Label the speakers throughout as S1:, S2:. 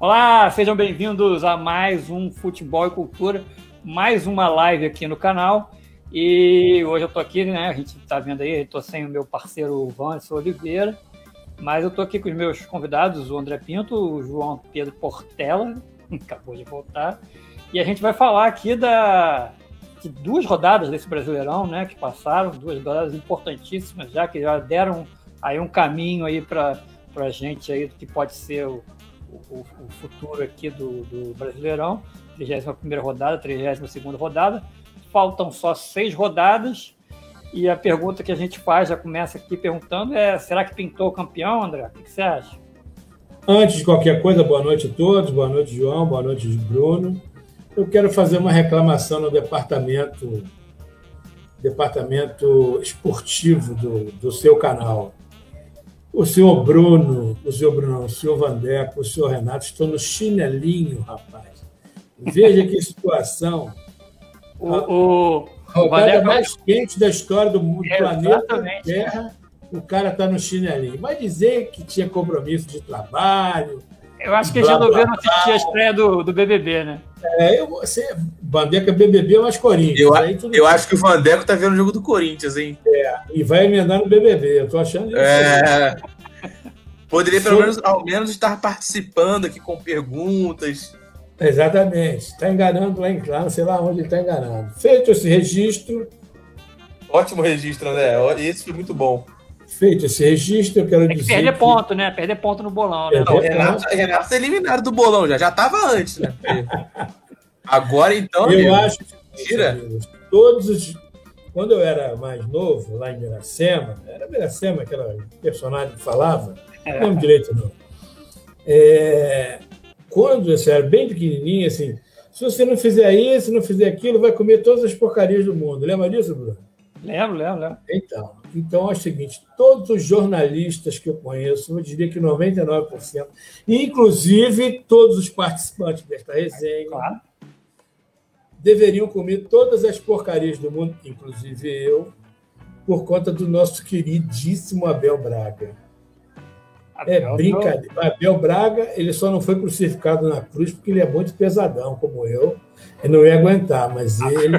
S1: Olá, sejam bem-vindos a mais um Futebol e Cultura, mais uma live aqui no canal. E hoje eu tô aqui, né? A gente tá vendo aí, eu tô sem o meu parceiro Vanessa Oliveira, mas eu tô aqui com os meus convidados, o André Pinto, o João Pedro Portela, acabou de voltar, e a gente vai falar aqui da de duas rodadas desse Brasileirão, né, que passaram, duas rodadas importantíssimas já, que já deram aí um caminho aí para a gente aí do que pode ser o, o, o futuro aqui do, do Brasileirão, 31ª rodada, 32ª rodada, faltam só seis rodadas e a pergunta que a gente faz, já começa aqui perguntando, é será que pintou o campeão, André? O que, que você acha?
S2: Antes de qualquer coisa, boa noite a todos, boa noite, João, boa noite, Bruno. Eu quero fazer uma reclamação no departamento departamento esportivo do, do seu canal. O senhor Bruno, o senhor Bruno, o senhor Vandeco, o senhor Renato estão no chinelinho, rapaz. Veja que situação.
S1: O,
S2: Ah.
S1: o,
S2: A
S1: o
S2: rodada
S1: Vandeco-
S2: é
S1: é
S2: mais quente da história do mundo, do planeta
S1: Exatamente,
S2: Terra, o cara está no chinelinho. Vai dizer que tinha compromisso de trabalho.
S1: eu acho que eles
S2: Blá, blá,
S1: resolveram assistir a estreia do, do BBB, né?
S2: É, eu, você, Bandeca BBB é mais Corinthians.
S3: Eu, a-
S2: aí tudo
S3: eu acho que o Vandeco tá vendo o jogo do Corinthians, hein?
S2: E vai emendar no BBB. Eu tô achando isso.
S3: É. Poderia pelo
S2: Sim.
S3: menos, ao menos estar participando aqui com perguntas.
S2: Exatamente. Está enganando lá em Claro, sei lá onde ele está enganando. Feito esse registro,
S3: Ótimo registro, André. Ó, Esse foi muito bom.
S2: feito esse registro, eu quero
S1: Tem É que
S2: dizer.
S1: perder ponto, né? Perder ponto no bolão, né?
S2: É,
S3: Não, o
S2: Renato-
S3: Renato, o Renato tá eliminado do bolão já. Já tava antes, né? Porque- Agora então.
S2: Eu
S3: amigo,
S2: acho que
S3: Mentira.
S2: amigos, todos os. Quando eu era mais novo, lá em Miracema, era Miracema aquela personagem que falava, não lembro direito não. É, quando eu era bem pequenininho, assim, se você não fizer isso, não fizer aquilo, vai comer todas as porcarias do mundo. Lembra disso, Bruno?
S1: Lembro, lembro, lembro.
S2: Então, então é o seguinte: todos os jornalistas que eu conheço, eu diria que 99%, inclusive todos os participantes desta resenha,
S1: Claro.
S2: deveriam comer todas as porcarias do mundo, inclusive eu, por conta do nosso queridíssimo Abel Braga. É
S1: Abel,
S2: brincadeira. Abel Braga, ele só não foi crucificado na cruz porque ele é muito pesadão, como eu. Ele não ia aguentar, mas ele.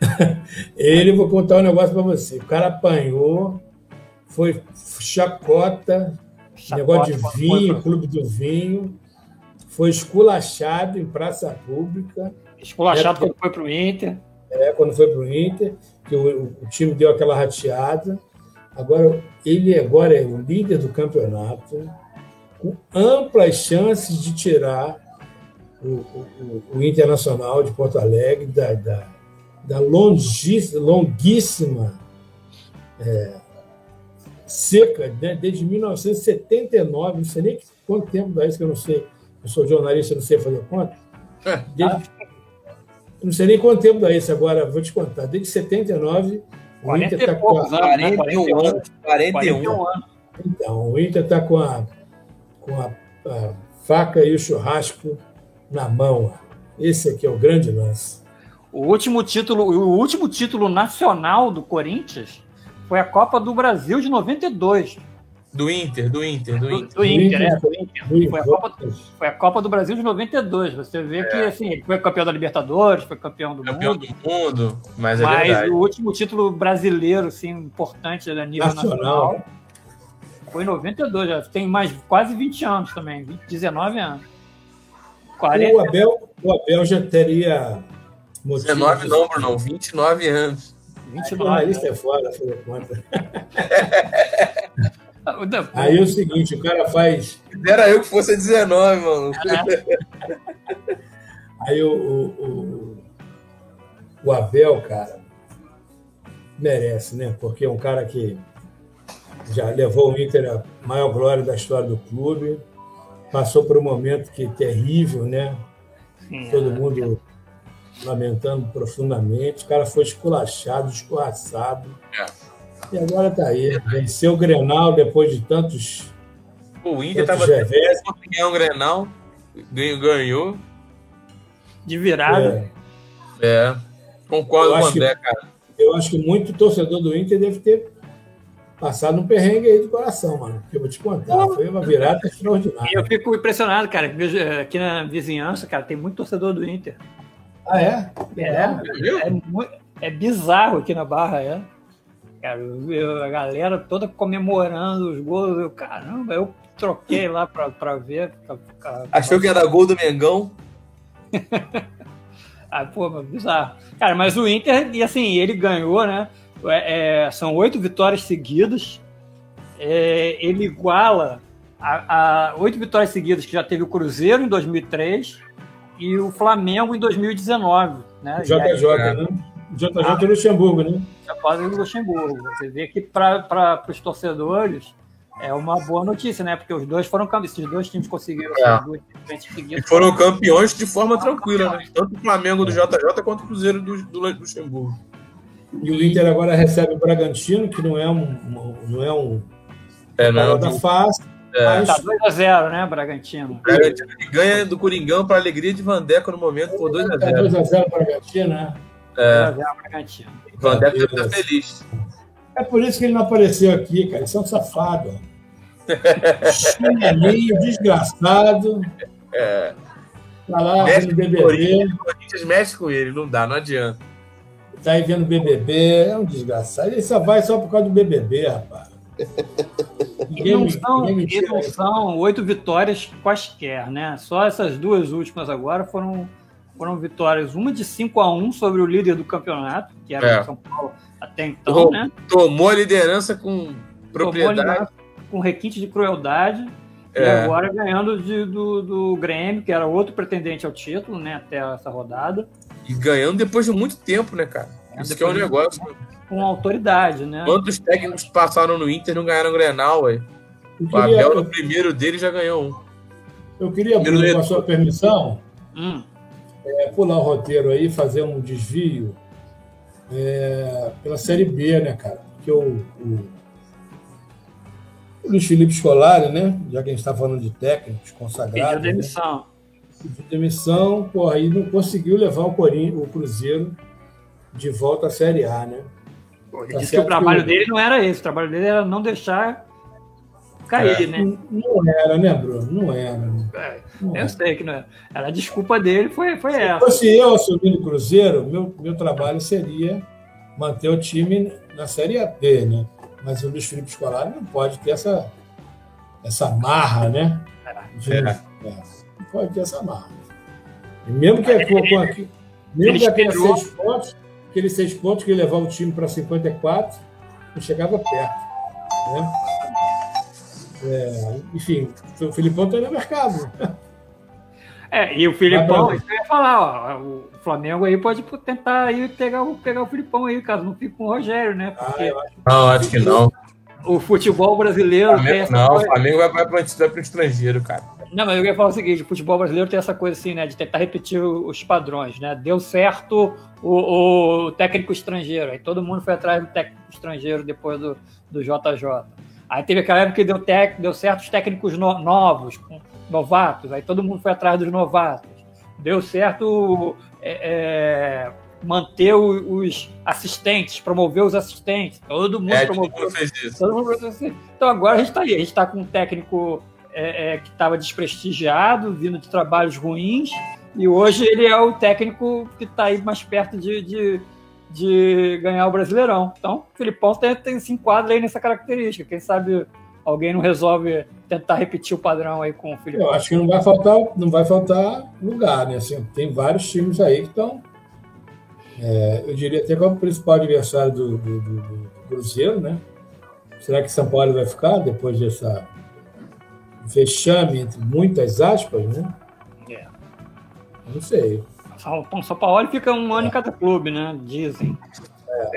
S2: ele, vou contar um negócio para você. O cara apanhou, foi chacota,
S1: chacota,
S2: negócio de
S1: quando foi
S2: vinho,
S1: pro-
S2: clube do vinho, foi esculachado em praça pública.
S1: Esculachado
S2: É,
S1: quando foi pro Inter.
S2: né, quando foi para o Inter, que o, o time deu aquela rateada. Agora ele agora é o líder do campeonato, com amplas chances de tirar o, o- o- o Internacional de Porto Alegre da, da, da longis- longuíssima é, seca né, desde 1979, não sei nem que- quanto tempo dá isso que eu não sei. Eu sou jornalista, não sei fazer conta.
S3: É.
S2: Desde eu não sei nem quanto tempo dá isso agora, vou te contar. Desde 79, o
S1: 40
S2: Inter
S1: e
S2: está com um,
S1: poucos
S2: a,
S1: anos, né?
S3: 41 anos. 41.
S1: 41 anos.
S2: então, o Inter tá com, a, com a, a faca e o churrasco na mão. Esse aqui é o grande lance.
S1: O último título, o último título nacional do Corinthians foi a Copa do Brasil de 92.
S3: Do Inter, do Inter, do
S1: Do,
S3: Inter.
S1: do Inter, né?
S2: foi,
S1: Foi a Copa Foi a Copa do né? Brasil de 92. Você vê que assim, ele foi campeão da Libertadores, foi campeão do
S3: Campeão
S1: mundo.
S3: do mundo. Mas é
S1: Mas
S3: verdade.
S1: o último título brasileiro, assim, importante a nível nacional,
S2: Nacional.
S1: foi em 92. Já tem mais quase 20 anos também, 20, 19 anos. 40,
S2: O Abel, o Abel já teria motivo
S3: 19
S2: de-
S3: não, Bruno. 29 anos.
S2: Ah,
S1: 29.
S2: isso é fora, fazer conta.
S1: Ah, o da-
S2: Aí é o seguinte, o cara faz
S3: Era eu que fosse 19, mano.
S2: Aí o, o, o, o Abel, cara, merece, né? Porque é um cara que já levou o Inter à maior glória da história do clube, passou por um momento que terrível, né?
S1: Sim,
S2: Todo mundo lamentando profundamente. O cara foi esculachado, escorraçado.
S3: É.
S2: E agora tá aí. Venceu o Grenal depois de tantos,
S3: O Inter
S2: tantos
S3: tava
S2: revés.
S3: campeão Grenal. Ganhou, ganhou.
S1: de virada.
S2: É.
S3: É. Concordo
S2: Eu
S3: com o
S2: acho que-
S3: André, cara.
S2: Eu acho que muito torcedor do Inter deve ter passaram um perrengue aí do coração, mano. Que eu vou te contar. Foi uma virada
S1: E eu
S2: extraordinária.
S1: fico impressionado, cara. Meus- eh, Aqui na vizinhança, cara, tem muito torcedor do Inter.
S2: Ah, é?
S1: É,
S3: Viu?
S1: é, mu- é bizarro aqui na Barra, é. Cara, eu- eu- a galera toda comemorando os gols. Eu, caramba, eu troquei lá pra, pra ver. pra- pra-
S3: Achou que era gol do Mengão?
S1: Ah, pô, mas bizarro. Cara, mas o Inter, e assim, ele ganhou, né? É, é, são oito vitórias seguidas. É, ele iguala a a oito vitórias seguidas que já teve o Cruzeiro em 2003 e o Flamengo em 2019. Né? E aí,
S2: JJ, né? JJ é Luxemburgo, né?
S1: já fazem o Luxemburgo. Você vê que para os torcedores é uma boa notícia, né? Porque os dois foram cam- esses dois times conseguiram
S3: É.
S1: essas duas frentes
S3: E
S1: seguidas.
S3: foram campeões de forma tranquila, né? Tanto o Flamengo do JJ quanto o Cruzeiro do, do Luxemburgo.
S2: E o Inter agora recebe o Bragantino, que não é um, um- não é um
S3: É,
S2: parada fácil, mas
S1: Tá 2 a 0 né, Bragantino?
S3: Bragantino que ganha do Coringão para alegria de Vandeco no momento por
S2: é
S3: 2x0.
S2: 2x0 para Bragantino, né?
S3: É.
S1: 2 a 0 Bragantino.
S3: Vandeco tá deve estar feliz.
S2: É por isso que ele não apareceu aqui, cara. Isso é um safado. ó. Chinelinho, desgraçado.
S3: É,
S2: Tá lá
S3: Mexe
S2: vendo
S3: com o
S2: BBB.
S3: Corinthians, o Corinthians mexe com ele, não dá, não adianta.
S2: Tá aí vendo BBB. É um desgraçado. Ele só vai só por causa do BBB, rapaz.
S1: E não
S2: me-
S1: são,
S2: ninguém me
S1: e
S2: tira
S1: não
S2: isso.
S1: são oito vitórias quaisquer, né? Só essas duas últimas agora foram, foram vitórias, uma de 5 a 1 sobre o líder do campeonato, que era
S3: É.
S1: o São Paulo até então,
S3: Uhum.
S1: né?
S3: Tomou a liderança com propriedade.
S1: Tomou ali com requinte de crueldade. E
S3: É.
S1: agora ganhando de- do, do Grêmio, que era outro pretendente ao título, né? Até essa rodada,
S3: E ganhando depois de muito tempo, né, cara?
S1: É,
S3: Isso que é um
S1: depois de-
S3: negócio.
S1: com autoridade, né?
S3: Quantos técnicos passaram no Inter e não ganharam o Grenal, ué?
S2: Eu
S3: O
S2: queria,
S3: Abel, no
S2: eu,
S3: primeiro dele, já ganhou um.
S2: eu queria, Bruno,
S3: Primeiro
S2: com a
S3: letra.
S2: sua permissão,
S1: Hum,
S2: é, pular o roteiro aí, fazer um desvio é, pela Série B, né, cara? Porque o, o, o Luiz Felipe Scolari, né? Já que a gente está falando de técnicos
S1: pediu
S2: consagrados, né?
S1: demissão.
S2: pediu demissão, porra, aí não conseguiu levar o, Corin- o Cruzeiro de volta à Série A, né?
S1: Ele
S2: Tá
S1: disse que
S2: certo
S1: o trabalho
S2: que o-
S1: dele não era esse, o trabalho dele era não deixar cair, né?
S2: Não, não era, né, Bruno? Não era. né?
S1: É,
S2: Não
S1: Eu
S2: era.
S1: sei que não era. Era a desculpa dele, foi, foi
S2: Então, Se
S1: essa.
S2: fosse eu assumindo o Cruzeiro, meu, meu trabalho seria manter o time na Série B, né? Mas o Luiz Felipe Scolari não pode ter essa, essa marra, né? De-
S3: É.
S2: é, não pode ter essa marra. E mesmo que com, com aqui, mesmo
S1: ele
S2: que é aqueles
S1: esperou.
S2: seis pontos, aqueles seis pontos que ele levava o time para 54, não chegava perto. Né? É, enfim, o Filipão está no mercado.
S1: É, e o
S2: Vai
S1: Filipão,
S2: pra-
S1: isso que eu ia falar, ó, o Flamengo aí pode tentar aí pegar, o- pegar o Filipão aí, caso não fique com o Rogério, né? Porque
S3: Não, acho que não.
S1: o futebol brasileiro tem
S3: Flamengo,
S1: essa
S3: não, o
S1: coisa-
S3: Flamengo vai, vai, pro- vai pro estrangeiro, cara.
S1: Não, mas eu ia falar o seguinte: o futebol brasileiro tem essa coisa assim, né? De tentar repetir o- os padrões, né? Deu certo o, o técnico estrangeiro. Aí todo mundo foi atrás do técnico estrangeiro depois do, do JJ. Aí teve aquela época que deu, tec, deu certo os técnicos no- novos, com- novatos. Aí todo mundo foi atrás dos novatos. Deu certo é, é, manter o- os assistentes, promover os assistentes. Todo mundo
S3: É, todo
S1: promoveu
S3: mundo fez isso.
S1: Todo mundo falou assim, Então agora a gente está aí, a gente está com um técnico é, é, que estava desprestigiado, vindo de trabalhos ruins, e hoje ele é o técnico que está aí mais perto de, de, de ganhar o Brasileirão. Então o Filipão tem, tem, se enquadra aí nessa característica. Quem sabe alguém não resolve tentar repetir o padrão aí com o
S2: Eu
S1: Filipão.
S2: acho que não vai faltar, não vai faltar lugar, né? Assim, tem vários times aí que estão. é, eu diria até como principal adversário do, do- do- do Cruzeiro, né? Será que São Paulo vai ficar depois dessa vexame, entre muitas aspas, né?
S1: É.
S2: Não sei.
S1: São, São Paulo fica um ano em cada clube, né? Dizem.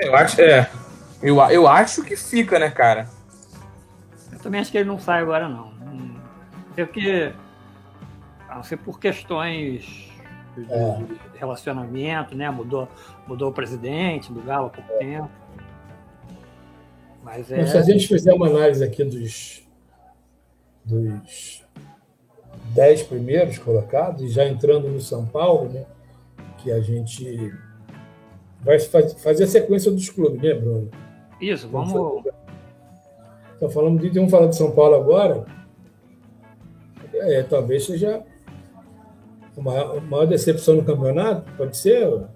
S3: Eu acho, é. Eu, a- eu acho que fica, né, cara?
S1: Eu também acho que ele não sai agora, não. Hum, Até porque, a não ser por questões de
S2: É.
S1: de relacionamento, né? Mudou, mudou o presidente do Galo há pouco tempo. Mas é.
S2: Mas se a gente fizer uma análise aqui dos, dos dez primeiros colocados, e já entrando no São Paulo, né, que a gente vai faz- fazer a sequência dos clubes, né, Bruno?
S1: Isso, vamos.
S2: Então, falamos de um falar de São Paulo agora. É, talvez seja a maior, a maior decepção no campeonato, pode ser? Ou-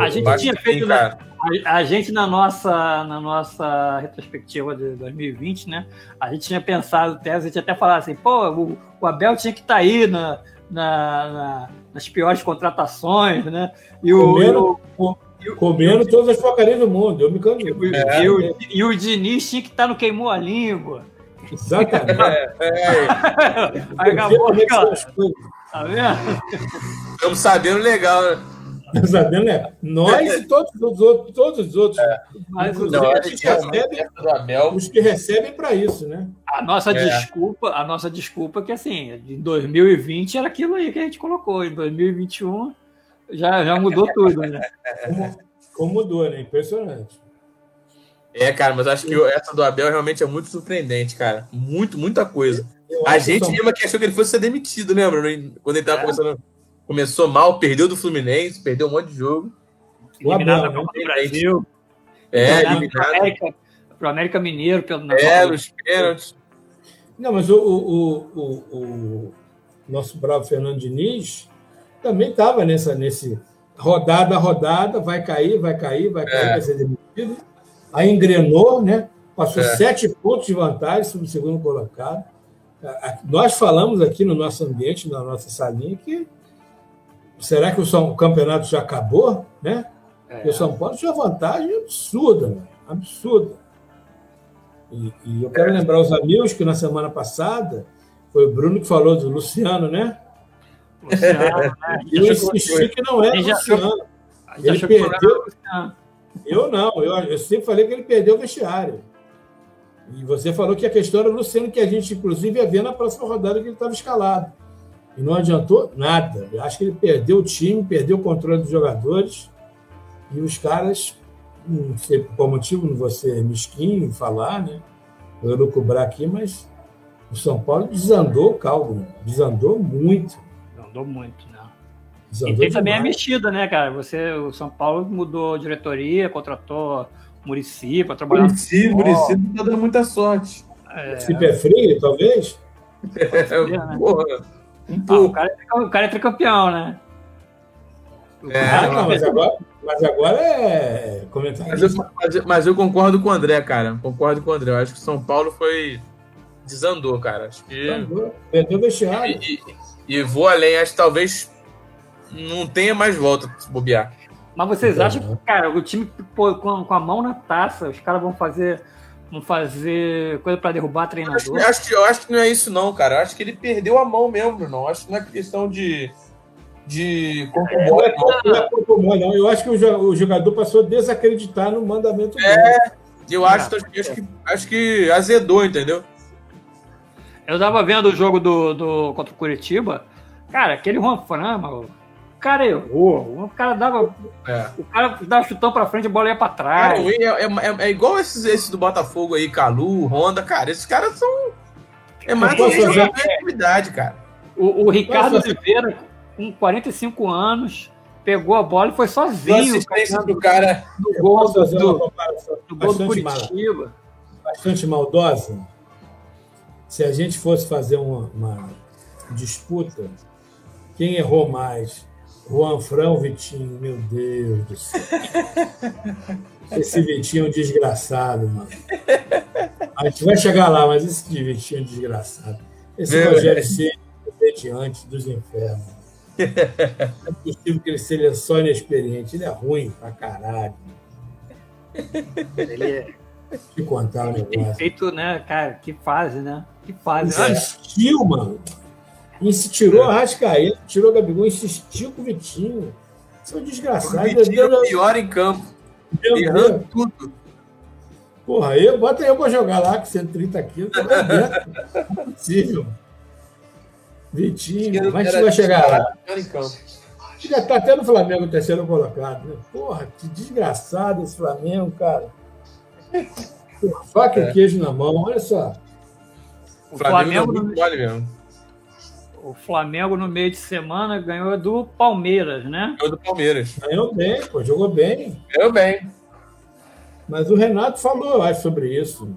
S1: A gente
S3: Vasco
S1: tinha
S3: tem,
S1: feito né? na,
S3: cara.
S1: a, a gente na nossa na nossa retrospectiva de 2020, né? A gente tinha pensado, até- a gente até falava assim, pô, o, o Abel tinha que estar aí na, na- na- nas piores contratações, né? E o, e o,
S2: Comendo, comendo todas as porcarias do mundo. Eu me
S1: e
S2: canso.
S1: o- e o- e o Diniz tinha que estar no Queimou a Língua.
S2: Exatamente.
S3: É,
S1: Aí acabou,
S2: Vê como é que são
S1: cara,
S2: as coisas.
S1: tá vendo?
S3: Estamos sabendo legal, né?
S2: Tá sabendo, né? Nós e todos os outros. Todos os outros.
S1: Mas assim, o-
S2: Não,
S3: Não,
S2: a
S3: é
S2: gente
S3: que essa-
S2: recebe-
S3: essa do Abel.
S2: Os que recebem para isso, né?
S1: A nossa
S3: É.
S1: desculpa, a nossa desculpa é que assim, em 2020 era aquilo aí que a gente colocou, em 2021 já, já mudou tudo, né?
S2: Como, como mudou, né? Impressionante.
S3: É, cara, mas acho que essa do Abel realmente é muito surpreendente, cara. Muito, muita coisa.
S2: Eu
S3: A
S2: acho que
S3: gente
S2: São-
S3: lembra que achou que ele fosse ser demitido, lembra? né? Quando
S1: É.
S3: ele tava começando. Começou mal, perdeu do Fluminense, perdeu um monte de jogo.
S2: O
S1: eliminado
S2: Abel,
S1: da Copa
S3: né?
S1: do Brasil,
S3: É,
S1: eliminado pro
S3: eliminado.
S1: América, pro América Mineiro pelo na
S3: É,
S1: Copa do-
S3: nos pênaltis.
S2: Não, mas o, o, o, o- o nosso bravo Fernando Diniz também estava nessa nesse rodada a rodada, vai cair, vai cair, vai cair,
S3: É.
S2: vai ser demitido. Aí engrenou, né? Passou
S3: É.
S2: sete pontos de vantagem sobre o segundo colocado. A- a- Nós falamos aqui no nosso ambiente, na nossa salinha, que será que o, São- o campeonato já acabou, né?
S1: É.
S2: Porque o São Paulo tinha vantagem absurda, né? absurda. E, e eu
S1: É.
S2: quero lembrar os amigos que na semana passada foi o Bruno que falou do Luciano, né?
S1: Luciano, né? A gente
S2: Eu
S1: achou que-
S2: insisti que não era
S1: Ele já-
S2: Luciano.
S1: a gente
S2: ele
S1: achou que o
S2: perdeu.
S1: problema era o Luciano.
S2: Eu não, eu, eu sempre falei que ele perdeu o vestiário. E você falou que a questão era o Luciano, que a gente, inclusive, ia ver na próxima rodada que ele estava escalado. E não adiantou nada. Eu acho que ele perdeu o time, perdeu o controle dos jogadores. E os caras, não sei por qual motivo, não vou ser mesquinho em falar, né? Eu vou cobrar aqui, mas o São Paulo desandou o caldo, né? desandou muito.
S1: Não andou muito, né? E
S2: Desandou
S1: tem também a
S2: demais.
S1: mexida, né, cara? Você, o São Paulo mudou diretoria, contratou Murici para trabalhar.
S3: Murici, Murici não tá dando muita sorte.
S1: É,
S2: Se pé frio, talvez.
S1: né?
S3: É, Porra, um
S1: ah, o,
S3: pouco.
S1: cara é, tri- o cara é tricampeão, né? O
S3: É,
S1: cara
S2: ah, não, mas agora, mas agora é
S3: Mas
S2: comentarista.
S3: eu, mas eu- mas eu concordo com o André, cara. Concordo com o André. Eu acho que o São Paulo foi. Desandou, cara. Acho que.
S2: Perdeu o vestiário.
S3: E, e- e vou além, acho que talvez não tenha mais volta se bobear.
S1: Mas vocês
S2: Então,
S1: acham que, cara, o time pô, com, com a mão na taça, os caras vão fazer, vão fazer coisa pra derrubar
S3: Eu acho,
S1: treinador?
S3: que- acho que, eu acho que não é isso, não, cara. Eu acho que ele perdeu a mão mesmo, não. Eu Acho que não é questão de. de corpo mole, não.
S2: Não é corpo mole, não. Eu acho que o jo- o jogador passou a desacreditar no mandamento dele.
S3: Eu acho, que- acho, que, acho que azedou, entendeu?
S1: Eu tava vendo o jogo do, do contra o Curitiba, cara, aquele Juan Fran, maluco, o cara errou, o cara dava,
S3: É.
S1: o cara dava chutão pra frente, a bola ia pra
S3: Cara,
S1: trás.
S3: o Wayne é, é- é igual esses, esses do Botafogo aí, Calu, Honda, cara. Esses caras são. É mais
S2: posso
S3: uma
S2: fazer-
S3: criatividade, cara.
S1: O, o Ricardo
S2: Nossa.
S1: Oliveira, com 45 anos, pegou a bola e foi
S3: A
S1: sozinho
S3: assistência
S1: cara,
S3: do cara.
S1: no
S2: Eu
S1: gol
S2: posso
S1: do,
S2: fazer uma
S1: do,
S2: comparação
S1: do gol do
S2: bastante mala-
S1: Curitiba.
S2: bastante maldosa. Se a gente fosse fazer uma, uma disputa, quem errou mais? Juan Fran ou Vitinho? Meu Deus do céu. Esse Vitinho é um desgraçado, mano. A gente vai chegar lá, mas esse de Vitinho é um desgraçado. Esse
S3: Meu
S2: Rogério Ceni é diante dos infernos. Não é possível que ele seja só inexperiente. Ele é ruim pra caralho.
S1: Ele é-
S2: Te contar o
S1: ele tem
S2: negócio.
S1: feito, né, cara, que fase, né? Que fase.
S3: É.
S1: Olha,
S2: Insistiu, mano. Insistiu, tirou a Rascaeta, tirou o Gabigol, insistiu com o Vitinho. São
S3: O
S2: desgraçados.
S3: Vitinho é
S2: Meu
S3: o
S2: Deus,
S3: pior em campo,
S2: meu Deus.
S3: errando tudo.
S2: Porra, eu, bota eu pra jogar lá com 130 quilos, tá lá dentro. Não é possível. Vitinho, mas a gente vai chegar lá.
S3: Pior em campo.
S2: Já tá até no Flamengo, terceiro colocado. Né? Porra, que desgraçado esse Flamengo, cara. Porra, faca
S3: É.
S2: e queijo na mão, olha só.
S1: o
S3: O Flamengo
S1: Flamengo,
S3: não
S1: no,
S3: mole mesmo.
S1: o Flamengo no meio de semana ganhou do Palmeiras, né?
S3: Ganhou do Palmeiras.
S2: Ganhou bem, pô, jogou bem.
S3: Ganhou bem.
S2: Mas o Renato falou, eu acho, sobre isso.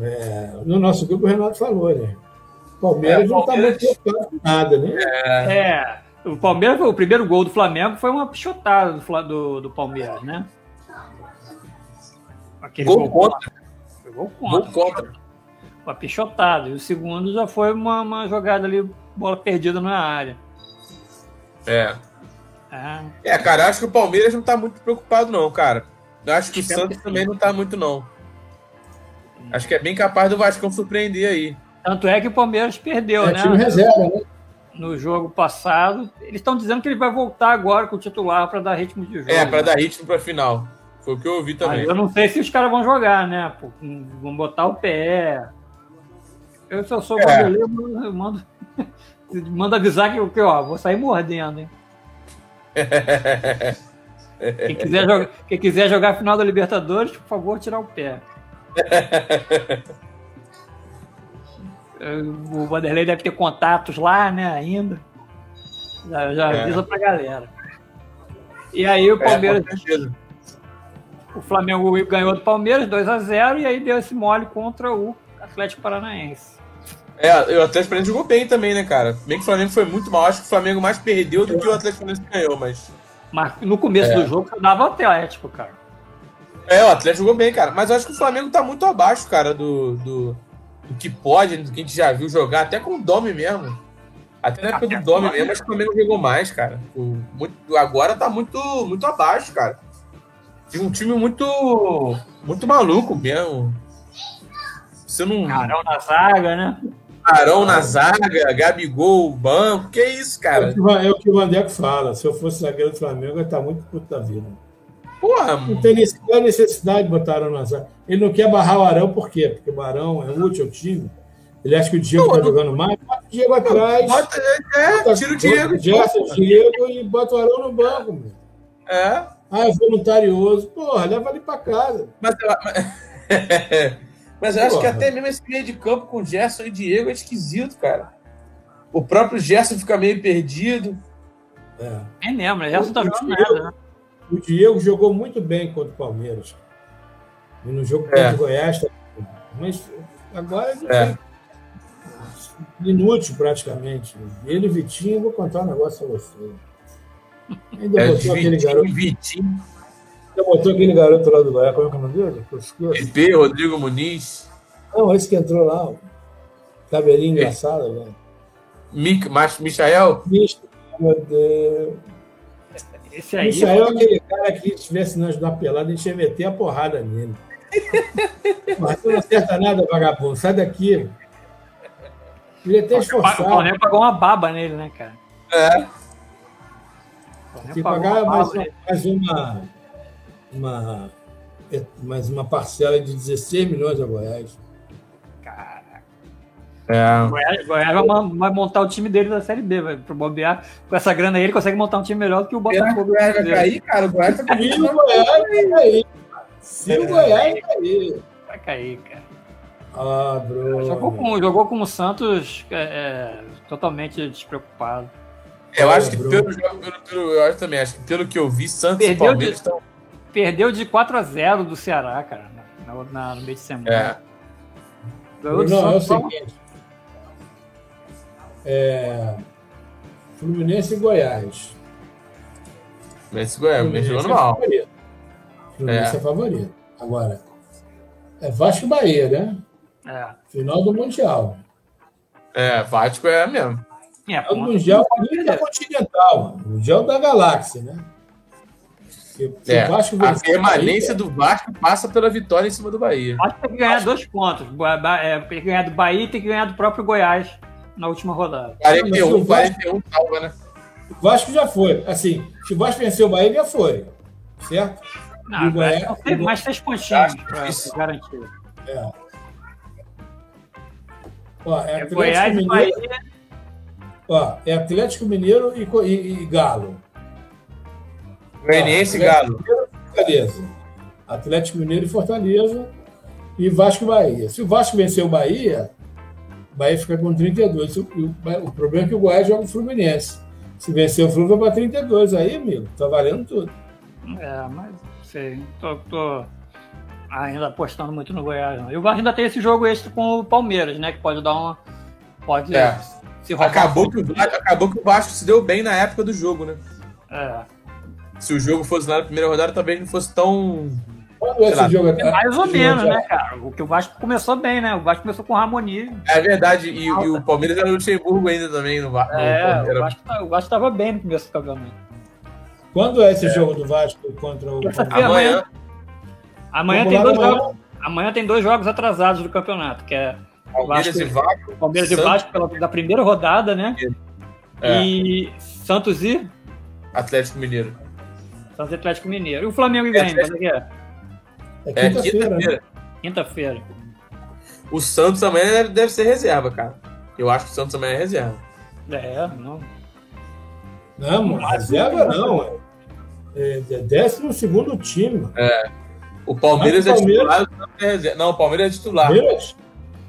S2: É, no nosso grupo, o Renato falou, né? O Palmeiras,
S3: É, o
S2: não está muito
S3: Palmeiras-
S2: preocupado com nada, né?
S1: É, o Palmeiras, o primeiro gol do Flamengo foi uma pichotada do, Fla- do, do Palmeiras, né? Aquele
S3: Gol contra.
S1: Foi gol
S3: Gol
S1: contra.
S3: contra.
S1: Uma pichotada. E o segundo já foi uma, uma jogada ali, bola perdida na área.
S3: É.
S1: Ah,
S3: É, cara, acho que o Palmeiras não tá muito preocupado, não, cara. Eu acho que o
S1: Espero
S3: Santos
S1: que sim.
S3: também não tá muito, não. Acho que é bem capaz do Vascão surpreender aí.
S1: tanto é que o Palmeiras perdeu,
S2: É
S1: né?
S2: time reserva, né?
S1: No jogo passado. Eles estão dizendo que ele vai voltar agora com o titular para dar ritmo de jogo.
S3: É, pra
S1: né?
S3: dar ritmo pra final. Foi o que eu ouvi
S1: Aí
S3: também.
S1: eu não sei se os caras vão jogar, né? Pô, vão botar o pé. Eu, se eu sou
S3: É.
S1: goleiro, eu mando- eu mando, mando avisar que, que ó, vou sair mordendo, hein? Quem quiser, jogar, quem quiser jogar a final da Libertadores, por favor, tirar o pé. Eu- O Vanderlei deve ter contatos lá, né, ainda. Já, já
S3: É.
S1: avisa pra galera. E aí o
S3: É, com
S1: Palmeiras
S3: certeza.
S1: o Flamengo ganhou do Palmeiras 2 a 0 e aí deu esse mole contra o Atlético Paranaense.
S3: É, e o Atlético Paranaense jogou bem também, né, cara? Bem que o Flamengo foi muito mal. Acho que o Flamengo mais perdeu do que o Atlético Paranaense ganhou, mas.
S1: Mas no começo
S2: É.
S1: do jogo só dava o Atlético, cara.
S3: É, o Atlético jogou bem, cara. Mas eu acho que o Flamengo tá muito abaixo, cara, do, do, do que pode, do que a gente já viu jogar, até com o Domi mesmo. Até na época do Domi mesmo, acho que o Flamengo jogou mais, cara. O- muito- agora tá muito, muito abaixo, cara. Tem um time muito. muito maluco mesmo. Você não.
S1: Carão Um na zaga, né?
S3: Arão na zaga, Gabigol, banco. Que isso,
S2: É o
S3: cara?
S2: que o- é o que o Vandeco fala. Se eu fosse zagueiro do Flamengo, eu ia estar muito puto da vida.
S3: Porra,
S2: Não tem nesse- não há necessidade de botar o Arão na zaga. Ele não quer barrar o Arão, por quê? Porque o Arão é útil ao time. Ele acha que o Diego
S3: Não,
S2: está
S3: não-
S2: jogando mais. Bota o Diego atrás.
S3: Bota, é, tira o Diego.
S2: bota o Gerson, o Diego e bota o Arão no banco. Meu.
S3: É,
S2: Ah, é voluntarioso. Porra, leva ele pra casa.
S3: mas, eu- mas- mas eu acho que
S2: Porra.
S3: até mesmo esse meio de campo com Gerson e Diego é esquisito, cara. O próprio Gerson fica meio perdido.
S2: É.
S1: Nem lembro, né? já não tá
S2: Eu-
S1: jogando nada, né?
S2: O Diego jogou muito bem contra o Palmeiras. E no jogo contra
S3: É.
S2: o Goiás também. Mas agora ele
S3: É.
S2: é. inútil praticamente. Ele e Vitinho, vou contar um negócio a você. Ainda
S3: É,
S2: botou aquele garoto.
S3: Vitinho, Vitinho,
S2: Ainda botou aquele garoto lá do Goiás. Como é que é o nome dele? Que eu esqueço.
S3: PP, Rodrigo Muniz,
S2: Não, esse que entrou lá. o Cabelinho engraçado, né? velho.
S3: Mic, Mach- Michael.
S2: Cristo, meu Deus.
S1: Esse aí.
S2: Isso aí é aquele cara que se estivesse nós na pelada, a gente ia meter a porrada nele. Mas tu não acerta nada, vagabundo. Sai daqui. Ele até
S1: O
S2: esforçado.
S1: Flamengo pagou uma baba nele, né, cara?
S3: É,
S1: O Flamengo
S2: Tem que
S1: pagou uma
S2: pagar
S1: né?
S2: mais,
S1: baba
S2: uma-
S1: nele.
S2: mais uma, uma, mais uma parcela de 16 milhões a Goiás.
S1: Cara, o
S3: é.
S1: Goiás, o Goiás vai, ma- vai montar o time dele da Série B, vai pro bobear. Com essa grana aí, ele consegue montar um time melhor do que o
S3: Será que tá o
S1: Botafogo.
S3: Goiás vai
S1: brasileiro.
S3: cair, cara? O Goiás tá com
S2: E o Goiás vai cair. Se o
S1: É.
S2: Goiás cair.
S1: Vai cair, cara.
S2: Ah,
S1: Jogou
S2: Bruno.
S1: com, jogou com o Santos é, é, totalmente despreocupado.
S3: Eu acho que
S2: Bruno.
S3: pelo jogo, pelo, pelo- eu acho também, acho que pelo que eu vi, Santos e
S1: Perdeu
S3: Palmeiras
S1: de-
S3: estão.
S1: Perdeu de 4 a 0 do Ceará, cara, na, na- no meio de
S3: É.
S1: semana. Ganhou do
S2: Não, é o
S1: Santos, só-
S2: seguinte. É, Fluminense e Goiás.
S3: Mas Goiás, o Goiás É, jogando mal.
S2: é favorito. Fluminense é. favorito. Agora, é Vasco e Bahia, né?
S1: é.
S2: Final do Mundial.
S3: É, Vasco é mesmo.
S1: É,
S2: Final do
S1: ponto.
S2: Mundial é da Continental, mano. Mundial da Galáxia, né? Se, se
S3: É,
S2: o Vasco tá é.
S3: a
S2: vencer
S3: permanência do Vasco passa pela vitória em cima do Bahia.
S1: Acho que tem que ganhar dois pontos. Ba- ba- é, tem que ganhar do Bahia e tem que ganhar do próprio Goiás na última rodada.
S3: 41,
S2: Não, Ah, mas
S3: 41 salva, né?
S2: o Bahia- o Vasco já foi. Assim, se o Vasco vencer o Bahia, ele já foi. Certo?
S1: Não,
S2: Do Goiás-
S1: Goiás tem mais três pontinhos
S3: Acho
S1: pra
S3: difícil.
S1: pra garantir.
S2: É. Ó, é
S1: É
S2: Atlético
S1: Goiás e
S2: Mineiro-
S1: Bahia.
S2: Ó, é Atlético Mineiro e, Co- e- e Galo.
S3: Goianiense e
S2: Ó,
S3: é Galo.
S2: Fortaleza. Atlético Mineiro e Fortaleza. E Vasco e Bahia. Se o Vasco vencer o Bahia, o Bahia fica com 32. O, o, Ba- o problema é que o Goiás joga o Fluminense. Se vencer o Fluminense, vai para 32. Aí, amigo, tá valendo tudo.
S1: É, mas não sei. Tô, tô, ainda apostando muito no Goiás. Não. E o Vasco ainda tem esse jogo extra com o Palmeiras, né? Que pode dar uma. Pode
S3: É.
S1: se roubar.
S3: Acabou que, o Vasco, acabou que o Vasco se deu bem na época do jogo, né?
S1: É.
S3: Se o jogo fosse lá na primeira rodada, talvez não fosse tão.
S2: Quando esse
S3: lá,
S2: jogo
S1: É Mais ou
S2: esse jogo
S1: menos,
S2: já-
S1: né, cara? O que o Vasco começou bem, né? O Vasco começou com o Ramoni.
S3: É verdade, e, e o Palmeiras era o Luxemburgo ainda também no Vasco.
S1: É, o Vasco, tá- o Vasco tava bem no começo do campeonato.
S2: Quando é esse jogo do Vasco contra o
S1: Terça-feira.
S3: Amanhã,
S1: Amanhã
S2: Vamos
S1: tem,
S2: lá,
S1: dois
S2: vamos lá.
S1: jogos, amanhã tem dois jogos atrasados do campeonato, que é
S3: Palmeiras
S1: Vasco-
S3: e Vasco.
S1: Palmeiras e
S3: Santos.
S1: Vasco pela, da primeira rodada, né?
S3: É.
S1: E Santos e
S3: Atlético Mineiro.
S1: Santos e Atlético Mineiro. E o Flamengo e Grêmio,
S3: Atlético-
S1: quando é que é?
S2: É
S3: É
S2: quinta-feira. né?
S3: quinta-feira.
S1: Quinta-feira.
S3: O Santos amanhã deve- deve ser reserva, cara. Eu acho que o Santos amanhã é reserva.
S1: É, não.
S2: Não, reserva não. é- É décimo segundo time.
S3: O Palmeiras
S2: Ah,
S3: é
S2: o Palmeiras.
S3: titular, o Santos é reserva. Não, o Palmeiras é titular.
S2: Palmeiras?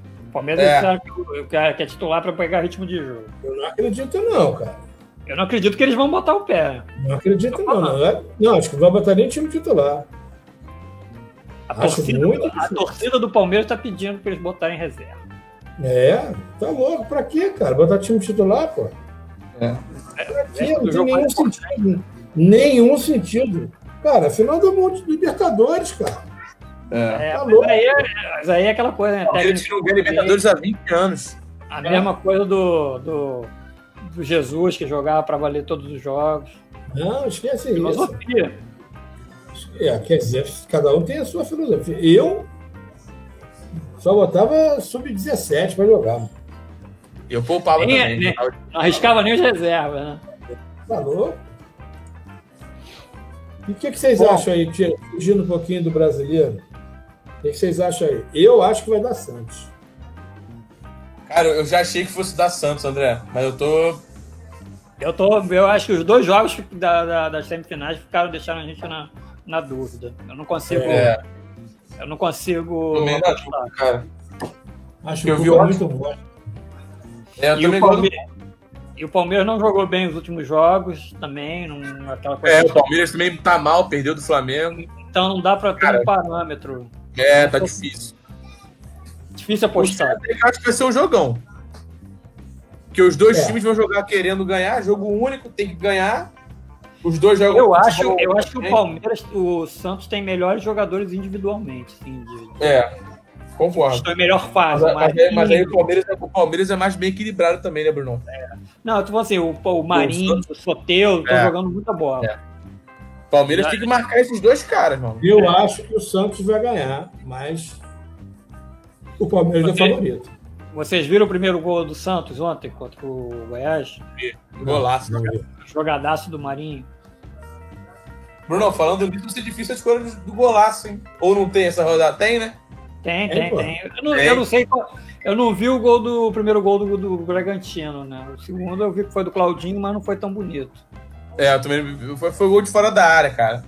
S1: O Palmeiras
S3: É.
S1: é. que, que- que é titular para pegar ritmo de jogo.
S2: Eu não acredito não, cara.
S1: Eu não acredito que eles vão botar o pé.
S2: Não acredito não. Não, é- não acho que não vai botar nem time titular.
S1: A
S2: Acho
S1: torcida,
S2: muito
S1: a
S2: difícil.
S1: torcida do Palmeiras está pedindo para eles botarem reserva.
S2: É, tá louco. Pra quê, cara? Botar time titular, pô?
S3: É.
S2: Pra quê?
S1: O
S2: Não tem
S1: jogo
S2: nenhum
S1: mais
S2: sentido. Nenhum sentido. Cara, final do mundo de Libertadores, cara.
S3: É.
S1: É,
S2: Tá
S1: mas,
S2: louco.
S1: aí, é- mas aí é aquela coisa, né?
S3: O Palmeiras
S1: Técnico
S3: não ganha um Libertadores há 20 anos.
S1: A mesma coisa do, do, do Jesus, que jogava para valer todos os jogos.
S2: Não, esquece isso.
S1: Filosofia.
S2: É, quer dizer, cada um tem a sua filosofia. Eu só botava sub-17 para jogar.
S3: E eu poupava
S1: Nem é,
S3: também.
S1: né? Não arriscava nem as reservas, né?
S2: Tá louco? E o que, que vocês
S1: Bom.
S2: acham aí, tira- fugindo um pouquinho do brasileiro? O que, que vocês acham aí? Eu acho que vai dar Santos.
S3: Cara, eu já achei que fosse dar Santos, André. Mas eu tô.
S1: Eu, tô, eu acho que os dois jogos da, da- das semifinais ficaram deixaram a gente na, na dúvida. Eu não consigo.
S3: É,
S1: Eu não consigo.
S3: tô meio na
S1: apostar.
S3: dúvida, cara.
S2: Acho
S3: Eu
S2: que
S3: vi
S2: o Cuca é
S3: ótimo.
S2: muito bom.
S3: É, eu
S1: E
S3: tô
S1: o,
S3: meio igual do-
S1: Palmeiras, e o Palmeiras não jogou bem os últimos jogos também, não, aquela coisa. assim.
S3: É, o Palmeiras também tá mal, perdeu do Flamengo.
S1: Então não dá para ter
S3: Cara.
S1: um parâmetro.
S3: É, tá difícil.
S1: Difícil apostar.
S3: Eu acho que vai ser um jogão. Porque os dois
S2: É.
S3: times vão jogar querendo ganhar, jogo único, tem que ganhar. Os dois jogam.
S1: Eu
S3: futebol
S1: acho, eu acho que o
S3: bem.
S1: Palmeiras, o Santos tem melhores jogadores individualmente, sim, de,
S3: É, concordo.
S1: Estou em melhor fase,
S3: Mas, é,
S1: mas,
S3: mas aí, mas aí o, Palmeiras é, o Palmeiras é mais bem equilibrado também, né, Bruno?
S1: Não, tu falou assim, o, o Marinho, o Soteu, estão
S3: É.
S1: jogando muita bola.
S3: É. O Palmeiras
S1: Já-
S3: tem que marcar esses dois caras, mano.
S2: Eu acho que o Santos vai ganhar, mas o Palmeiras
S1: Ok.
S2: é favorito.
S1: Vocês viram o primeiro gol do Santos ontem contra o Goiás?
S3: Golaço.
S2: Não, não.
S1: Jogadaço do Marinho.
S3: Bruno, falando disso, vai ser difícil a escolha do golaço, hein? Ou não tem essa rodada? Tem, né?
S1: Tem,
S2: É,
S1: tem,
S2: pô.
S1: tem. Eu não,
S3: Tem.
S1: eu não sei qual- Eu não vi o gol do o primeiro gol do, do Bragantino, né? O segundo eu vi que foi do Claudinho, mas não foi tão bonito.
S3: É, eu também. Foi, foi gol de fora da área, cara.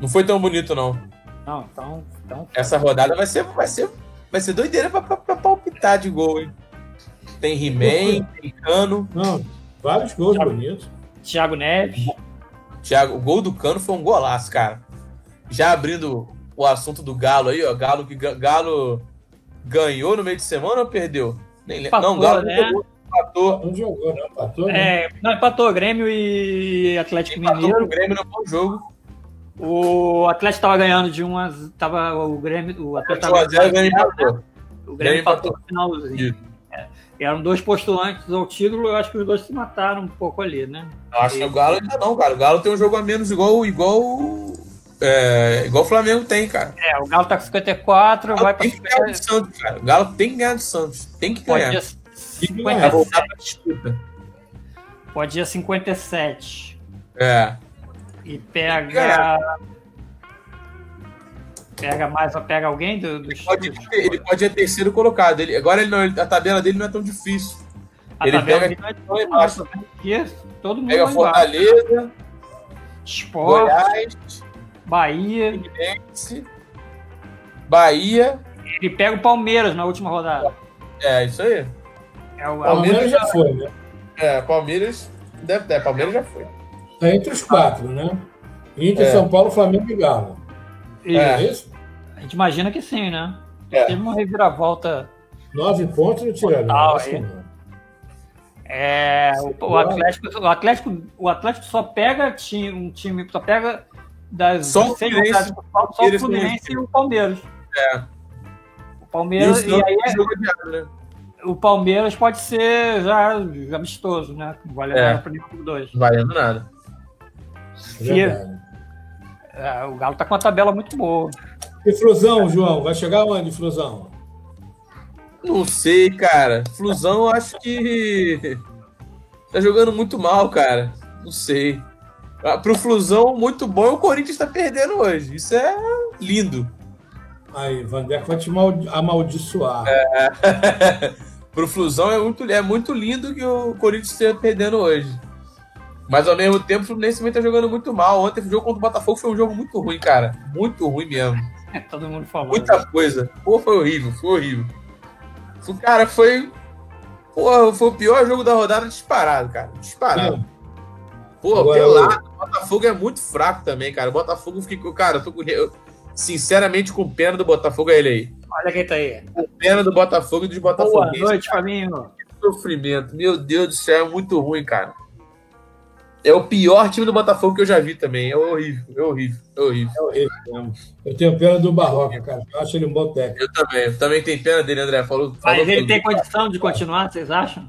S3: Não foi tão bonito, não.
S1: Não, então. então
S3: Essa rodada vai ser, vai ser, vai ser doideira pra, pra- pra palpitar de gol, hein? Tem He-Man, tem Cano.
S2: Não, vários gols
S1: Já-
S2: bonitos.
S1: Thiago Neves.
S3: Thiago, o gol do Cano foi um golaço, cara. Já abrindo o assunto do Galo aí, ó. Galo que ga- Galo ganhou no meio de semana ou perdeu? Nem lembro.
S1: Empatou,
S3: Não, Galo
S1: né?
S3: jogou, empatou.
S2: Não jogou, não. Empatou, né?
S1: É, não, empatou Grêmio e Atlético
S3: Empatou
S1: Mineiro.
S3: com o Grêmio no bom jogo.
S1: O Atlético estava ganhando de 1 a z- tava o Grêmio, o Atlético
S3: 1
S1: tava né?
S3: a 0 o Grêmio
S1: ganhando,
S3: empatou.
S1: o Grêmio
S3: Grêmio
S1: empatou
S3: empatou.
S1: no finalzinho. É, eram dois postulantes ao título, eu acho que os dois se mataram um pouco ali, né?
S3: Eu acho que o Galo ainda não, cara. O Galo tem um jogo a menos igual igual é, igual o Flamengo tem, cara.
S1: É, o Galo tá com 54,
S3: O
S1: vai para
S3: Galo tem que ganhar do Santos, cara. O Galo tem que ganhar do Santos. Tem que
S1: pode
S3: ganhar.
S1: ir
S3: Vai
S1: 57,
S3: voltar pra disputa.
S1: pode ir 57
S3: É.
S1: e pega pega mais ou pega alguém do, dos
S3: Pode, ele pode ser terceiro colocado. Ele, agora ele não- a tabela dele não é tão difícil.
S1: a
S3: ele
S1: tabela
S3: pega-
S1: aqui vai-
S3: lá embaixo.
S1: aqui, todo mundo
S3: Pega
S1: lá embaixo.
S3: Fortaleza,
S1: Sport,
S3: Goiás,
S1: Bahia,
S3: Fluminense, Bahia.
S1: ele pega o Palmeiras na última rodada.
S3: É, isso aí.
S1: É o,
S2: O Palmeiras já foi, né?
S3: É, Palmeiras. Deve ter, Palmeiras já foi.
S2: Tá entre os quatro, né? Inter,
S3: É.
S2: São Paulo, Flamengo e Galo.
S1: Isso.
S2: É
S3: É.
S2: isso?
S1: gente imagina que sim, né?
S3: É.
S1: Teve uma reviravolta.
S2: Nove pontos não tiraram.
S1: Total,
S2: acho que
S1: é.
S2: não.
S1: É, o, o Atlético, o, Atlético, o Atlético só pega ti- um time, só pega das
S3: Só o
S1: seis
S3: Fluminense.
S1: rodadas que faltam, só o
S3: Eles
S1: Fluminense e o Palmeiras.
S3: É.
S1: O
S3: E o
S1: Palmeiras, e
S3: Santos
S1: aí
S3: é jogo adiado, né?
S1: o Palmeiras pode ser já amistoso, né? Não vale
S3: É.
S1: nada para nenhum dos dois.
S3: Não valendo nada.
S2: Verdade.
S1: É, o Galo tá com uma tabela muito boa.
S2: E Flusão, João? Vai chegar onde, Flusão?
S3: Não sei, cara. Flusão, eu acho que. Tá jogando muito mal, cara. Não sei. Ah, Pro Flusão, muito bom, o Corinthians tá perdendo hoje. Isso é lindo.
S2: Aí, Vandeco vai te mal- amaldiçoar.
S3: Pro Flusão é muito, é muito lindo que o Corinthians esteja perdendo hoje. Mas ao mesmo tempo, o Fluminense também tá jogando muito mal. Ontem o jogo contra o Botafogo foi um jogo muito ruim, cara. Muito ruim mesmo.
S1: né? Todo mundo falando.
S3: Muita coisa. Pô, foi horrível, foi horrível. O cara foi. Porra, foi o pior jogo da rodada disparado, cara. Disparado.
S2: Sim.
S3: Pô,
S2: Agora,
S3: pelado. O Botafogo é muito fraco também, cara. O Botafogo fica. Cara, eu tô com. eu, sinceramente, com pena do Botafogo, é ele aí. Tá
S1: Olha quem tá aí.
S3: Com pena do Botafogo e dos
S1: Boa
S3: Botafoguenses.
S1: noite, Fabinho.
S3: Que sofrimento. Meu Deus do céu, é muito ruim, cara. É o pior time do Botafogo que eu já vi também. É horrível, é horrível, é horrível.
S2: É horrível mesmo. Eu tenho pena do Barroca, cara. Eu acho ele um bom técnico.
S3: Eu também, eu também tenho pena dele, André. Falou, falou
S1: Mas ele
S3: tudo.
S1: tem condição de continuar, vocês acham?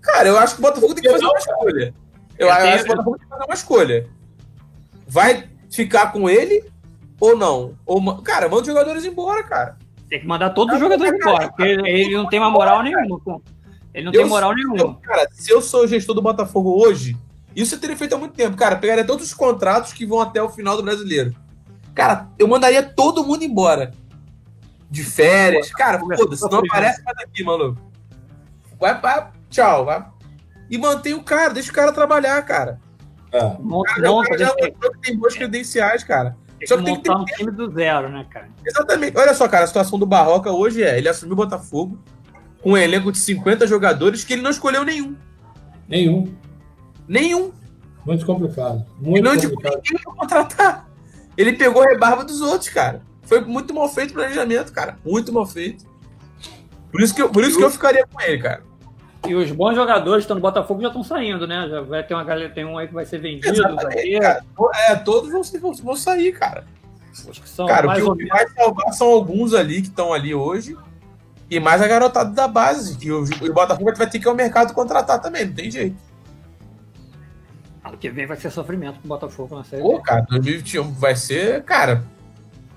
S3: Cara, eu acho que o Botafogo tem que fazer uma escolha. Eu,
S1: Eu
S3: acho
S1: tenho-
S3: que o Botafogo tem que fazer uma escolha. Vai ficar com ele ou não? Ou, ma- cara, manda os jogadores embora, cara.
S1: Tem que mandar todos os jogadores embora, porque ele, ele não tem uma moral nenhuma. pô. Ele não
S3: Eu
S1: tem moral
S3: Eu,
S1: nenhuma.
S3: Então, cara, se eu sou o gestor do Botafogo hoje, isso eu teria feito há muito tempo, cara. Pegaria todos os contratos que vão até o final do brasileiro. Cara, eu mandaria todo mundo embora. De férias. Cara, foda-se, não aparece mais aqui, maluco. Vai pra. Tchau, vai. E mantém o cara, deixa o cara trabalhar, cara.
S2: É.
S1: Monta,
S3: Cara, o
S1: monta,
S3: cara
S1: deixa-
S3: já
S1: tem
S3: mostrou que tem boas credenciais, cara.
S1: que
S3: Só que tem que ter
S1: montar um time do zero, né, cara?
S3: Exatamente. Olha só, cara, a situação do Barroca hoje é: ele assumiu o Botafogo com um elenco de 50 jogadores que ele não escolheu nenhum.
S2: Nenhum.
S3: Nenhum.
S2: Muito complicado.
S3: E
S2: Muito
S3: não indicou
S2: complicado.
S3: ninguém pra contratar. Ele pegou a rebarba dos outros, cara. Foi muito mal feito o planejamento, cara. Muito mal feito. Por isso que eu, por isso que eu ficaria com ele, cara.
S1: E os bons jogadores que estão no Botafogo já estão saindo, né? Já vai ter uma galera, tem um aí que vai ser vendido,
S3: Exatamente,
S1: zagueiro,
S3: cara. É, todos vão, se- vão- vão sair, cara.
S1: os que são
S3: Cara, o
S1: mais
S3: que,
S1: ou
S3: o que vai salvar são alguns ali que estão ali hoje. E mais a garotada da base. Que o, o Botafogo vai ter que ir ao mercado contratar também, não tem jeito.
S1: menos. Ano que vem vai ser sofrimento pro Botafogo na série.
S3: Pô, cara, 2021 vai ser, cara.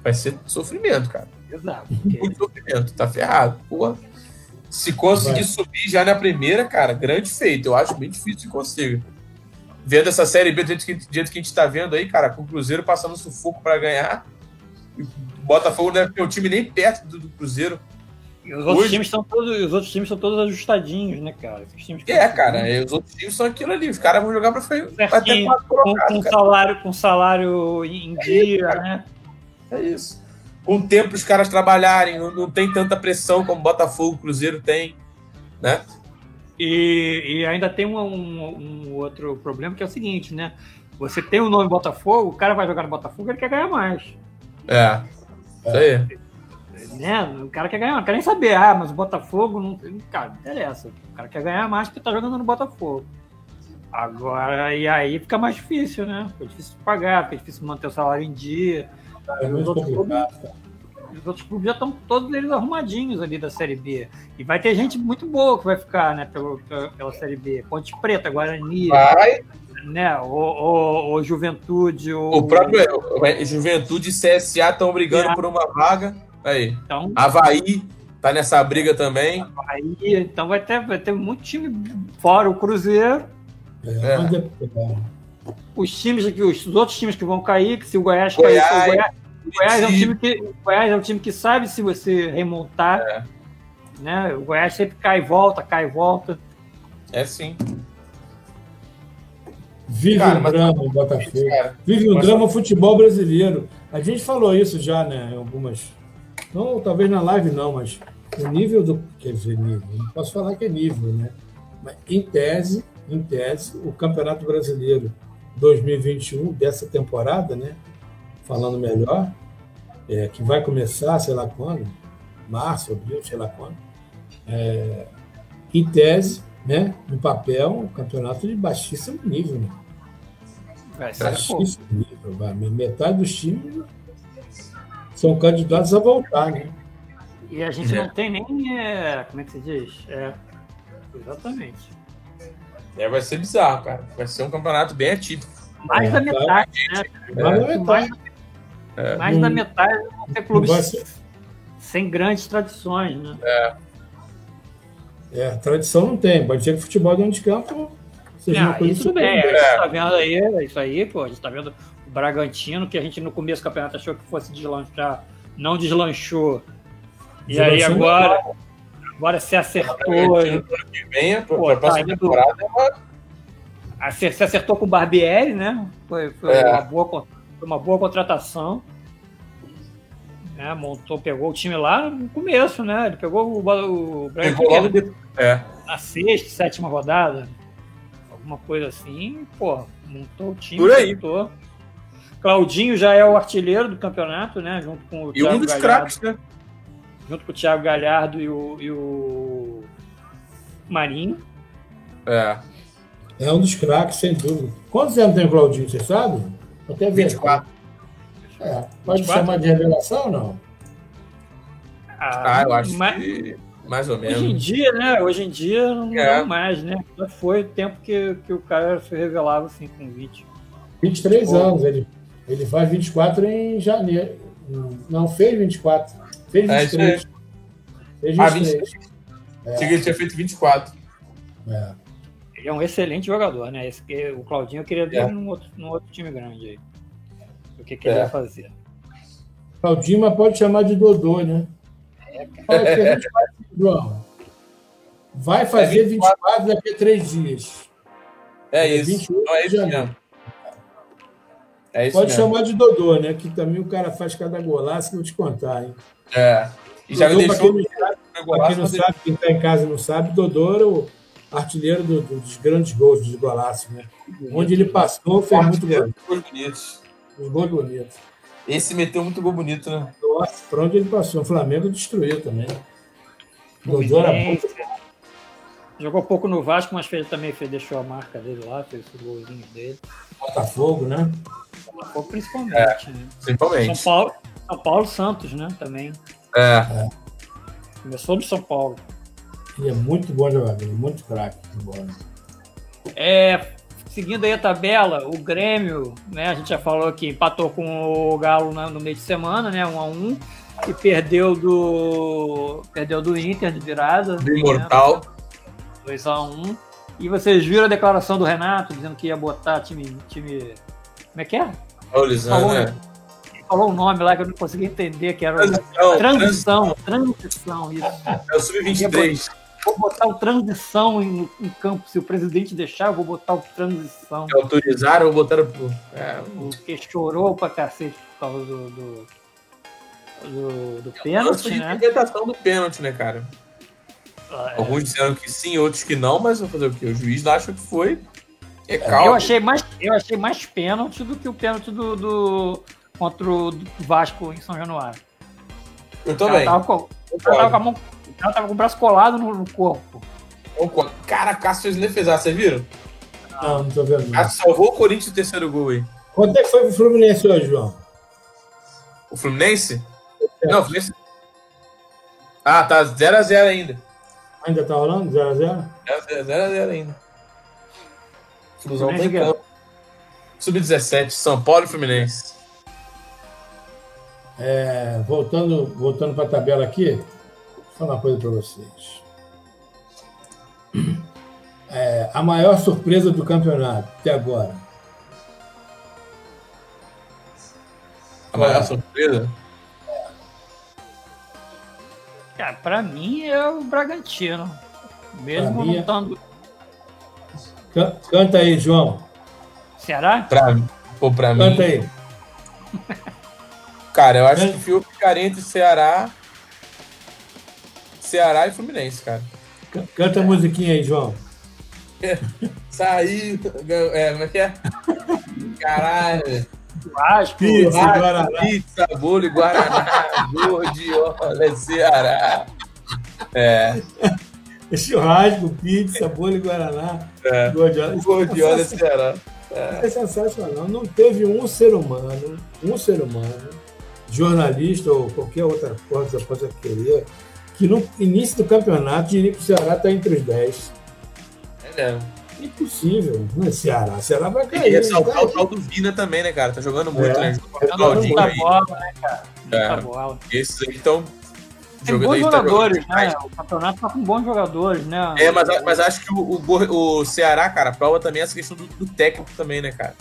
S3: Vai ser sofrimento, cara.
S1: Exato. porque
S3: Muito sofrimento, tá ferrado. Porra. Se
S2: Vai.
S3: conseguir subir já na primeira, cara, grande feito. Eu acho bem difícil que consiga. Vendo essa série B do jeito que, do jeito que a gente tá vendo aí, cara, com o Cruzeiro passando sufoco pra ganhar. E o Botafogo não deve ter um time nem perto do, do Cruzeiro.
S1: e os, outros
S3: hoje-
S1: times estão todos, os outros times estão todos ajustadinhos, né, cara? Os times que
S3: É,
S1: estão
S3: cara, é, os outros times são aquilo ali. Os caras vão jogar pra frente. Vai ter
S1: Certinho,
S3: quatro
S1: Com,
S3: colocados,
S1: com
S3: cara.
S1: salário, com salário em dia, né?
S3: É isso. Com o tempo os caras trabalharem, não, não tem tanta pressão como Botafogo, Cruzeiro tem, né?
S1: E, e ainda tem um, um- um outro problema que é o seguinte, né? Você tem o nome Botafogo, o cara vai jogar no Botafogo, ele quer ganhar mais.
S3: É. Isso aí.
S1: né? O cara quer ganhar, não quer nem saber. Ah, mas o Botafogo não. Cara, não interessa. O cara quer ganhar mais porque tá jogando no Botafogo. Agora, e aí fica mais difícil, né? Fica difícil de pagar, fica difícil manter o salário em dia.
S2: É muito complicado.
S1: Os outros clubes já estão todos eles arrumadinhos ali da Série B. E vai ter gente muito boa que vai ficar, né, pelo, pela, pela Série B. Ponte Preta, Guarani,
S3: Vai,
S1: né? Ou, ou- ou Juventude, ou.
S3: o próprio é, Juventude e CSA estão brigando
S1: É.
S3: por uma vaga. Aí.
S1: Então,
S3: Havaí tá nessa briga também.
S1: aí, então vai ter, vai ter muito time fora o Cruzeiro.
S2: É,
S3: É.
S2: mas é complicado.
S1: os times que os outros times que vão cair, que se o Goiás,
S3: Goiás,
S1: cair, o Goiás, o Goiás é um
S3: Curitiba.
S1: time que o Goiás é um time que sabe se você remontar,
S3: É.
S1: né? O Goiás sempre cai e volta, cai e volta.
S3: É sim.
S2: Vive
S3: Cara,
S2: um
S3: mas-
S2: drama o Botafogo.
S3: Cara,
S2: Vive um
S3: Mas-
S2: drama futebol brasileiro. A gente falou isso já, né? Em algumas. Não, talvez na live não, mas o nível do. Quer dizer, nível. Não posso falar que é nível, né? Mas em tese, em tese, o Campeonato um Brasileiro 2021, dessa temporada, né? Falando melhor, é, que vai começar, sei lá quando, março, abril, sei lá quando, é, em tese, né, no papel, um campeonato de baixíssimo nível. Né?
S1: Vai ser pouco.
S2: Baixíssimo nível. vai. Metade dos times são candidatos a voltar, né?
S1: E a gente
S3: É.
S1: não tem nem. é, como é que se diz? É, exatamente.
S3: É, vai ser bizarro, cara. Vai ser um campeonato bem atípico.
S1: Mais
S2: É,
S1: da
S2: tá.
S1: metade, né?
S2: Mas não é
S1: Mais,
S3: Então, É.
S1: mais da metade vão ser
S2: Não vai
S1: clubes
S2: ser-
S1: sem grandes tradições, né?
S2: é, tradição não tem. Pode ser que o futebol dentro de campo seja
S1: Ah,
S2: uma coisa
S1: isso bem,
S2: surpreendente.
S1: a gente tá vendo aí, isso aí, pô, a gente tá vendo o Bragantino, que a gente no começo do campeonato achou que fosse deslanchar, não deslanchou. E
S2: Deslanchou
S1: aí agora, agora se acertou,
S3: Que venha pra,
S1: Pô,
S3: pra
S1: tá
S3: próxima
S1: indo-
S3: temporada.
S1: acer- se acertou com o Barbieri, né? Foi, foi
S3: É.
S1: uma, boa, con- foi uma boa contratação. Né? Montou, pegou o time lá no começo, né? Ele pegou o, Ba- o
S3: Pegou logo
S1: Bragantino
S3: de... É.
S1: na sexta, sétima rodada, alguma coisa assim, pô, montou o time.
S3: Por aí.
S1: montou. Claudinho já é o artilheiro do campeonato, né? Junto com o
S3: E um
S1: Thiago
S3: dos
S1: Galhardo,
S3: craques, né?
S1: junto com o Thiago Galhardo e o, e o Marinho.
S3: É.
S2: É um dos craques, sem dúvida. Quantos anos tem o Claudinho, você sabe? Até
S3: 24.
S2: É, pode
S1: 24?
S2: chamar de revelação ou não?
S3: Ah, eu acho
S1: mas-
S3: que mais ou
S1: Hoje em
S3: menos.
S1: dia, né? Hoje em dia não
S3: É.
S1: dá mais, né? Já foi o tempo que, que o cara se revelava assim com 20.
S2: 23
S1: Pô.
S2: anos. Ele, ele faz 24 em janeiro. Não, fez 24. Fez
S3: É, isso
S2: 23. fez
S3: Ah,
S2: 23.
S3: 23. Achei que ele tinha feito 24.
S2: É.
S1: Ele é um excelente jogador, né? Esse, que- o Claudinho eu queria ver
S3: É.
S1: num, outro, num outro time grande aí. O que, que ele
S3: É.
S1: ia fazer?
S2: Claudinho, mas pode chamar de Dodô, né? Olha, fez 24, João. Vai fazer 24. daqui a três dias.
S3: É
S2: Ele é
S3: isso.
S2: 28
S3: Não, é isso
S2: de janeiro.
S3: mesmo. É isso
S2: Pode
S3: mesmo.
S2: chamar de Dodô, né? Que também o cara faz cada golaço que eu te contar, hein?
S3: É. E já me
S2: Dodô, pra
S3: deixou
S2: quem não sabe, Pra
S3: o
S2: quem
S3: golaço,
S2: não
S3: mas ele-
S2: sabe, quem está em casa e não sabe, Dodô era o artilheiro do- do- dos grandes gols, dos golaços, né? Onde ele passou, fez muito
S3: Artilheiro
S2: gol.
S3: dos gols bonitos.
S2: Os gols bonitos.
S3: Esse meteu muito gol bonito, né?
S2: Nossa, pra onde ele passou? O Flamengo destruiu também. Dodô era bom.
S1: Fluminense. Jogou pouco no Vasco, mas fez, também fez, deixou a marca dele lá, fez os golzinhos dele.
S2: Botafogo, né?
S1: Botafogo
S3: É,
S1: principalmente, né? São
S3: Principalmente.
S1: Paulo, São Paulo Santos, né? Também.
S3: É.
S1: Começou no São Paulo.
S2: Ele é muito bom jogador, muito craque. muito bom.
S1: É, seguindo aí a tabela, o Grêmio, né? A gente já falou que empatou com o Galo na- no meio de semana, né? 1 a 1 e perdeu do perdeu do Inter de virada,
S3: Do Imortal.
S1: 2 a 1. E vocês viram a declaração do Renato dizendo que ia botar time time Como é que é?
S3: Olha o Lisandro,
S1: Falou,
S3: né?
S1: Ele falou um nome lá que eu não consegui entender, que era
S3: Transição, trans-
S1: transição, transição, isso.
S3: É o Sub-23.
S1: Vou botar o transição em, em campo, se o presidente deixar, eu vou botar o transição.
S3: Que autorizaram ou botaram pro. É,
S1: O que chorou pra cacete por causa do, do, do, do
S3: lance de
S1: pênalti, né? É.
S3: interpretação do pênalti, né, cara? Alguns disseram que sim, outros que não, mas vou fazer o quê? O juiz lá achou que foi. É calma.
S1: Eu achei mais, eu achei mais pênalti do que o pênalti do, do contra o Vasco em São Januário.
S3: Eu
S1: O cara
S3: também.
S1: tava com, o cara tava com a mão, o cara tava com o braço colado no, no corpo.
S3: Concordo. Cara, Cássio fez defesaço, vocês viram?
S2: Não, não tô vendo. não.
S3: Cássio salvou o Corinthians do terceiro gol aí.
S2: Quanto é que foi pro Fluminense hoje, João?
S3: O Fluminense? Não, o Fluminense. Ah, tá 0x0 ainda.
S2: Ainda tá rolando? 0x0?
S3: Tá 0x0 ainda. Flusão tá em
S1: Fluminense
S3: campo. Sub-17, São Paulo e Fluminense.
S2: É, voltando voltando para a tabela aqui, vou falar uma coisa para vocês. É, a maior surpresa do campeonato até agora.
S3: É. A maior surpresa?
S1: Cara, pra mim é o Bragantino.
S2: Pra
S1: Mesmo
S2: mim
S1: não
S2: é-
S1: estando.
S2: Can- Canta aí, João.
S1: Será?
S3: Pra, pô, pra mim.
S2: Canta aí.
S3: Cara, eu acho que o Fio ficaria entre Ceará. Ceará e Fluminense, cara.
S2: Can- Canta a musiquinha aí, João.
S3: Saiu. É, como é que é? Caralho.
S1: Churrasco.
S2: Pizza,
S1: churrasco.
S2: Guaraná.
S3: Pizza, bolo e Guaraná, gordiola, Ceará. É,
S2: Churrasco, pizza, bolo e Guaraná.
S3: é.
S2: Gordiola. Isso é
S3: Gordiola, Ceará.
S2: É sensacional. Não teve um ser humano, um ser humano, jornalista ou qualquer outra coisa que possa querer, que no início do campeonato diria que o Ceará está entre os 10.
S3: É mesmo.
S2: Impossível. Não é Ceará. Ceará vai
S3: E é
S2: cair. né?
S3: ressaltar o tal do Vina também, né, cara? Tá jogando muito,
S2: É.
S3: né?
S2: Tá
S3: Jogando
S2: jogando
S3: Claudinho
S1: Muita
S3: aí.
S1: bola, né, cara? Muita
S3: É.
S1: bola.
S3: Esses aí estão
S1: Tem
S3: jogando
S1: bons
S3: aí. tá
S1: jogadores,
S3: jogando demais.
S1: né? O campeonato tá com bons jogadores, né?
S3: É, mas, a- mas acho que o, o Gor- o Ceará, cara, prova também essa questão do, do técnico também, né, cara?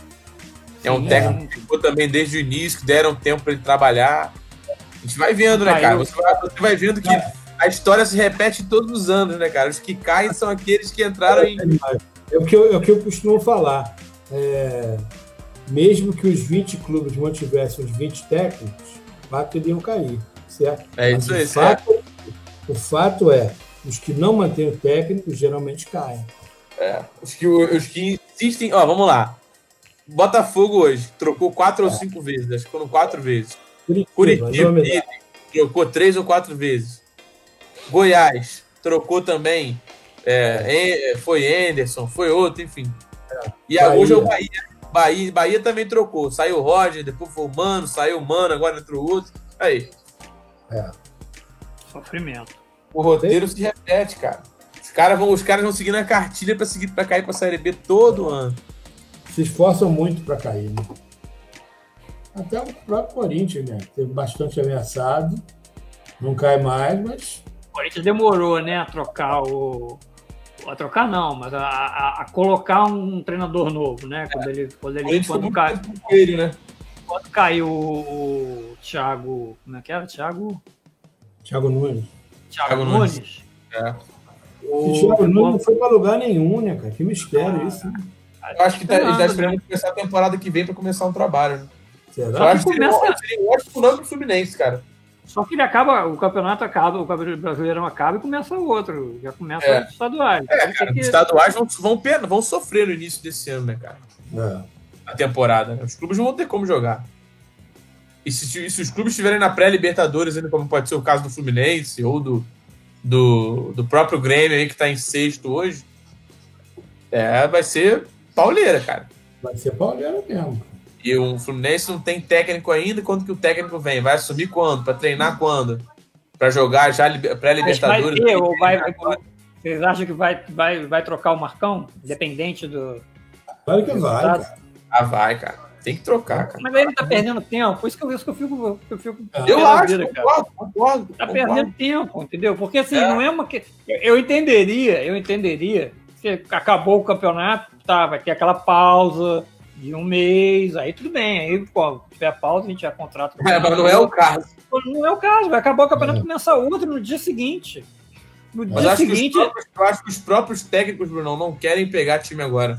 S3: É um
S1: Sim,
S3: técnico que ficou também desde o início, que deram tempo pra ele trabalhar. A gente vai vendo, né, cara?
S1: Caiu.
S3: Você vai, você vai vendo que
S1: É.
S3: a história se repete todos os anos, né, cara? Os que caem são aqueles que entraram em.
S2: É o que eu, é o que eu costumo falar. É, mesmo que os 20 clubes mantivessem os 20 técnicos, quatro iriam cair, certo?
S3: É isso aí,
S2: Mas o
S3: certo?
S2: fato, o fato é, os que não mantêm o técnico geralmente caem.
S3: Os que, os que insistem. Ó, vamos lá. Botafogo hoje trocou quatro ou cinco vezes, acho que foram quatro vezes.
S2: Curitiba,
S3: Curitiba
S2: nome da-
S3: Inter, trocou três ou quatro vezes. Goiás trocou também. é, en- foi Anderson, foi outro, enfim. E a-
S2: Bahia.
S3: hoje é o Bahia. Bahia. Bahia também trocou. Saiu o Roger, depois foi o Mano, saiu o Mano, agora entrou outro. Aí,
S1: Sofrimento.
S3: o roteiro se repete, cara. Os caras vão, os caras vão seguindo a cartilha pra seguir para cair pra Série B todo ano.
S2: se esforçam muito para cair. né? Até o próprio Corinthians, né? Teve bastante ameaçado, não cai mais, mas
S1: O Corinthians demorou, né, a trocar o. A trocar não, mas a, a- a colocar um treinador novo, né?
S3: É.
S1: Quando ele, quando
S3: O
S1: ele
S3: Corinthians foi
S1: quando,
S3: muito
S1: cai,
S3: tempo com ele, né?
S1: quando caiu o, o Thiago. Como é que era? Thiago,
S2: Thiago Nunes.
S1: Thiago,
S3: Thiago Nunes.
S1: Nunes.
S3: É.
S2: O
S1: O,
S2: Thiago Nunes não foi para lugar nenhum, né, cara? Que mistério isso. né?
S3: Eu acho que tá,
S1: Não,
S3: ele tá
S1: não,
S3: esperando começar a temporada que vem pra começar um trabalho. né? Eu
S2: Será?
S3: acho que seria um
S1: começa-
S3: seria um ótimo nome pro Fluminense, cara.
S1: Só que ele acaba, o campeonato acaba, o campeonato brasileirão acaba e começa outro. Já começa
S3: É.
S1: os estaduais.
S3: É,
S1: Tem
S3: cara,
S1: que-
S3: os estaduais vão, vão, pena, vão sofrer no início desse ano, né, cara?
S2: É.
S3: A temporada. né? Os clubes não vão ter como jogar. E se, ti- se os clubes estiverem na pré-Libertadores, ainda como pode ser o caso do Fluminense ou do, do, do próprio Grêmio aí, que tá em sexto hoje, é, vai ser pauleira, cara.
S2: Vai ser pauleiro mesmo. cara.
S3: E o Fluminense não tem técnico ainda. Quando que o técnico vem? Vai assumir quando? Pra treinar quando? Pra jogar já libe-
S1: Mas vai
S3: pré-Libertadores?
S1: ter, ou
S3: né,
S1: vai, vocês acham que vai, vai, vai trocar o Marcão? Independente do.
S2: Claro que vai,
S1: Exato.
S2: cara.
S3: Ah, vai, cara. Tem que trocar, cara.
S1: Mas aí ele tá perdendo tempo. Isso que eu, isso que eu fico. que Eu fico
S2: Ah.
S3: Eu
S1: pela
S3: acho,
S1: vida, cara.
S3: concordo, concordo.
S1: Tá
S3: concordo.
S1: perdendo tempo, entendeu? Porque assim,
S3: É.
S1: não é uma. que- Eu eu entenderia, eu entenderia. Você acabou o campeonato, tá, vai ter aquela pausa de um mês, aí tudo bem. Aí, pô, tiver pausa, a gente já contrata.
S3: É, mas não é o caso.
S1: Não é o caso, vai acabar o campeonato
S2: É.
S1: começa outro no dia seguinte. No
S3: Mas
S1: dia
S3: acho que, os
S1: seguinte, é-
S3: próprios, eu acho que os próprios técnicos, Bruno, não querem pegar time agora.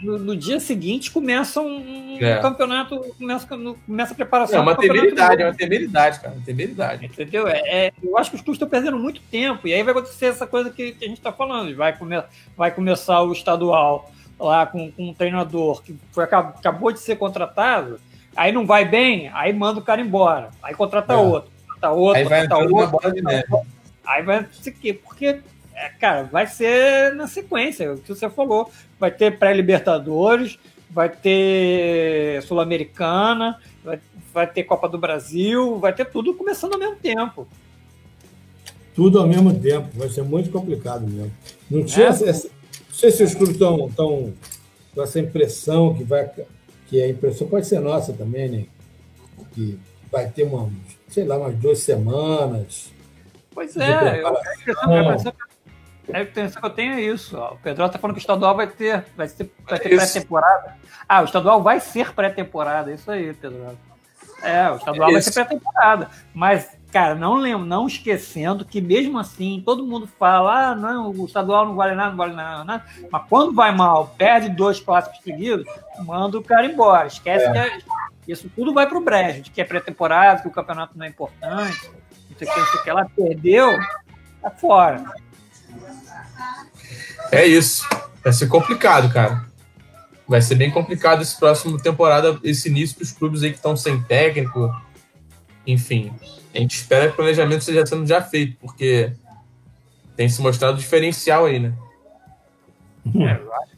S1: no, no dia seguinte começa um
S3: É.
S1: um campeonato, começa, no- começa a preparação.
S3: É uma
S1: do campeonato
S3: temeridade,
S1: novo.
S3: é uma temeridade, cara. Uma temeridade.
S1: Entendeu? É, é, eu acho que os clubes estão perdendo muito tempo. E aí vai acontecer essa coisa que, que a gente está falando. Vai, come, vai começar o estadual lá com, com um treinador que foi, acab- acabou de ser contratado, aí não vai bem, aí manda o cara embora. Aí contrata
S2: É.
S1: outro, contrata outro,
S3: Aí vai
S1: contrata
S3: entrando
S1: outro. tá
S3: na bola de neve.
S1: Aí vai não sei o quê, porque, é, cara, vai ser na sequência, o que você falou. Vai ter pré-Libertadores, vai ter Sul-Americana, vai, vai ter Copa do Brasil, vai ter tudo começando ao mesmo tempo.
S2: Tudo ao mesmo tempo. Vai ser muito complicado mesmo. Não tinha.
S1: É.
S2: essa- essa- Não sei se os clubes estão tão, com essa impressão que vai. Que a impressão pode ser nossa também, né? Que vai ter uma, sei lá, umas duas semanas.
S1: Pois
S2: Entendeu?
S1: é, eu, a impressão que- a impressão que- a impressão que eu tenho é isso. ó. O Pedro tá falando que o estadual vai ter, vai ter, vai ter
S3: Isso.
S1: pré-temporada. Ah, o estadual vai ser pré-temporada, isso aí, Pedro. É, o estadual vai
S3: Isso.
S1: ser pré-temporada. Mas, cara, não lembro, não esquecendo que mesmo assim, todo mundo fala, ah, não, o estadual não vale nada, não vale nada, nada. Mas quando vai mal, perde dois clássicos seguidos, manda o cara embora. Esquece que é- isso tudo vai pro brejo, de que é pré-temporada, que o campeonato não é importante, não sei o que, não sei o que. Ela perdeu, tá fora.
S3: É isso. Vai ser complicado, cara. Vai ser bem complicado esse próximo temporada, esse início para os clubes aí que estão sem técnico. Enfim, a gente espera que o planejamento seja sendo já feito, porque tem se mostrado diferencial aí, né? Hum.
S1: É, eu, acho,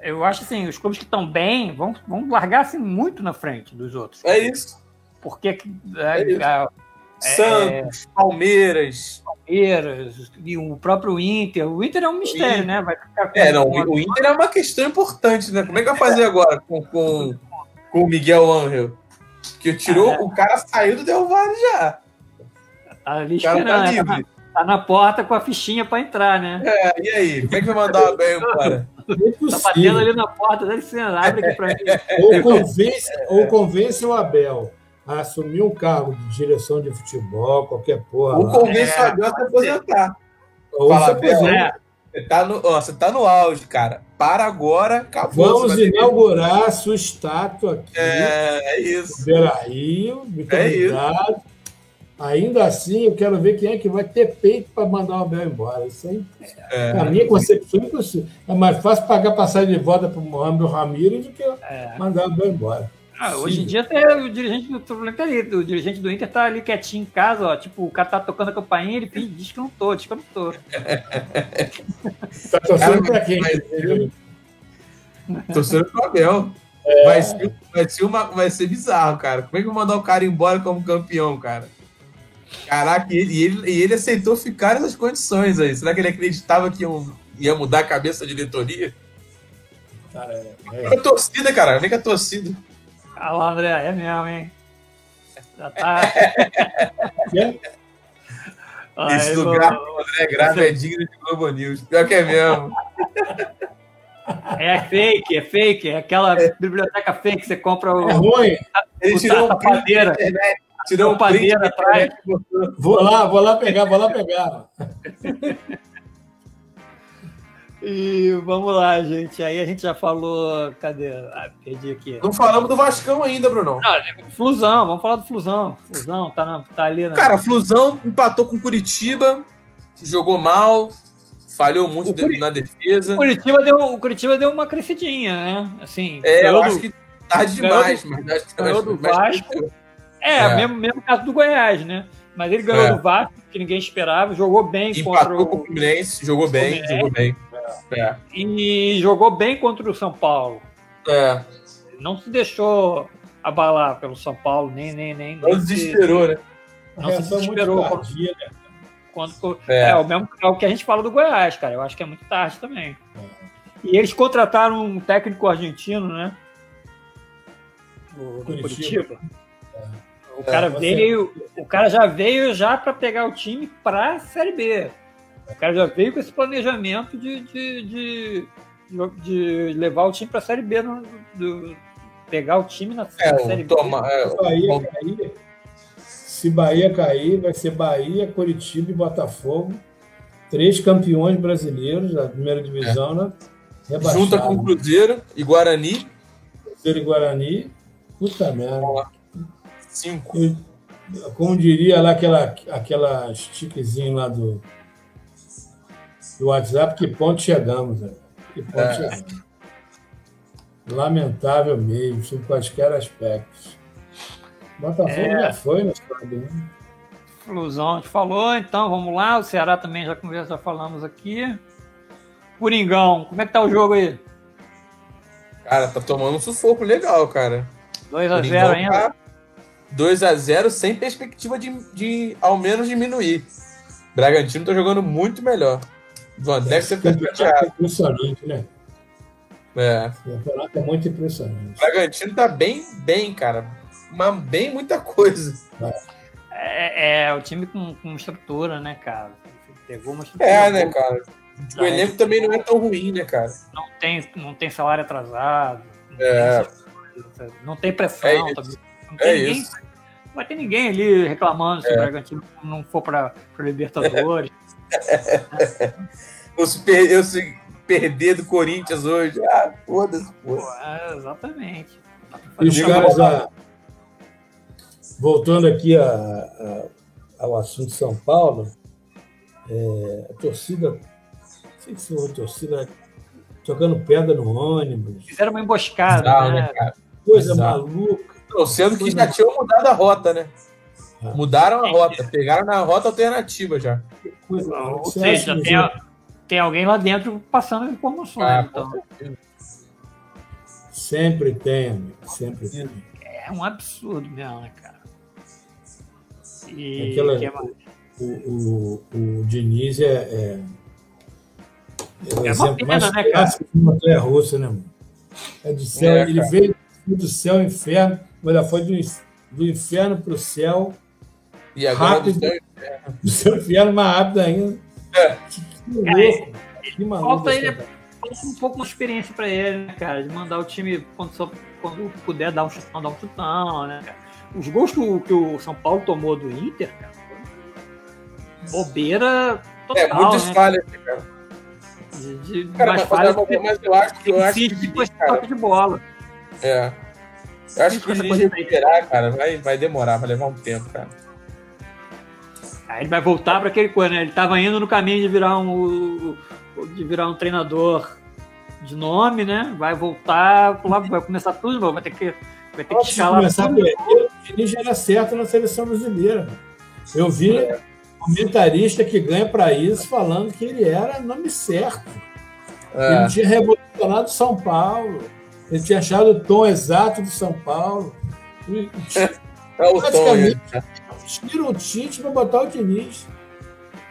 S1: eu acho assim, os clubes que estão bem vão, vão largar assim, muito na frente dos outros.
S3: É isso.
S1: Porque né,
S3: É isso.
S1: a-
S3: É, Santos, Palmeiras.
S1: Palmeiras e o próprio Inter. O Inter é um mistério,
S3: Sim.
S1: né? Vai ficar com
S3: É, não, o o Inter é uma questão importante, né? Como é que vai fazer agora com, com, com o Miguel Angel? Que tirou, o cara saiu do Del Valle já.
S1: tá ali
S3: O cara
S1: esperando,
S3: tá
S1: tá,
S3: livre.
S1: na, tá na porta com a fichinha para entrar, né?
S3: É, e aí? Como é que vai mandar bem o cara?
S1: Tá
S2: Não é
S1: batendo
S2: possível.
S1: ali É, na porta, dá licença, abre aqui
S3: É,
S1: pra mim.
S2: Ou convence, ou convence o Abel a assumir um cargo de direção de futebol, qualquer porra.
S3: Ou
S2: Lá.
S3: convence o Abel a se aposentar.
S2: Ou
S3: fala,
S2: se
S3: Abel,
S2: aposenta.
S1: É,
S3: Você tá no, ó, você tá no auge, cara. Para agora, acabou.
S2: Vamos
S3: Você vai ter-
S2: inaugurar a sua estátua aqui.
S3: É, é isso.
S2: Beira Rio, muito
S3: É
S2: obrigado. Ainda assim, eu quero ver quem é que vai ter peito para mandar o Abel embora. Isso aí,
S3: É.
S2: na minha concepção, é impossível. É mais fácil pagar passagem de volta para o Mohamed Ramirez do que
S1: É.
S2: mandar o Abel embora.
S1: ah,
S2: Sim.
S1: hoje em dia até o dirigente do Fluminense tá ali, o dirigente do Inter tá ali quietinho em casa, ó, tipo, o cara tá tocando a campainha, ele finge, diz que eu não tô, diz que eu não tô.
S2: Está Tá torcendo
S3: Cara,
S2: para quem?
S3: mas- Torcendo pro Abel. Vai, ser, vai, ser uma, vai ser bizarro, cara. Como é que eu vou mandar o cara embora como campeão, cara? Caraca, e ele, e ele, e ele aceitou ficar nessas condições aí. Será que ele acreditava que iam- ia mudar a cabeça da diretoria?
S2: Cara, é-
S3: É a torcida, cara. Vem com a torcida.
S1: Ah lá, André, é mesmo, hein? Já tá.
S2: é.
S1: Ah,
S3: Esse
S1: eu
S3: lugar
S1: vou-
S3: do André Grave é digno de Globo News. Pior que é mesmo.
S1: É fake, é fake, é aquela biblioteca fake que você compra o,
S2: É ruim.
S3: Ele
S1: o
S3: tirou um print,
S1: padeira.
S3: tirou um print
S1: Tapadeira atrás.
S2: Vou lá, vou lá pegar, vou lá pegar.
S1: E vamos lá, gente. Aí a gente já falou. Cadê? Ah, perdi aqui.
S3: Não falamos do Vascão ainda, Bruno.
S1: Flusão, vamos falar do Flusão. Flusão, tá, na- tá ali na.
S3: Cara, Flusão empatou com Curitiba, jogou mal, falhou muito
S1: O Curi-
S3: na
S1: o,
S3: defesa.
S1: Curitiba deu, o Curitiba deu uma crescidinha, né? Assim,
S3: É, eu
S1: ganhou do-
S3: acho que tarde
S1: ganhou
S3: demais, mas acho que
S1: ganhou do
S3: mas-
S1: Vasco. é,
S3: é.
S1: Mesmo, mesmo caso do Goiás, né? Mas ele ganhou
S3: É.
S1: do Vasco, que ninguém esperava, jogou bem contra
S3: Empatou com o
S1: o.
S3: Fluminense, jogou bem,
S1: Fluminense.
S3: jogou bem. É.
S1: E jogou bem contra o São Paulo.
S3: É.
S1: Não se deixou abalar pelo São Paulo, nem, nem, nem.
S3: Não
S1: nem se-
S3: desesperou, né?
S1: Não se
S2: Reação muito
S1: desesperou.
S2: tardia, né?
S1: quando-
S3: É.
S1: é. o mesmo é o que a gente fala do Goiás, cara. Eu acho que é muito tarde também. E eles contrataram um técnico argentino, né?
S2: né?
S1: O do
S2: Curitiba. É,
S1: Curitiba. O cara
S2: você-
S1: veio, o cara já veio já para pegar o time para a Série B. O cara já veio com esse planejamento de, de, de, de- de levar o time para a Série B, no, do- pegar o time na,
S3: É,
S1: na Série
S3: o Toma, é,
S2: Se Bahia cair, se Bahia cair, vai ser Bahia, Curitiba e Botafogo. Três campeões brasileiros da primeira divisão, né? Rebaixado.
S3: junta com o Cruzeiro e Guarani,
S2: Cruzeiro e Guarani. Puta merda.
S3: cinco.
S2: Eu- como diria lá aquela, aquela stickzinho lá do, do WhatsApp, que ponto chegamos, né? Que ponto
S3: É.
S2: chegamos. Lamentável mesmo, sob quaisquer aspectos. Botafogo
S1: É.
S2: já foi, né? sabe, né?
S1: Flusão, a gente falou, então vamos lá. O Ceará também já conversa, já falamos aqui. Coringão, como é que tá o jogo aí?
S3: Cara, tá tomando um sufoco legal, cara.
S1: 2x0 ainda?
S3: tá. 2x0 sem perspectiva de, de ao menos diminuir. Bragantino tá jogando muito melhor. O André você fica chateado.
S2: Campeonato é impressionante, né?
S3: É.
S2: O campeonato é muito impressionante.
S3: Bragantino tá bem, bem, cara. Uma, bem muita coisa.
S1: É, é, o time com, com estrutura, né, cara? Pegou uma estrutura.
S3: É, né,
S1: boa,
S3: cara? O elenco também não é tão ruim, né, cara?
S1: Não tem, não tem salário atrasado. Não,
S3: É.
S1: tem, essa- não tem pressão.
S3: É isso.
S1: também. Não tem
S3: É
S1: ninguém,
S3: isso. É.
S1: não vai ter ninguém ali reclamando se o Bragantino não for para Libertadores.
S3: Eu se, per- eu se perder do Corinthians hoje. Ah, foda-se,
S1: Pô,
S3: pô.
S1: é, exatamente. Dá pra
S2: E
S1: fazer
S2: os
S1: um
S2: caras, a- voltando aqui a- a- ao assunto de São Paulo, é, a torcida, não sei se foi a torcida, jogando pedra no ônibus.
S1: Fizeram uma emboscada,
S3: Bizarro,
S1: né?
S3: né, cara?
S2: Coisa
S3: Exato.
S2: maluca.
S3: Não, sendo que já tinham mudado a rota, né?
S2: Ah.
S3: Mudaram a rota, pegaram na rota alternativa já.
S2: Coisa
S1: Não,
S2: maluca.
S1: ou
S2: Você
S1: seja,
S2: acha,
S1: tem,
S2: Zé?
S1: a- tem alguém lá dentro passando informações.
S3: Ah,
S1: então,
S2: Sempre tem, amigo. Sempre tem.
S1: é um absurdo mesmo, né, cara? E
S2: Aquela-
S1: que mais?
S2: O, o, o Diniz é. É, é o
S1: É uma
S2: exemplo
S1: pena,
S2: mais
S1: né, cara?
S2: clássico de uma montanha russa, né, mano? É do céu.
S3: É,
S2: ele
S3: cara.
S2: veio do céu ao inferno, mas ela foi do, in- do inferno para o céu,
S3: E agora
S2: Rápido.
S3: então,
S2: do céu ao inferno mais rápido ainda.
S3: É.
S2: Que, que
S1: Cara,
S2: louco, cara. que maluco.
S1: falta
S2: essa
S1: ele-
S2: cara.
S1: Falta um pouco de experiência pra ele, né, cara? De mandar o time quando, só, quando puder dar um chutão, dar um chutão, né, cara? Os gols que o, que o São Paulo tomou do Inter, cara, foi bobeira total,
S3: é muitas
S1: né?
S3: falhas. né, cara?
S1: De, de,
S3: Cara,
S1: mais
S3: mas,
S1: falhas do que-
S3: mas eu acho que eu acho que o
S1: insiste com
S3: Diniz,
S1: esse
S3: cara,
S1: toque de bola.
S3: é. Eu acho que o
S1: Essa
S3: Diniz
S1: coisa aí.
S3: recuperar, cara, vai, vai demorar, vai levar um tempo, cara.
S1: Aí ele vai voltar pra aquele coisa, né? Ele tava indo no caminho de virar um de virar um treinador de nome, né? Vai voltar, lá vai começar tudo de novo, vai ter que vai ter que
S2: Antes de
S1: escalar
S2: começar por ele, o Diniz já era certo na seleção brasileira. mano. Eu vi
S1: É.
S2: comentarista que ganha para isso falando que ele era nome certo.
S3: É.
S2: Ele tinha revolucionado São Paulo. Ele tinha achado o tom exato do São Paulo. E um
S3: É o Tom,
S2: Praticamente.
S3: né?
S2: Tiram o Tite para botar o Diniz.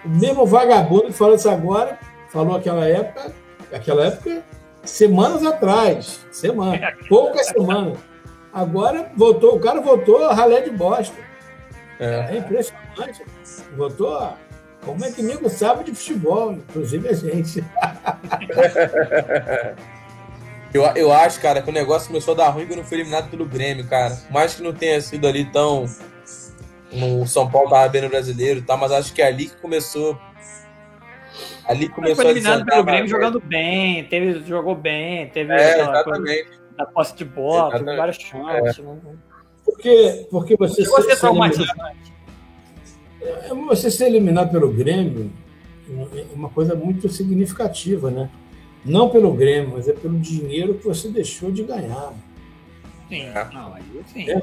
S2: O mesmo vagabundo que falou isso agora, falou aquela época, aquela época, semanas atrás. Semana. Poucas semanas. Agora voltou, o cara voltou a ralé de bosta.
S3: É.
S2: É impressionante. Voltou a. Como é que nego sabe de futebol, inclusive a gente.
S3: Eu, eu acho, cara, que o negócio começou a dar ruim quando foi eliminado pelo Grêmio, cara. Por Mais que não tenha sido ali tão. O São Paulo tava bem no brasileiro e tal, mas acho que é ali que começou. Ali que
S1: Ele
S3: começou
S1: foi
S3: a
S1: eliminado
S3: desandar,
S1: pelo Grêmio
S3: mas-
S1: jogando bem, teve, jogou bem, teve
S3: É,
S1: aquela coisa
S3: exatamente.
S1: da posse de bola, teve
S3: Exatamente. É.
S1: vários chances. né?
S2: Porque, porque você,
S1: Chegou a ser
S2: ser eliminado-
S1: traumatizante.
S2: você ser é eliminado pelo Grêmio é uma coisa muito significativa, né? Não pelo Grêmio, mas é pelo dinheiro que você deixou de ganhar.
S1: Sim,
S3: É.
S1: não, aí sim.
S2: É.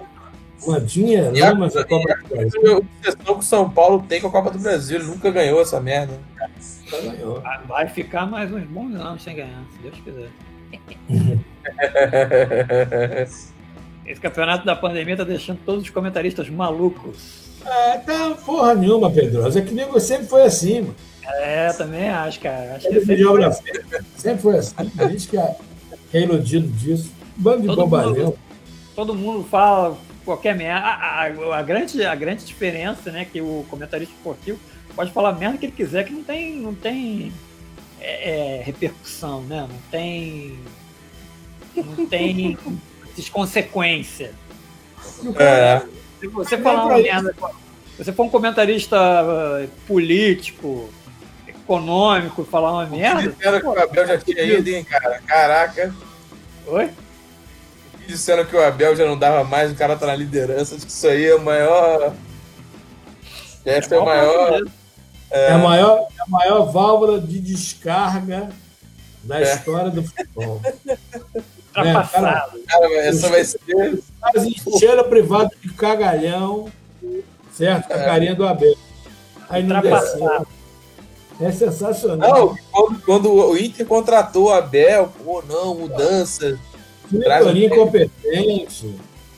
S2: Uma dinheirama da Copa do Brasil
S3: A obsessão que Então, o São Paulo tem com a Copa do Brasil, ele nunca ganhou essa merda.
S2: ela ganhou.
S1: Ah, Vai ficar mais uns bons anos sem ganhar, se Deus quiser. Esse campeonato da pandemia tá deixando todos os comentaristas malucos.
S2: É, tá porra nenhuma, Pedrosa. É que nego sempre foi assim, mano.
S1: É, também acho, cara. Acho que é
S2: Sempre,
S1: sempre
S2: foi assim. sempre foi assim. A gente que é, que é iludido disso. Bando de
S1: Todo
S2: bobalhão.
S1: todo mundo fala qualquer merda. A, a- a grande, a grande diferença, né, que o comentarista esportivo pode falar a merda que ele quiser, que não tem, não tem é, é, repercussão, né? Não tem, não tem consequência.
S3: É.
S1: Se você
S2: Não é
S1: falar
S2: pra
S1: uma
S2: isso.
S1: merda, se você for um comentarista ah, político, econômico, e falar uma merda,
S3: Disseram que o Abel já tinha ido, hein, cara? Caraca.
S1: oi?
S3: Disseram que o Abel já não dava mais, o cara tá na liderança. Acho que isso aí é o maior. Essa é a maior.
S2: É a maior, é a maior válvula de descarga da
S3: É.
S2: história do futebol.
S1: Ultrapassado.
S3: Cara, essa vai ser.
S2: Mas encheram a privada de cagalhão, certo? Com a carinha do Abel. Aí não deu
S1: Ultrapassado.
S2: certo. É sensacional.
S3: Não, quando, quando o Inter contratou o Abel, pô, não, mudança.
S2: Diretoria incompetente.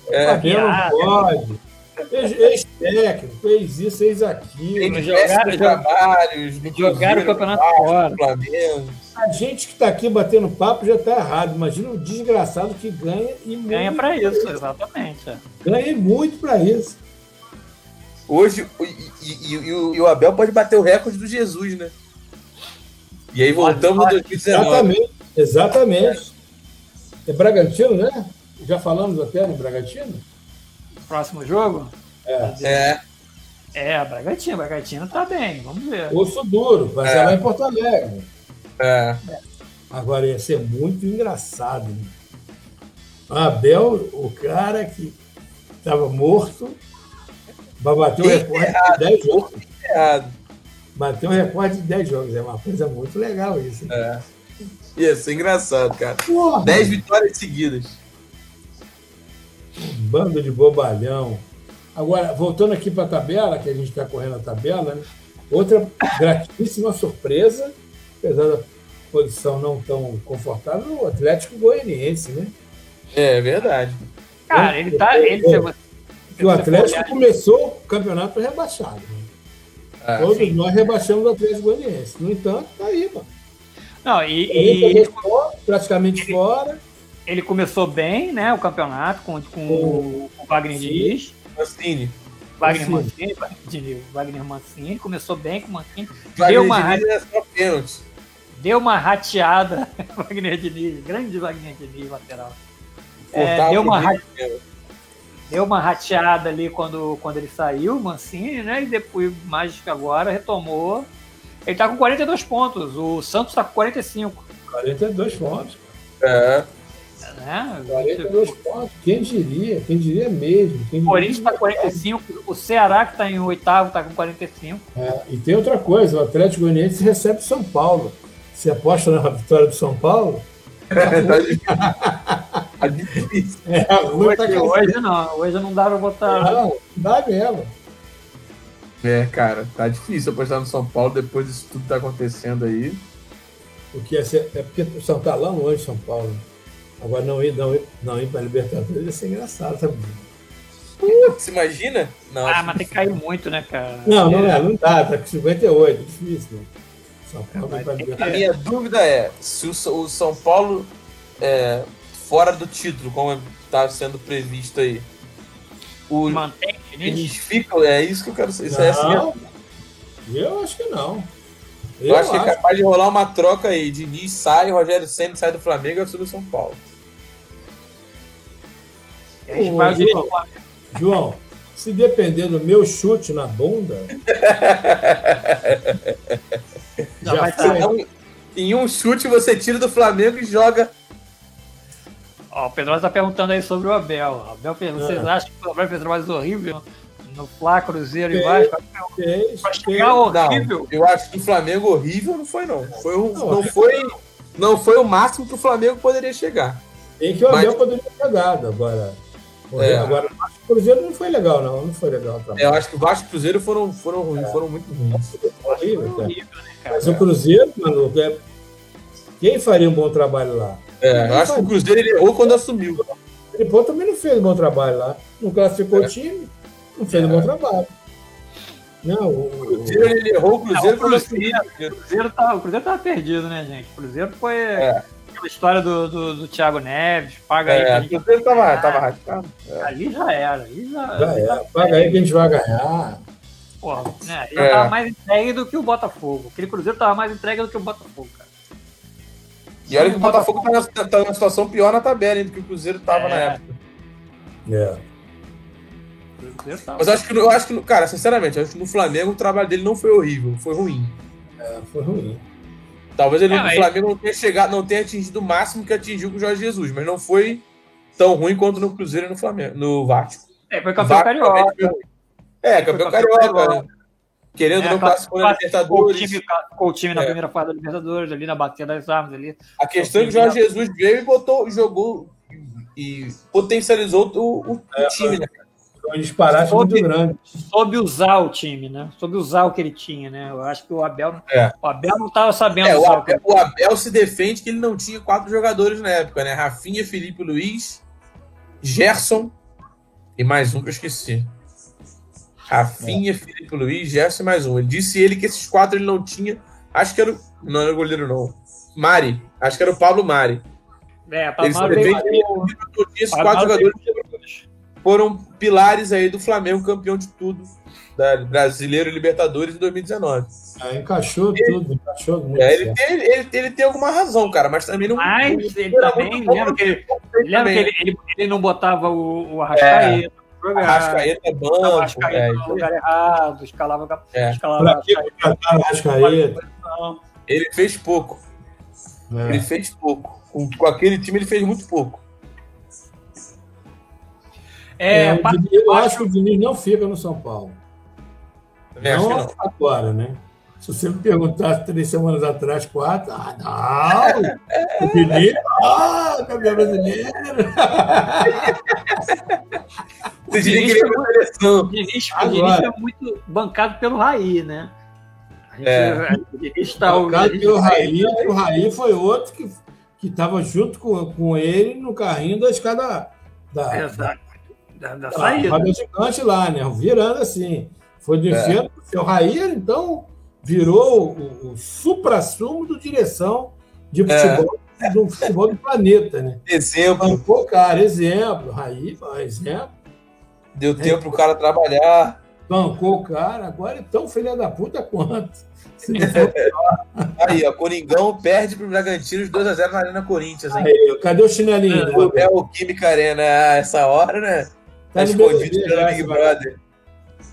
S3: É.
S2: o Abel não
S1: Piada.
S2: pode. Ex- Ex-técnico, fez isso, fez aquilo.
S1: jogaram-
S3: Tem diversos
S1: jogaram-
S3: trabalhos. no
S1: Jogaram
S3: Cruzeiro,
S1: o campeonato
S3: no
S1: fora.
S3: Flamengo.
S2: A gente que está aqui batendo papo já está errado. Imagina o desgraçado que ganha e muito,
S1: Ganha pra isso, exatamente. é.
S2: ganha muito para isso.
S3: Hoje, o- e, e- e o- e o Abel pode bater o recorde do Jesus, né? E aí voltamos em 2019.
S2: Exatamente, exatamente. É Bragantino, né? Já falamos até no Bragantino?
S1: Próximo jogo?
S3: É,
S1: É, Bragantino. Bragantino tá bem, vamos ver.
S2: Osso duro, vai ser
S3: É.
S2: lá em Porto Alegre.
S3: é.
S2: Agora ia ser muito engraçado. Né? Abel, o cara que estava morto, vai bater o recorde de 10 jogos. um
S3: Errado.
S2: é Bateu o recorde de 10 jogos. É uma coisa muito legal isso. né?
S3: É. Ia ser engraçado, cara.
S2: Porra,
S3: 10 vitórias seguidas.
S2: bando de bobalhão. Agora, voltando aqui para a tabela, que a gente está correndo a tabela, né? outra gratíssima surpresa, apesar da posição não tão confortável, é o Atlético Goianiense, né?
S3: É, é verdade.
S1: Cara, ele tá. Ele,
S2: É.
S1: se você- se
S2: Que o
S1: você for
S2: Atlético
S1: olhar-
S2: começou o campeonato rebaixado. né?
S3: Ah,
S2: Todos nós rebaixamos o Atlético Goianiense. No entanto, tá aí, mano.
S1: Não, e-
S2: Ele
S1: e,
S2: jogou fora, praticamente fora.
S1: ele começou bem, né? O campeonato com, com o- com o Wagner
S2: Sim.
S1: Diniz.
S3: Mancini.
S1: Wagner
S2: Sim.
S1: Mancini, Wagner Diniz, Wagner Mancini, começou bem com o Mancini,
S3: Wagner
S1: uma
S3: Diniz era só pênalti.
S1: deu uma rateada, Wagner Diniz, grande Wagner Diniz, lateral.
S3: Cortava
S1: É, deu uma
S3: o meio.
S1: Deu uma rateada ali quando, quando ele saiu, o Mancini, né? E depois, mais que agora, retomou. Ele tá com 42 pontos, o Santos tá com 45,
S2: 42 pontos.
S3: É.
S1: né?
S2: 42 pontos. Quem diria? Quem diria mesmo? Quem
S1: O
S2: diria?
S1: Corinthians tá com 45, o Ceará, que tá em oitavo, tá com 45.
S2: É, e tem outra coisa, o Atlético Goianiense recebe o São Paulo. Você aposta na vitória do São Paulo?
S3: tá difícil. Tá difícil.
S2: É, a rua tá
S1: Hoje, hoje não, hoje não dá pra botar.
S2: Não, dá mesmo.
S3: É, cara, tá difícil apostar no São Paulo depois disso tudo que tá acontecendo aí.
S2: Porque assim, é porque o São tá lá longe de São Paulo. Agora não ir, não ir, não ir para Libertadores ia ser engraçado também.
S1: Assim
S3: Você imagina? Não,
S1: Ah,
S3: acho
S1: mas tem que cair muito, né, cara?
S2: Não, não é, não dá, tá com 58, difícil. né? São Paulo ir para
S3: A
S2: Libertadores.
S3: minha dúvida é se o, Sa- o São Paulo é fora do título, como está sendo previsto aí. O,
S1: Mantém, né? Diniz?
S3: eles ficam, é isso que eu quero saber. Isso é assim,
S2: Não, eu acho que não.
S3: eu, acho que é capaz de rolar uma troca aí. Diniz sai, Rogério Senna sai do Flamengo e assume o São Paulo.
S1: Eles fazem o Flamengo.
S2: João, se depender do meu chute na bunda,
S1: Já vai
S2: foi.
S1: estar.
S3: Então, em um chute você tira do Flamengo e joga.
S1: Ó, o Pedrosa tá perguntando aí sobre o Abel. O Abel
S3: É.
S1: pergunta,
S2: Ah.
S1: vocês acham que o Abel fez um mais horrível no Flá, Cruzeiro e
S2: Fez.
S1: Vasco?
S2: fez,
S1: Pra
S2: fez.
S1: chegar é horrível,
S3: Não, eu acho que o Flamengo horrível não foi, não. Foi um,
S2: Não,
S3: não, foi, não foi o máximo que o Flamengo poderia chegar.
S2: Tem que o
S3: Mas-
S2: Abel poderia ter dado agora.
S3: É.
S2: Agora, acho que o Cruzeiro não foi legal, não. Não foi legal o trabalho.
S3: Eu acho que o Vasco e o Cruzeiro foram, foram, ruins, foram muito ruins.
S2: Foi horrível, cara.
S1: horrível, né, cara?
S2: Mas o Cruzeiro, maluco, é... quem faria um bom trabalho lá?
S3: É, eu acho que o Cruzeiro ele errou quando assumiu.
S2: O Filipão também não fez um bom trabalho lá. Não classificou
S3: É.
S2: o time, não fez um bom trabalho. Não,
S3: O
S2: o, o,
S3: É. Cruzeiro ele errou o Cruzeiro
S1: Não,
S3: quando
S1: o
S3: assumiu.
S1: O Cruzeiro tá- o Cruzeiro tava perdido, né, gente? O Cruzeiro foi
S3: É.
S1: aquela história do, do, do Thiago Neves, paga aí.
S3: É,
S1: pra
S3: o
S1: gente.
S3: Cruzeiro tava, tava rateado.
S1: Ali já era, ali já,
S2: já é, paga aí que a gente vai ganhar.
S1: Porra, né? Ele
S3: É.
S1: tava mais entregue do que o Botafogo. Aquele Cruzeiro tava mais entregue do que o Botafogo, cara.
S3: E olha que o Botafogo tá, na- tá numa situação pior na tabela hein, do que o Cruzeiro tava
S1: É.
S3: na época.
S2: É.
S1: O Cruzeiro tava.
S3: Mas eu acho que, no- eu acho que no- cara, sinceramente, eu acho que no Flamengo o trabalho dele não foi horrível, foi ruim.
S2: É, foi ruim.
S3: Talvez ele
S1: Ah,
S3: no
S1: mas-
S3: Flamengo não tenha chegado, não tenha atingido o máximo que atingiu com o Jorge Jesus, mas não foi tão ruim quanto no Cruzeiro e no Flamengo, no Vasco.
S1: É, foi campeão carioca.
S3: também foi ruim. É, campeão carioca. né? Querendo
S1: É,
S3: não classificou na
S1: Ficou o
S3: Libertadores.
S1: time, ficou o time na
S3: É.
S1: primeira fase da Libertadores, ali na bateria das armas, ali.
S3: A questão é que o Jorge Jesus veio e botou, jogou e potencializou o, o
S1: É,
S3: time, né?
S2: Foi um disparate
S1: Soube-
S2: muito grande.
S1: Soube usar o time, né? Soube usar o que ele tinha, né? Eu acho que o Abel,
S3: É.
S1: o Abel não tava sabendo
S3: É, o,
S1: usar o que
S3: Abel, o Abel se defende que ele não tinha quatro jogadores na época, né? Rafinha, Felipe Luiz, Gerson e mais um que eu esqueci. Rafinha,
S1: É.
S3: Felipe Luiz, Gerson e mais um. Ele disse ele que esses quatro ele não tinha. Acho que era. o- Não era o goleiro, não. Mari. Acho que era o Pablo Mari.
S1: É,
S3: Ele se
S1: Palmar
S3: defende
S1: veio
S3: que ele não tinha esses quatro
S1: Palmar
S3: jogadores
S1: veio com jogadores.
S3: foram pilares aí do Flamengo, campeão de tudo, da Brasileiro e Libertadores em 2019.
S2: Ah, encaixou tudo, encaixou muito.
S3: É, ele,
S2: certo.
S3: tem, ele, ele tem alguma razão, cara, mas também não.
S1: Mas ele
S3: Era
S1: também,
S3: muito bom
S1: lembra que ele, lembra
S3: ele
S1: que
S3: também,
S1: ele, ele, ele não botava o, o Arrascaeta, o
S3: né? Arrascaeta é
S1: tá
S3: banco. é,
S1: Arrascaeta no lugar errado, escalava,
S3: É.
S2: Pra
S1: escalava
S2: que é- contratar o Arrascaeta?
S3: ele fez pouco. Ele
S2: É.
S3: fez pouco. Com, com aquele time, ele fez muito pouco.
S1: É,
S2: É,
S1: é,
S2: o Diniz- eu acho que o Diniz não fica no São Paulo.
S3: Também Tá É, acho que não.
S2: agora, né? Se você me perguntasse três semanas atrás, quatro, ah, não! O Felipe, ah, campeão brasileiro!
S3: Você diria que ele é uma seleção.
S1: O Diniz, o
S2: Agora.
S1: Diniz é muito bancado pelo Raí, né? A gente-
S3: É.
S1: O Diniz tá...
S2: o cara pelo Raí, o Raí foi outro que que estava junto com, com ele no carrinho da escada da,
S1: Exato. Da,
S3: Ah,
S1: da
S2: da
S1: saída.
S2: roda gigante lá, né? Virando assim. Foi do
S3: É.
S2: inferno. pro céu. O Raí, então, virou o, o supra-sumo do direção de futebol, do futebol do planeta, né?
S3: um Exemplo.
S2: Bancou, cara, exemplo. Raí, ó, exemplo.
S3: Deu tempo pro cara trabalhar.
S2: Bancou o cara, agora é tão filha da puta quanto. Se não for-
S3: Aí, ó. Coringão perde pro Bragantino 2x0 na Arena Corinthians, hein? É
S2: Aí, cadê o chinelinho?
S3: O Hotel Química Arena, a essa hora, né? Tá
S2: no
S3: escondido
S2: BBB
S3: pelo
S2: já,
S3: Big
S2: esse
S3: Brother.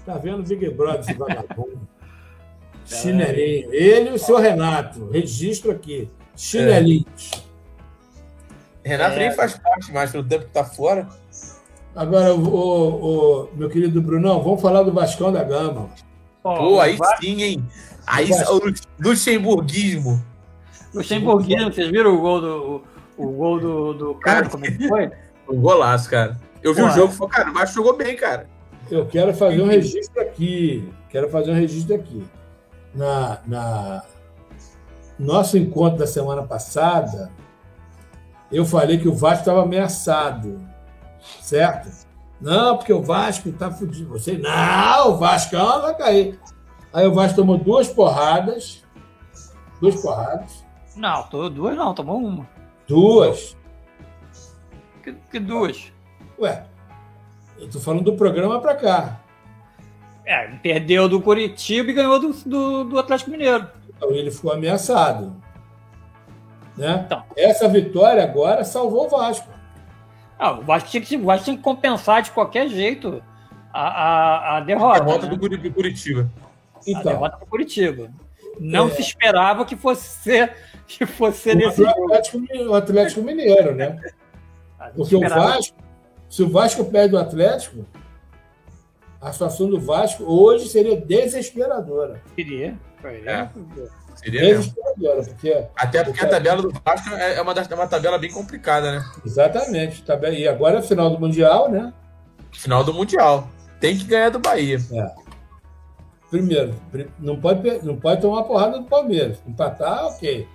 S2: Tá vendo o Big Brother, esse vagabundo? Chinelinho. Ele e o seu Renato. Registro aqui. Chinelinhos.
S3: Renato
S1: É.
S3: nem faz parte mais pelo tempo que tá fora.
S2: Agora, o, o- o- meu querido Brunão, vamos falar do Vascão da Gama.
S1: Ó,
S3: Pô, aí
S1: o Va-
S3: sim, hein? Aí o Luxemburguismo.
S1: Luxemburguinho, vocês viram o gol do, o, o gol do, do cara, como é que foi?
S3: Um golaço, cara. Eu vi
S1: Pô,
S3: o jogo e falei, cara, o Vasco jogou bem, cara.
S2: Eu quero fazer um registro aqui. Quero fazer um registro aqui. Na, na- nosso encontro da semana passada, eu falei que o Vasco estava ameaçado, certo? Não, porque o Vasco está fudido. Você, não, o Vascão vai cair. Aí o Vasco tomou duas porradas, duas porradas,
S1: Não, tô, duas não, tomou uma.
S2: duas.
S1: Que, que duas?
S2: Ué, eu tô falando do programa para cá.
S1: É, perdeu do Curitiba e ganhou do, do, do Atlético Mineiro.
S2: Então, ele ficou ameaçado. Né?
S1: Então.
S2: Essa vitória agora salvou o Vasco.
S1: Ah, o Vasco tinha que, o Vasco tinha que compensar de qualquer jeito a, a, a derrota.
S3: Derrota
S1: né?
S3: do Curi- do Curitiba.
S1: A
S2: Então,
S1: derrota para Curitiba. Não
S2: É.
S1: se esperava que fosse ser, que fosse ser
S2: o
S1: nesse jogo.
S2: Atlético, Mineiro- o Atlético Mineiro, né? Porque o
S1: Esperava.
S2: Vasco, se o Vasco perde o Atlético, a situação do Vasco hoje seria desesperadora.
S1: Queria. queria.
S3: É. Seria mesmo.
S2: Desesperadora, porque
S3: Até porque a tabela do Vasco é é uma, das, é uma tabela bem complicada, né?
S2: exatamente, tá bem. E agora é o final do mundial, né?
S3: Final do Mundial. Tem que ganhar do Bahia.
S2: Primeiro, pri- não pode, per- não pode tomar porrada do Palmeiras. Empatar, ok.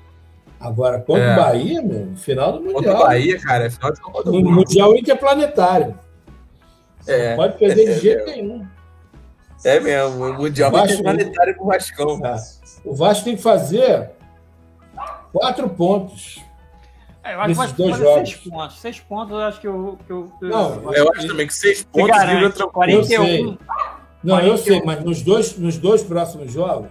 S2: Agora, contra
S3: É.
S2: o Bahia, meu, final do
S3: Contra o
S2: mundial. né?
S3: Bahia, cara, é final de Copa do
S2: No
S3: Mundo.
S2: Mundial Interplanetário.
S3: É,
S2: Pode perder
S3: é,
S2: de jeito nenhum.
S3: é mesmo. O Mundial vai
S2: Vasco-
S3: ser planetário pro Vascão.
S2: Tá. O Vasco tem que fazer quatro pontos.
S1: É, eu acho que
S2: Nesses
S1: vai
S2: dois
S1: fazer
S2: jogos.
S1: seis pontos. Seis pontos, eu acho que o. Que o que o-
S2: Não, é,
S3: Eu acho também que seis
S1: se
S3: pontos
S1: garante.
S3: livra tranquilo.
S1: 41.
S2: Não, eu
S1: Quarenta e
S2: sei,
S1: um.
S2: mas nos dois, nos dois próximos jogos,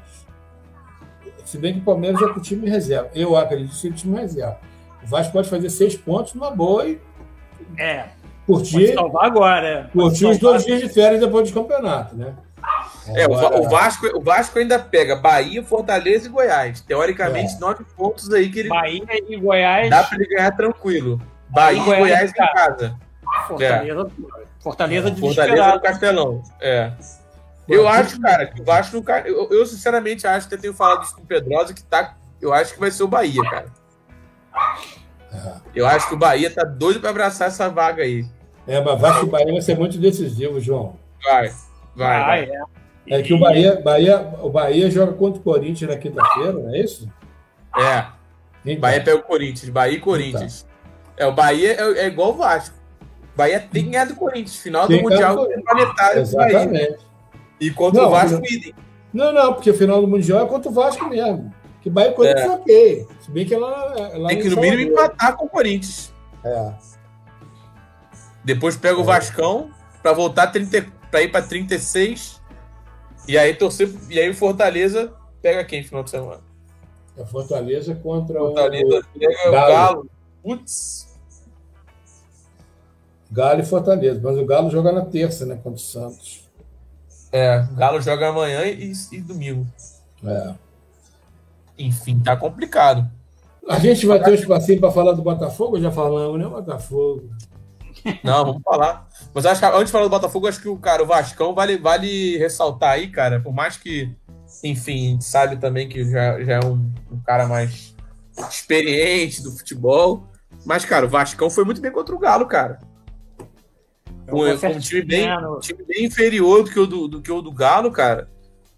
S2: se bem que o Palmeiras é com o time reserva. Eu acredito que é o time reserva. O Vasco pode fazer seis pontos numa boa e
S1: É, pode
S2: curtir,
S1: salvar agora.
S2: curtir os
S1: salvar.
S2: dois dias de férias depois do campeonato, né?
S3: É, o, Va-
S2: Agora,
S3: o Vasco, o Vasco ainda pega Bahia, Fortaleza e Goiás. Teoricamente, nove pontos aí que ele
S1: Bahia e Goiás,
S3: dá pra ele ganhar tranquilo. Bahia e
S1: Goiás
S3: Goiás
S1: em
S3: em casa.
S1: Fortaleza.
S3: É.
S1: Fortaleza
S3: Fortaleza no
S1: desesperado.
S3: Castelão. É. Eu acho, cara, que o Vasco não cai. Eu, eu sinceramente acho que eu tenho falado isso com o Pedrosa, que tá. Eu acho que vai ser o Bahia, cara. Eu acho que o Bahia tá doido pra abraçar essa vaga aí.
S2: É, mas Vasco e Bahia vai ser muito decisivo, João.
S3: Vai. Vai.
S1: Ah,
S3: vai.
S1: é.
S2: É que o Bahia, Bahia, o Bahia joga contra o Corinthians na quinta-feira, não é isso?
S3: É.
S2: Então,
S3: Bahia pega o Corinthians, Bahia e Corinthians. É, o Bahia é, é igual o Vasco. Bahia tem que ganhar do Corinthians. Final
S2: Tem
S3: do
S2: que ganhar do
S3: Mundial é planetário do Bahia.
S2: Exatamente.
S3: E contra
S2: Não,
S3: o Vasco, idem.
S2: Não, não, porque final do Mundial é contra o Vasco mesmo. Que Bahia e Corinthians é. ok. Se bem que ela. é, ela
S3: Tem que no mínimo empatar com o Corinthians.
S2: É.
S3: Depois pega o
S2: É.
S3: Vascão pra voltar 30, pra ir pra 36. E aí torcer. E aí o Fortaleza pega quem no final de semana?
S2: É Fortaleza contra
S3: Fortaleza pega o
S2: Galo.
S3: Galo. Putz.
S2: o Galo e Fortaleza. Mas o Galo joga na terça, né? Contra o Santos.
S3: É, o Galo joga amanhã e, e domingo.
S2: É.
S3: Enfim, tá complicado.
S2: A gente vai ter um espacinho para falar do Botafogo, já falamos, né? Botafogo.
S3: Não,
S1: Uhum.
S3: vamos falar. Mas acho que, antes de falar do Botafogo, acho que o cara, o Vascão, vale, vale ressaltar aí, cara, por mais que Enfim, a gente sabe também que já, já é um, um cara mais experiente do futebol. Mas, cara, o Vascão foi muito bem contra o Galo, cara.
S1: É
S3: Com, com um time bem, um time bem inferior do que, o do, do que o do Galo, cara.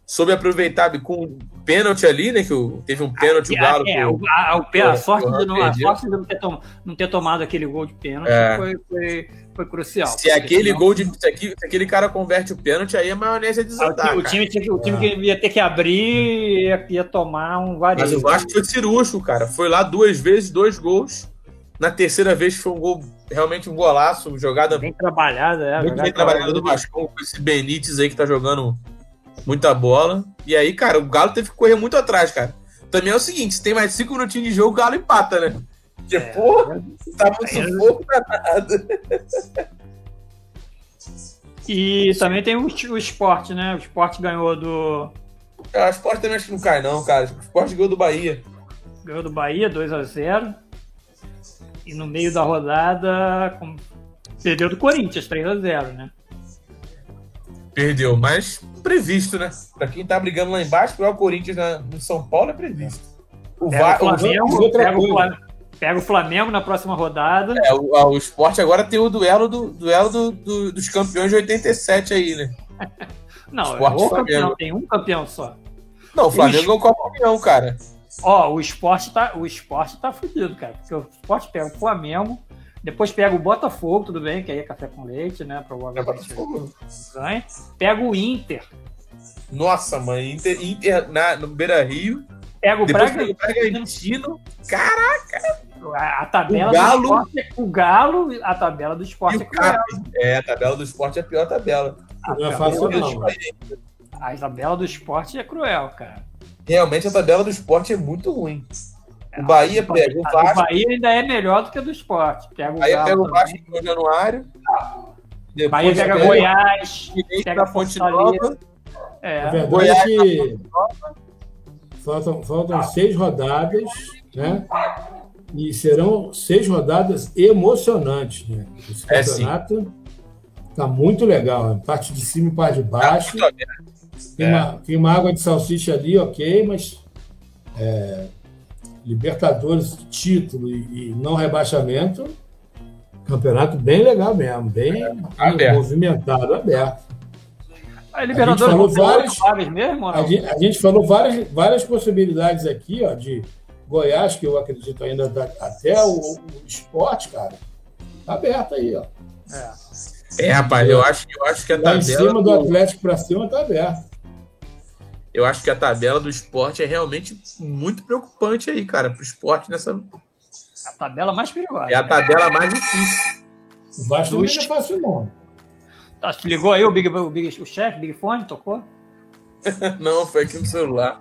S3: Soube aproveitar com um pênalti ali, né? Que o- teve um pênalti o Galo.
S1: É,
S3: que o-
S1: o- a, o pé- a
S3: Pô,
S1: sorte
S3: porra,
S1: de não, a
S3: perdi.
S1: sorte de não ter, tom- não ter tomado aquele gol de pênalti
S3: É.
S1: foi, foi- foi crucial.
S3: se
S1: é,
S3: aquele gol de. Se aquele, se aquele cara converte o pênalti, aí a maionese é
S1: Ah, o time-
S3: desandar,
S1: o
S3: cara.
S1: time, tinha que- o
S2: É.
S1: time que ia ter que abrir ia, ia tomar um
S3: Mas
S1: varejo.
S3: o Vasco foi cirúrgico, cara. Foi lá duas vezes, dois gols. Na terceira vez foi um gol, realmente um golaço, jogada
S1: Bem trabalhado, é.
S3: tá muito bem trabalhada do Vasco, com esse Benítez aí que tá jogando muita bola. E aí, cara, o Galo teve que correr muito atrás, cara. Também é o seguinte, se tem mais cinco minutinhos de jogo, o Galo empata, né? Porque,
S1: É.
S3: porra, tá muito
S1: Aí-
S3: sufoco danado.
S1: E também tem o, o esporte, né? O esporte ganhou do,
S3: Cara, O Sport também acho que não cai, não, cara. O Sport ganhou do Bahia.
S1: ganhou do Bahia 2 a 0 E no meio da rodada com- perdeu do Corinthians 3 a 0 né?
S3: Perdeu, mas previsto, né? Pra quem tá brigando lá embaixo, pegar o Corinthians na, no São Paulo é previsto. O,
S1: Pega o
S3: Va-
S2: Vasco
S3: o,
S2: é
S1: Flamengo,
S2: outra
S1: pega o,
S2: coisa.
S1: Fla- pega o Flamengo na próxima rodada.
S3: é, o, a- o Sport agora tem o duelo, do, duelo do- do- dos campeões de 87 aí, né?
S1: Não, é
S3: Esporte
S1: o
S3: Flamengo.
S1: campeão, tem um campeão só.
S3: Não, o Flamengo é o campeão, cara.
S1: Ó, o esporte tá, o esporte tá fudido, cara. Porque o esporte pega o Flamengo, depois pega o Botafogo, tudo bem, que aí é café com leite, né?
S3: É,
S1: Provavelmente ganha. Pega o Inter,
S3: Nossa, mano, Inter, Inter na, no Beira Rio.
S1: pega o
S3: Depois pega
S1: Braga.
S3: o Bragantino. Cara,
S1: A, a tabela
S3: O Galo.
S1: do esporte é- o Galo, a tabela do
S3: e
S1: esporte é
S3: o
S1: com o Galo.
S3: cara. É, a tabela do esporte é a pior tabela.
S1: A
S2: Não é
S1: tabela
S2: fácil,
S1: do
S2: não.
S1: esporte- A tabela do esporte é cruel, cara.
S3: Realmente a tabela do esporte é muito ruim. O Bahia pega o
S1: A do
S3: É Vasco,
S1: Bahia ainda é melhor do que a do esporte. Pega o
S3: aí
S1: Galo
S3: pega o
S1: também.
S3: Vasco em Rio de Janeiro. Depois
S1: Bahia pega
S3: o
S1: Goiás,
S3: Fluminense
S1: pega
S3: da Fonte
S1: Fortaleza.
S3: Nova.
S1: é,
S2: A verdade
S3: Goiás
S2: é
S3: tá
S2: que faltam, faltam seis rodadas, né? E serão seis rodadas emocionantes, né? Esse
S3: É, sim.
S2: campeonato tá muito legal, né? parte de cima e parte de baixo.
S3: Tá muito
S2: Tem,
S3: É.
S2: uma, tem uma água de salsicha ali, ok, mas é, Libertadores, título e, e não rebaixamento, campeonato bem legal mesmo, bem
S3: aberto.
S2: movimentado, aberto.
S1: A Libertadores
S2: A gente falou
S1: não tem oito
S2: vários-
S1: vagas mesmo? ou
S2: A
S1: não?
S2: gente, a gente falou várias, várias possibilidades aqui, ó, de Goiás, que eu acredito ainda dá- até o, o esporte, cara, tá aberto aí, ó.
S1: É.
S3: É, rapaz, eu acho, eu acho que a
S2: Lá em
S3: tabela.
S2: cima do
S3: do-
S2: Atlético pra cima tá aberto.
S3: Eu acho que a tabela do esporte é realmente muito preocupante aí, cara, pro esporte nessa.
S1: A tabela mais
S3: É
S1: perigosa.
S3: a tabela mais difícil.
S2: O Vasco também
S1: Dos-
S2: não é fácil, não.
S1: Tá, se ligou aí o Big, o Big o chefe, Big Fone, tocou?
S3: Não, foi aqui no celular.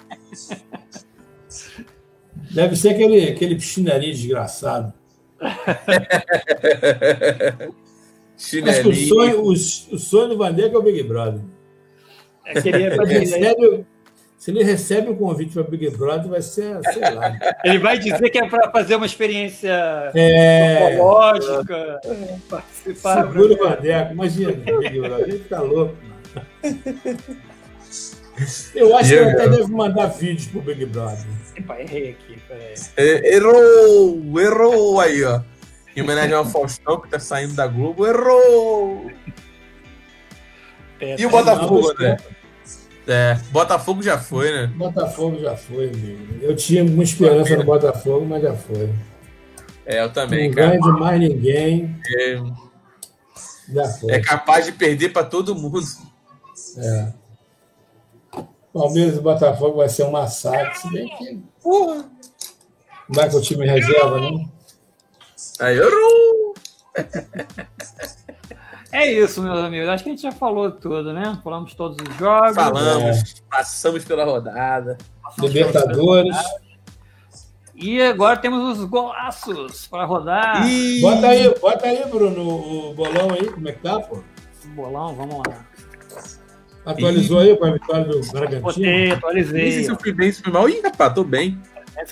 S2: Deve ser aquele, aquele piscinaria desgraçado. Acho que o
S3: Chinelinho.
S2: sonho, o, o sonho do Vandeco é o Big Brother.
S1: É, queria,
S2: Se ele recebe, se ele recebe o convite para Big Brother, vai ser, sei lá.
S1: ele vai dizer que é para fazer uma experiência
S2: É,
S1: psicológica,
S3: É.
S1: participar.
S2: segura o Vandeco, imagina, Big Brother, ele tá louco. Eu acho que ele até deve mandar vídeos pro Big Brother.
S1: Epa, errei aqui, peraí.
S3: É, Errou! Errou aí, ó. Em homenagem ao Faustão, que tá saindo da Globo. Errou! E o Botafogo, né? É, Botafogo já foi, né?
S2: Botafogo já foi, amigo. Eu tinha alguma esperança no Botafogo, mas já foi.
S3: É, eu também,
S2: Não
S3: cara.
S2: ganha de mais ninguém,
S3: É,
S2: já foi.
S3: é capaz de perder pra todo mundo.
S2: É. Palmeiras e Botafogo vai ser um massacre, se bem que
S3: Porra!
S2: não vai com o time reserva, né?
S3: Aí, errou!
S1: É isso, meus amigos. Acho que a gente já falou tudo, né? Falamos todos os jogos.
S3: Falamos, passamos pela rodada.
S1: Passamos
S2: Libertadores.
S1: todos. E agora temos os golaços para rodar.
S3: Ih,
S2: Ah, Bota aí, bota aí, Bruno, o bolão aí, como é que tá, pô?
S1: Bolão, vamos lá.
S2: Atualizou aí com a vitória do Bragantino?
S1: Botei,
S3: nem sei
S1: atualizei.
S3: se eu fui bem, se fui mal. Ih, rapaz, tô bem.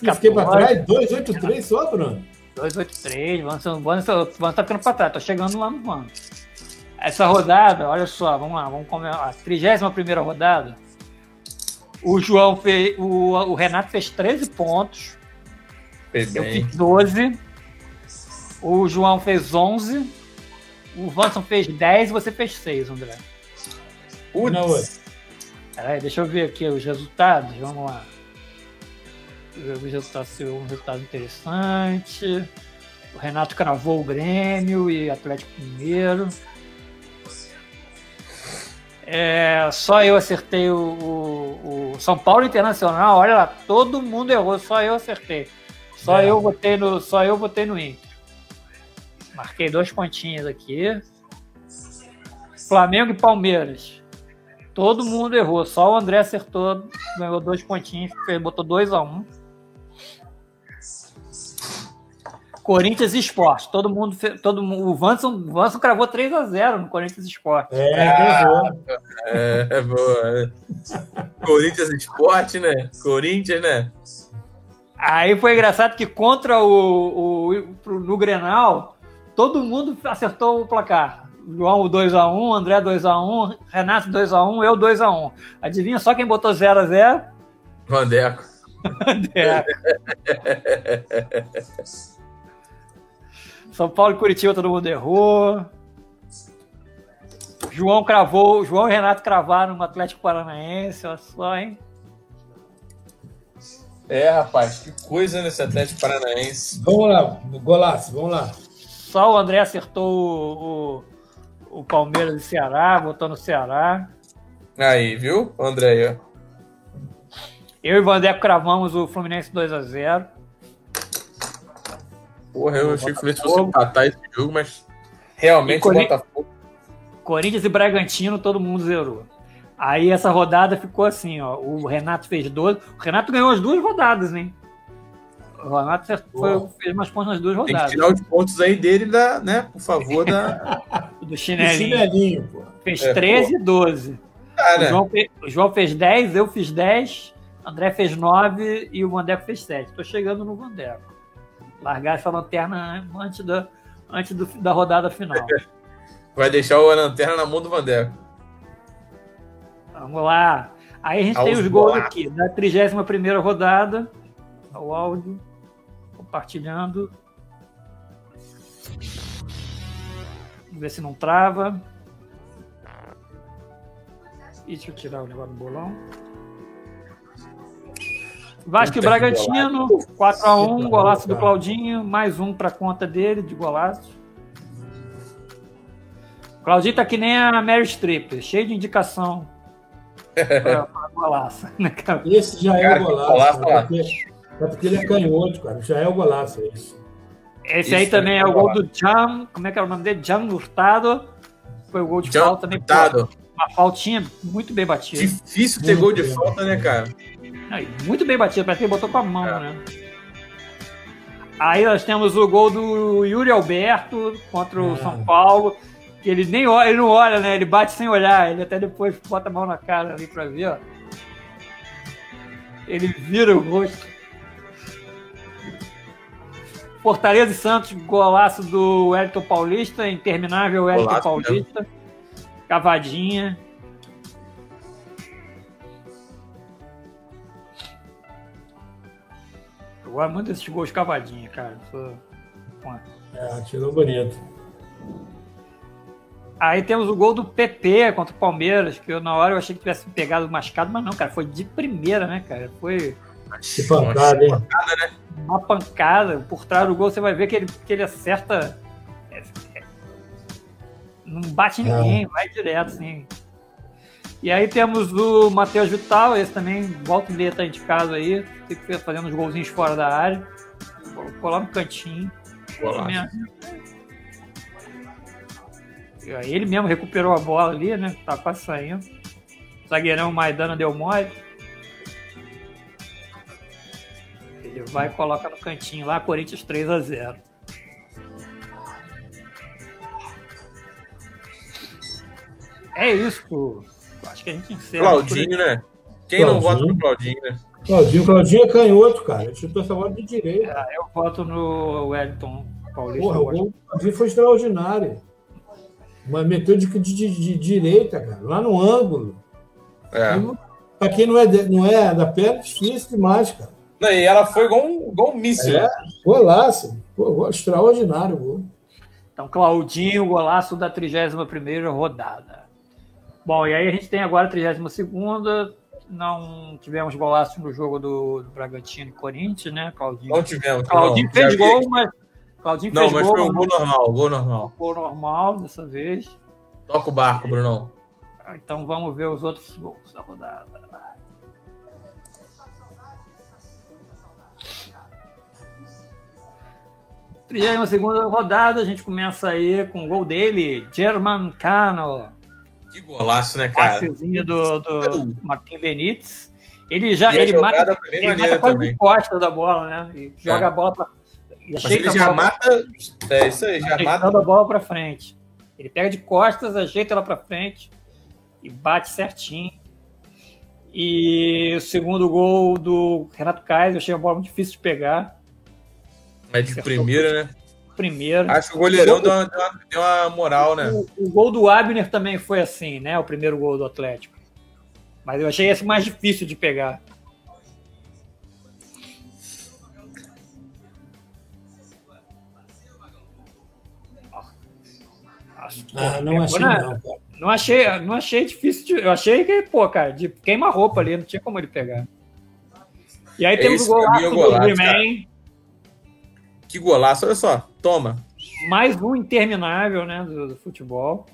S2: Eu fiquei pra trás, 2-8-3 só, Bruno.
S1: 283, o Vans tá ficando pra trás, tô chegando lá no Vans. Essa rodada, olha só, vamos lá, vamos começar. A 31 rodada O João fez. O, o Renato fez 13 pontos.
S3: Fez
S1: Eu
S3: bem.
S1: fiz 12. O João fez 11. O Vanson fez 10 e você fez 6, André.
S3: Putz,
S2: Não, é. ué.
S1: Peraí, deixa eu ver aqui os resultados. Vamos lá. Os resultados, se houve um resultado interessante. O Renato cravou o Grêmio e Atlético Mineiro. É, só eu acertei o, o- o São Paulo Internacional. Olha lá, todo mundo errou, só eu acertei. Só
S2: É.
S1: eu botei no, só eu botei no Inter. Marquei dois pontinhos aqui. Flamengo e Palmeiras. Todo mundo errou, só o André acertou, ganhou dois pontinhos, fez- botou 2 a 1 um. Corinthians e Sport, todo mundo, fe- todo mundo, o Vanson, o Vanson cravou 3 a 0 no Corinthians e Sport.
S2: É,
S1: Ah.
S2: gravou.
S3: É, é boa. é. Corinthians Esporte, né? Corinthians, né?
S1: Aí foi engraçado que contra o, o- pro- no Grenal, todo mundo acertou o placar. João 2x1, André 2x1, Renato 2x1, eu 2x1. Adivinha só quem botou 0x0?
S3: Vandeco.
S1: É. São Paulo e Curitiba, todo mundo errou. João cravou, João e Renato cravaram no Atlético Paranaense, olha só, hein?
S3: É, rapaz, que coisa nesse Atlético Paranaense.
S2: Vamos lá, golaço, vamos lá.
S1: Só o André acertou o, o, o Palmeiras e Ceará, botou no Ceará.
S3: Aí, viu, André? ó.
S1: Eu e o Vandeco cravamos o Fluminense 2x0.
S3: Porra, eu achei que fosse empatar esse jogo, mas realmente
S1: E Cori-
S3: o Botafogo.
S1: Corinthians e Bragantino, todo mundo zerou. Aí essa rodada ficou assim, ó. O Renato fez 12. O Renato ganhou as duas rodadas, hein? O Renato acertou-
S2: Boa.
S1: fez mais pontos nas duas
S3: Tem que
S1: rodadas.
S3: tirar os pontos aí dele, da, né? Por favor, da.
S1: Do
S2: O
S1: chinelinho.
S2: chinelinho, pô.
S1: Fez
S3: É,
S1: 13 e 12. O
S3: Cara,
S1: João, fe- o João fez 10, eu fiz 10, André fez 9 e o Vandeco fez 7. Tô chegando no Vandeco. Largar essa lanterna antes da, antes do- da rodada final.
S3: vai deixar o lanterna na mão do Vandeco.
S1: Vamos lá. Aí a gente tem
S3: Aos
S1: os gols
S3: golaços.
S1: aqui, da 31 rodada. O áudio. Compartilhando. Vamos ver se não trava. E deixa eu tirar o negócio do bolão. Vasco e
S3: Puta que
S1: Bragantino, 4x1,
S2: Puta
S1: golaço do
S2: golaço.
S1: Claudinho, mais um para conta dele de golaço. Claudinho tá que nem a Mary Strip, cheio de indicação pra, pra golaço. né, cara?
S2: Esse já é
S3: Cara,
S2: o
S3: que
S2: golaço.
S3: golaço,
S2: cara, porque, é porque ele é canhoto, cara. Já é o golaço esse.
S1: Esse
S3: Isso
S1: aí também é o gol
S3: golaço.
S1: do Jam, como é que era o nome dele? Jam Hurtado. Foi o gol de
S3: Jean
S1: falta, né?
S3: Tado,
S1: Uma faltinha muito bem batida.
S3: Tá, difícil ter gol de
S2: Muito
S3: falta, né, cara?
S1: Não, e Muito bem batida, parece que ele botou com a mão,
S3: É.
S1: né? Aí nós temos o gol do Yuri Alberto contra o
S2: É.
S1: São Paulo, que ele nem olha, ele não olha, né? Ele bate sem olhar, ele até depois bota a mão na cara ali pra ver, ó. Ele vira o rosto. Fortaleza e Santos, golaço do Wellington Paulista, interminável Wellington
S3: Golaço mesmo.
S1: Paulista. Cavadinha. Eu gosto muito desses gols cavadinha, cara. Sou fã.
S2: É, tirou bonito.
S1: Aí temos o gol do PP contra o Palmeiras, que eu na hora eu achei que tivesse pegado mascado, mas não, cara, foi de primeira, né, cara? Foi
S2: Que pancada, hein?
S1: uma pancada. Por trás do gol você vai ver que ele, que ele acerta. é, é, Não bate em
S2: Não.
S1: ninguém, vai direto, assim. E aí temos o Matheus Vital, esse também, volta e meia tá indicado aí, sempre fazendo os golzinhos fora da área. Colocou lá no cantinho.
S3: Golaço.
S1: E aí Ele mesmo recuperou a bola ali, né? Tá quase saindo. Zagueirão Maidana deu mole. Ele vai e coloca no cantinho lá, Corinthians 3 a 0 É isso, pô. Acho que a gente encerra.
S3: Claudinho, né? Quem não
S2: Claudinho.
S3: vota no Claudinho, né?
S2: Claudinho, Claudinho é canhoto, cara. Ele chutou essa bola de direito.
S1: Eu voto no Wellington Paulista.
S2: Porra,
S1: eu
S2: o
S1: gosto.
S2: gol do Claudinho foi extraordinário. Mas meteu de, de- de- de direita, cara. Lá no ângulo.
S3: É.
S2: Ele não- Para quem não é, de- não é da pedra, difícil demais, cara.
S3: Não, e ela foi igual um, igual um míssil.
S2: É. Golaço. Pô, gol extraordinário o gol.
S1: Então, Claudinho, golaço da 31ª rodada. Bom, e aí a gente tem agora a 32ª, não tivemos golaço no jogo do, do Bragantino e Corinthians, né,
S3: Não
S1: Claudinho?
S3: tivemos.
S1: Claudinho
S3: não.
S1: fez
S3: Já vi
S1: gol,
S3: aqui.
S1: mas Claudinho
S3: Não,
S1: fez
S3: mas
S1: gol,
S3: foi um
S1: mas
S3: gol normal, gol normal.
S1: gol normal dessa vez.
S3: Toca o barco, Brunão.
S1: Então vamos ver os outros gols da rodada. Trigésima segunda rodada, a gente começa aí com o gol dele, German Cano.
S3: Que golaço, né, cara?
S1: passezinho do, do Martin Benítez. Ele já
S3: E a
S1: ele
S3: jogada
S1: mata,
S3: foi bem
S1: ele
S3: maneira
S1: mata quase
S3: também.
S1: de costa da bola, né? E joga
S3: É.
S1: a bola para ele
S3: Mas ele
S1: ajeita a
S3: já
S1: bola,
S3: mata. É isso aí, já mata.
S1: ajeitando a bola para frente. Ele pega de costas, ajeita ela para frente e bate certinho. E o segundo gol do Renato Kaiser, eu achei a bola muito difícil de pegar.
S3: Mas de primeira, né?
S1: Primeiro.
S3: Acho que o goleirão deu uma, deu uma- deu uma moral, né?
S1: O, o gol do Abner também foi assim, né? O primeiro gol do Atlético. Mas eu achei esse mais difícil de pegar. Acho que-
S2: Ah, não achei,
S1: né?
S2: não, cara.
S1: Não achei, não achei difícil. de- eu achei que, pô, cara, de queima-roupa ali, não tinha como ele pegar. E aí
S3: É
S1: temos o
S3: isso, pra mim é
S1: golaço
S3: o
S1: do
S3: golaço,
S1: He-Man,
S3: Que golaço, olha só. Toma.
S1: mais um interminável, né, do, do futebol.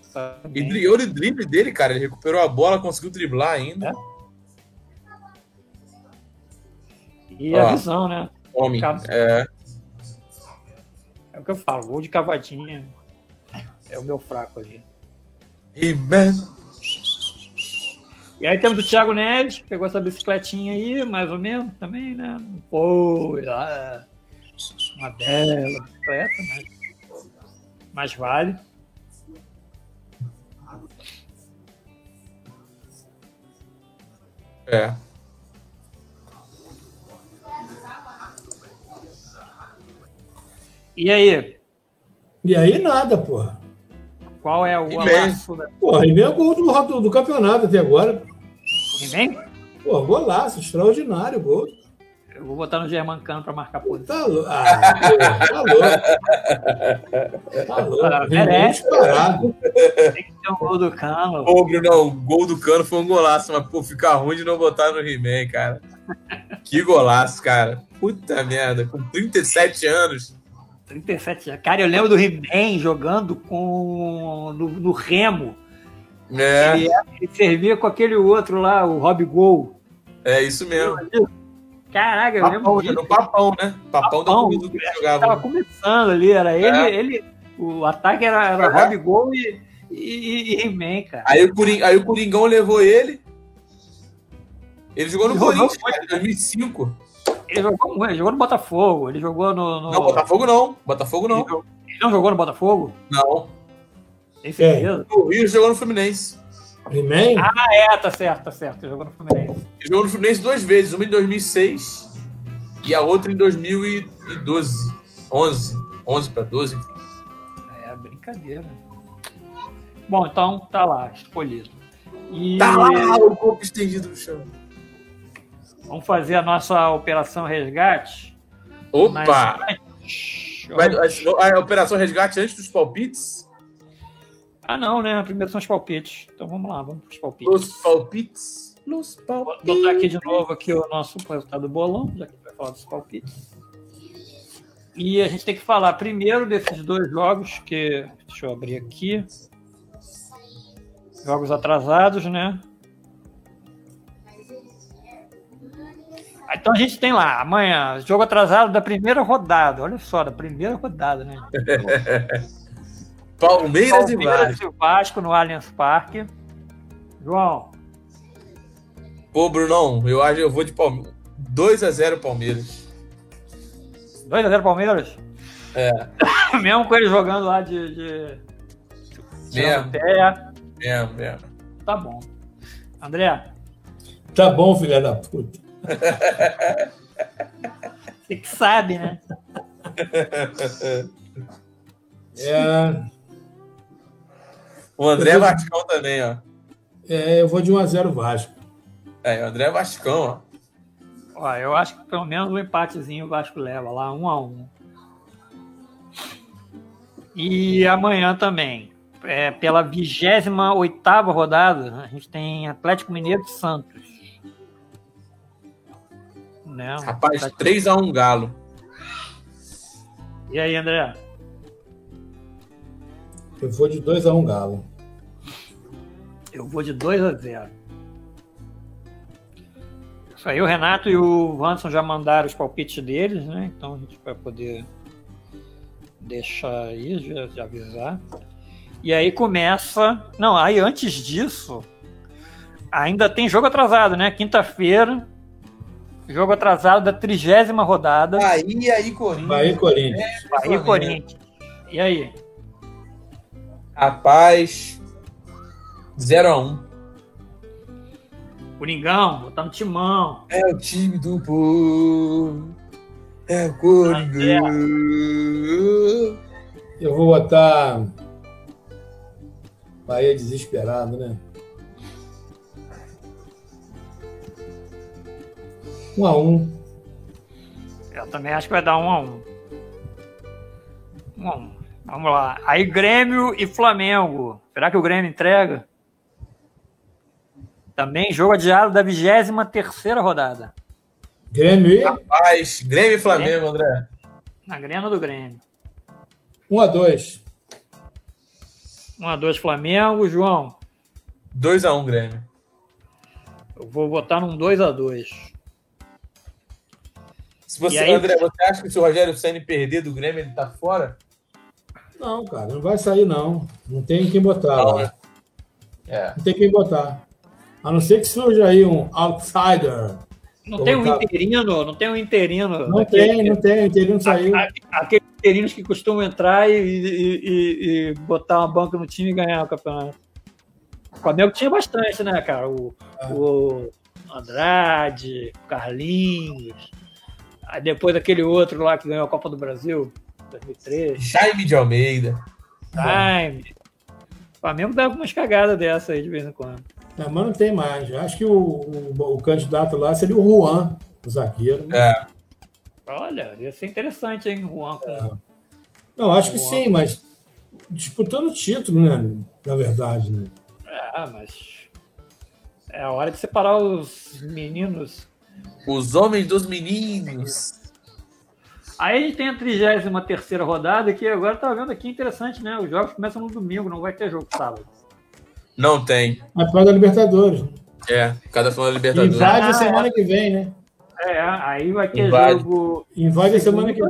S3: E dri- olha o drible dele, cara. Ele recuperou a bola, conseguiu driblar ainda.
S1: E a
S3: Ó.
S1: visão, né?
S3: Homem. É.
S1: É o que eu falo, gol de cavadinha é o meu fraco ali.
S3: E, man,
S1: E aí temos o Thiago Neves, que pegou essa bicicletinha aí, mais ou menos, também, né? Pô, lá, uma bela bicicleta, né? Mas vale.
S3: É.
S1: E aí,
S2: E aí nada, porra.
S1: qual é o
S3: E
S1: golaço da
S2: Porra, e nem o gol do, do, do campeonato até agora.
S1: He-Man?
S2: Porra, golaço, extraordinário o gol.
S1: Eu vou botar no Germancano pra marcar a posição.
S2: Tá louco. Ah, porra, tá louco. Tá
S1: Ah,
S2: louco.
S1: merece.
S2: Disparado.
S1: Tem que ter um gol do Cano.
S3: Ô, Brunão, o gol do Cano foi um golaço, mas, pô, fica ruim de não botar no He-Man, cara. Que golaço, cara. Puta merda, com 37 anos.
S1: 37 já. Cara, eu lembro do He-Man jogando com... no- no Remo.
S3: É,
S1: Ele servia com aquele outro lá, o Rob Gol.
S3: é isso mesmo.
S1: Caraca, eu lembro
S3: Papão,
S1: disso.
S3: no papão, né? Papão, da
S1: Papão.
S3: Comida do que
S1: Tava
S3: jogava.
S1: começando ali, era ele,
S3: É.
S1: ele o ataque era, era
S3: É.
S1: Rob Gol e, e, e He-Man, cara.
S3: Aí o, Coring... Aí o Coringão levou ele. Ele jogou no
S1: Jogou,
S3: Corinthians, cara, em 2005.
S1: Ele jogou, muito, ele jogou no Botafogo, ele jogou no... no-
S3: Não, Botafogo não. Botafogo
S1: ele
S3: não.
S1: jogou- Ele não jogou no Botafogo?
S3: Não.
S1: Tem certeza?
S3: O Rio jogou no Fluminense.
S2: He-Man?
S1: É, tá certo, tá certo. Ele jogou no Fluminense.
S3: Ele jogou no Fluminense duas vezes, uma em 2006 e a outra em 2012. 11. 11 para 12.
S1: É, brincadeira. Bom, então tá lá, escolhido. E
S3: Tá lá o corpo estendido no chão.
S1: vamos fazer a nossa operação resgate. Mas
S3: Opa!
S1: antes-
S3: Vai- a, a Operação Resgate antes dos palpites?
S1: Ah, não, né? Primeiro são os palpites. Então vamos lá, vamos para os palpites.
S3: Os palpites? Nos
S1: Vou
S3: palpites.
S1: botar aqui de novo aqui o nosso resultado do bolão, já que a gente vai falar dos palpites. E a gente tem que falar primeiro desses dois jogos que. Deixa eu abrir aqui. Jogos atrasados, né? Ah, Então a gente tem lá, amanhã, jogo atrasado da primeira rodada. Olha só, da primeira rodada, né?
S3: Palmeiras e Vasco.
S1: Palmeiras e Vasco no Allianz Parque. João,
S3: Pô, Brunão, eu acho que eu vou de Palmeiras. 2x0 Palmeiras.
S1: 2x0 Palmeiras?
S3: É.
S1: Mesmo com ele jogando lá de. de... tirando É.
S3: Mesmo.
S1: pé.
S3: Mesmo, mesmo.
S1: Tá bom. André,
S2: Tá bom, filha da puta.
S1: você que sabe, né?
S2: É,
S3: O André Vascão também, ó.
S2: é, eu vou de 1x0 Vasco.
S3: É, o André é Vascão, ó.
S1: Ó, eu acho que pelo menos um empatezinho o Vasco leva lá, um a um. E amanhã também, é, pela 28 rodada, a gente tem Atlético Mineiro e Santos. Né?
S3: Rapaz, 3x1 Galo.
S1: E aí, André?
S2: Eu vou de 2 a 1 um Galo.
S1: Eu vou de 2 a 0. Isso aí, o Renato e o Wanson já mandaram os palpites deles, né? Então a gente vai poder deixar aí, já, já avisar. E aí começa. Não, aí antes disso, ainda tem jogo atrasado, né? Quinta-feira. Jogo atrasado da trigésima rodada.
S3: Ah, Bahia e Corinthians.
S2: Bahia e Corinthians.
S1: Bahia e Corinthians. E aí?
S3: Rapaz, 0x1.
S1: Coringão, botando timão.
S3: É o time do povo. É o Coringão.
S2: Eu vou botar. Bahia desesperado, né? Um a um.
S1: Eu também acho que vai dar um a um. Um a um. Vamos lá. Aí Grêmio e Flamengo. Será que o Grêmio entrega? Também jogo adiado da 23 terceira rodada.
S2: Grêmio e
S3: Rapaz, Grêmio e Flamengo, André.
S1: Na grana do Grêmio.
S2: 1 a 2.
S1: 1 a 2 Flamengo, João.
S3: 2x1 Grêmio.
S1: Eu vou votar num 2 a 2.
S3: Se você,
S1: E aí-
S3: André, você acha que se o Rogério Ceni perder do Grêmio, ele tá fora?
S2: Não, cara, não vai sair não. Não tem quem botar
S3: Não,
S2: lá.
S3: né? É.
S2: Não tem quem botar. A não ser que surja aí um outsider.
S1: Não
S2: Vou
S1: tem um
S2: votar-
S1: interino, não tem um interino.
S2: Não
S1: daquele-
S2: tem, não tem, ele não saiu.
S1: a- a- Aqueles interinos que costumam entrar e, e- e- e botar uma banca no time e ganhar o campeonato. O Flamengo tinha bastante, né, cara? O, o Andrade, o Carlinhos. Aí depois aquele outro lá que ganhou a Copa do Brasil, 2003.
S3: Jaime de Almeida.
S1: Time. O Flamengo dá algumas cagadas dessa aí de vez em quando.
S2: Não, É, mas não tem mais. Eu Acho que o, o- o candidato lá seria o Juan, o zagueiro.
S3: É.
S1: Olha, ia ser interessante, hein, Juan? com-
S2: Não, acho que sim, mas disputando o título, né? Na verdade, né?
S1: Ah, mas. É a hora de separar os meninos
S3: Os homens dos meninos.
S1: Aí a gente tem a 33 rodada, que agora tá vendo aqui interessante, né? Os jogos começam no domingo, não vai ter jogo sábado.
S3: Não tem.
S2: Mas por causa da Libertadores. né?
S3: É, cada final da Libertadores.
S2: Invade
S1: Ah,
S2: a semana que vem, né?
S1: É, aí vai ter
S3: Vai.
S1: jogo
S2: Invade a semana que vem.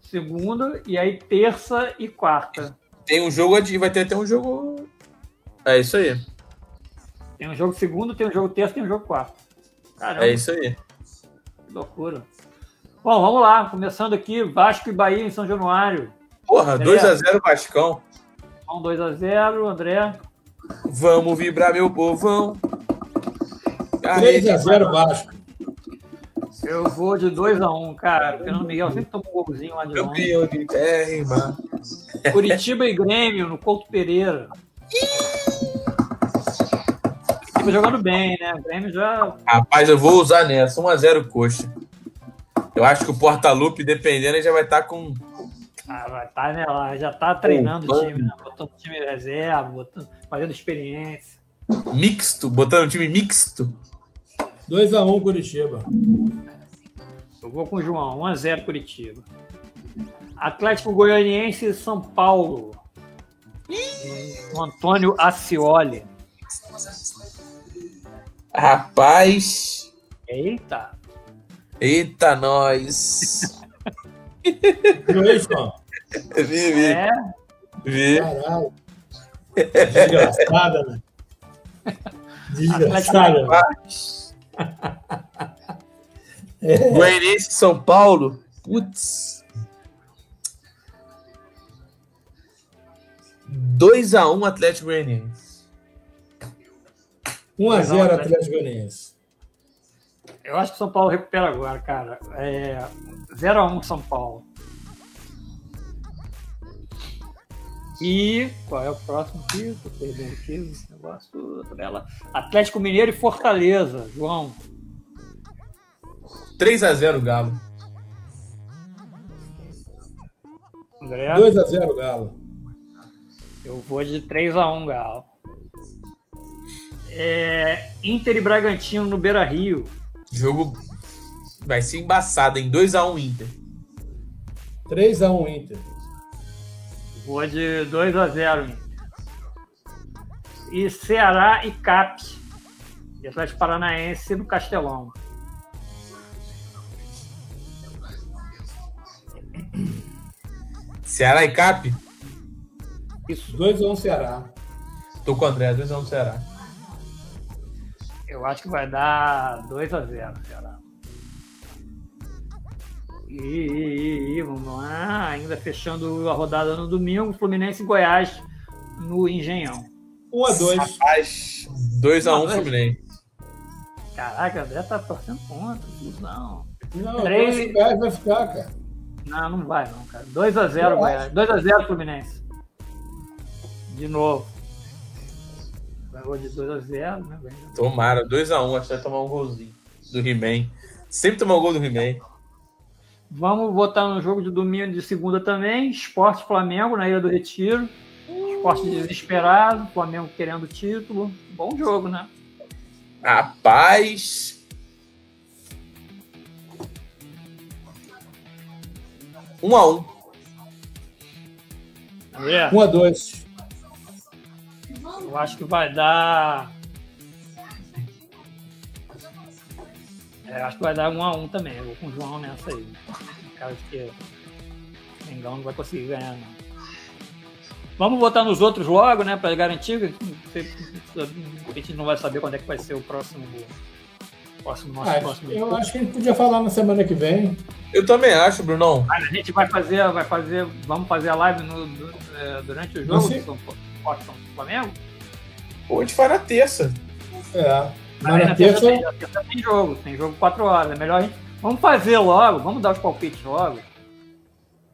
S1: segunda, e aí terça e quarta.
S3: Tem um jogo adi- vai ter até um jogo. É isso aí.
S1: Tem um jogo segunda, tem um jogo terça, tem um jogo quarta. Caramba,
S3: É isso aí.
S1: que loucura. Bom, vamos lá. Começando aqui, Vasco e Bahia em São Januário.
S3: Porra,
S1: Beleza.
S3: 2x0 Vascão.
S1: São 2 a 0 André.
S3: Vamos vibrar, meu povão.
S2: 3x0 Vasco.
S1: Eu vou de 2 a 1 cara. O Fernando Miguel sempre toma um golzinho lá de longe.
S3: Campeão de terra,
S1: Curitiba e Grêmio no Couto Pereira. Curitiba jogando bem, né? O Grêmio já.
S3: Rapaz, eu vou usar nessa. 1x0 Coxa. Eu acho que o Porta-Lupe, dependendo, ele já vai estar com.
S1: Ah, vai tá, né? lá, já tá treinando o
S3: Poupando.
S1: time, né? Botando o time em reserva, botando, fazendo experiência.
S3: Mixto, botando um time mixto.
S2: 2x1 Curitiba.
S1: Eu vou com o João, 1x0 Curitiba. Atlético Goianiense e São Paulo. O Antônio Ascioli.
S3: Rapaz.
S1: Eita!
S3: Eita, nós.
S2: Gleison,
S3: Vê, vê,
S1: É,
S3: vê.
S2: Caralho. Desgraçada, né? Desgraçada. né?
S3: Goianiense de São Paulo. Putz. 2x1 Atlético Goianiense.
S2: 1x0 Atlético Goianiense.
S1: eu acho que o São Paulo recupera agora, cara. É, 0x1 São Paulo. E qual é o próximo aqui? Tô perdendo aqui esse negócio. Tabela. Atlético Mineiro e Fortaleza, João.
S3: 3x0 Galo.
S1: André,
S2: 2 a 0 Galo.
S1: eu vou de 3x1, Galo. É, Inter e Bragantino no Beira Rio.
S3: Jogo vai ser embaçado, em 2x1 Inter.
S2: 3 a 1 Inter.
S1: Vou de 2x0, Inter. E Ceará e Cap. E Atlético Paranaense no Castelão.
S3: Ceará e Cap?
S1: Isso.
S2: 2 a 1 Ceará.
S3: Tô com o André, 2x1 Ceará.
S1: Eu acho que vai dar 2x0, Ceará. E, e, e, e, vamos lá, ainda fechando a rodada no domingo, Fluminense e Goiás no Engenhão.
S2: 1 a 2.
S3: Rapaz, 2x1 Fluminense.
S1: Caraca, o André tá torcendo contra, não.
S2: Não, eu
S1: Três.
S2: acho que o Goiás vai ficar, cara.
S1: Não, não vai não, cara. 2x0
S2: Eu
S1: Goiás, 2x0 Fluminense. De novo. Vai de 2x0, né? Ganha.
S3: Tomara, 2x1, acho que vai tomar um golzinho do He-Man. Sempre tomar o gol do He-Man.
S1: Vamos votar no jogo de domingo e de segunda também. Esporte Flamengo na Ilha do Retiro. Esporte desesperado, Flamengo querendo título. Bom jogo, né?
S3: Rapaz. Um a um.
S1: É.
S2: 1 a 2.
S1: Eu acho que vai dar. É, acho que vai dar um a um também. Eu vou com o João nessa aí. Por causa que o Mengão não vai conseguir ganhar, não. Vamos votar nos outros logo, né? Pra garantir. que não sei- A gente não vai saber quando é que vai ser o próximo. Próximo nosso
S2: Ah,
S1: próximo.
S2: eu acho que a gente podia falar na semana que vem.
S3: Eu também acho, Brunão.
S1: Mas a gente vai fazer, vai fazer, vamos fazer a live no- du- eh, durante o jogo
S2: Você-
S1: do São Paulo Esporte São Flamengo?
S3: Ou a gente faz na terça.
S2: É.
S1: Aí
S2: Mas na
S1: tem,
S2: terça,
S1: Ah, na terça tem jogo, tem jogo 4 horas. É melhor a gente. Vamos fazer logo, vamos dar os palpites logo.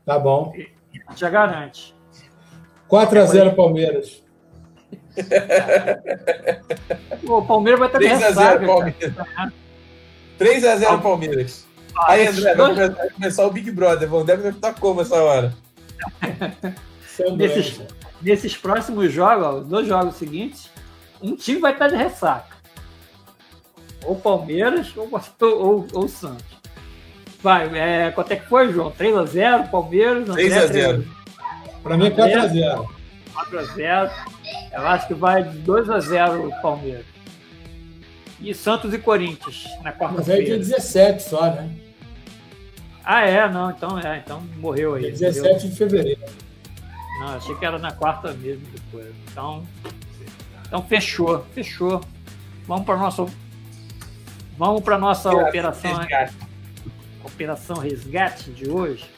S2: tá bom.
S1: A gente já garante.
S2: 4 a 0 Palmeiras.
S1: Pô, o Palmeiras vai estar
S3: 3 a 0
S1: ressaca, é cara.
S3: Palmeiras. 3x0 Palmeiras.
S1: Ah,
S3: Aí,
S1: esses
S3: André, vai
S1: dois-
S3: começar, vai começar o Big Brother. Vão, deve estar como essa hora?
S2: São
S1: Nesses,
S2: Dois.
S1: nesses próximos jogos, ó, os dois jogos seguintes, um time vai estar de ressaca. Ou Palmeiras ou ou- ou o Santos. Vai, é, quanto é que foi, João? 3x0, Palmeiras, André,
S3: 3 a 0.
S1: 3x0.
S2: Pra mim é 4 a 0.
S1: 4x0. Eu acho que vai de 2x0 o Palmeiras. E Santos e Corinthians na
S2: Mas aí é dia
S1: quarta-feira.
S2: 17 só, né?
S1: Ah, é, não, então é, então morreu aí.
S2: Dia
S1: entendeu?
S2: 17 de fevereiro.
S1: Não, achei que era na quarta mesmo depois. Então, então fechou, fechou. Vamos para nossa Vamos para
S2: É,
S1: nossa operação operação resgate de hoje.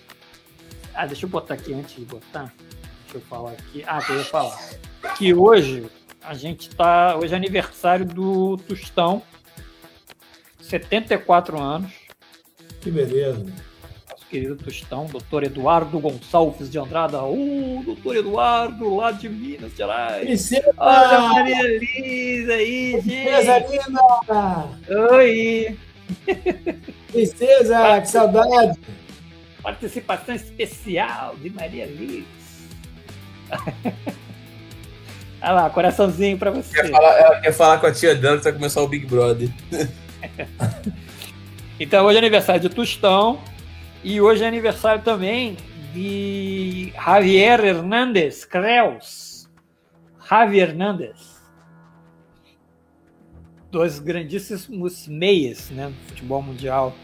S1: Ah, deixa eu botar aqui antes de botar. Deixa eu falar aqui. Ah, que eu ia falar. Que hoje a gente tá. Hoje é aniversário do Tostão. 74 anos.
S2: Que beleza.
S1: Nosso querido Tostão, doutor Eduardo Gonçalves de Andrada. Uh, doutor Eduardo, lá de Minas Gerais.
S2: Princesa!
S1: Olha a Maria Elisa aí,
S2: Princesa
S1: gente.
S2: linda!
S1: Oi. Tá.
S2: Princesa, que saudade!
S1: Participação especial de Maria Liz. Olha lá, coraçãozinho pra você.
S3: Quer falar, ela quer falar com a tia dela que vai começar o Big Brother.
S1: Então hoje é aniversário de Tostão e hoje é aniversário também de Javier Hernández Creus. Javier Hernández. Dois grandíssimos meias né, do futebol mundial.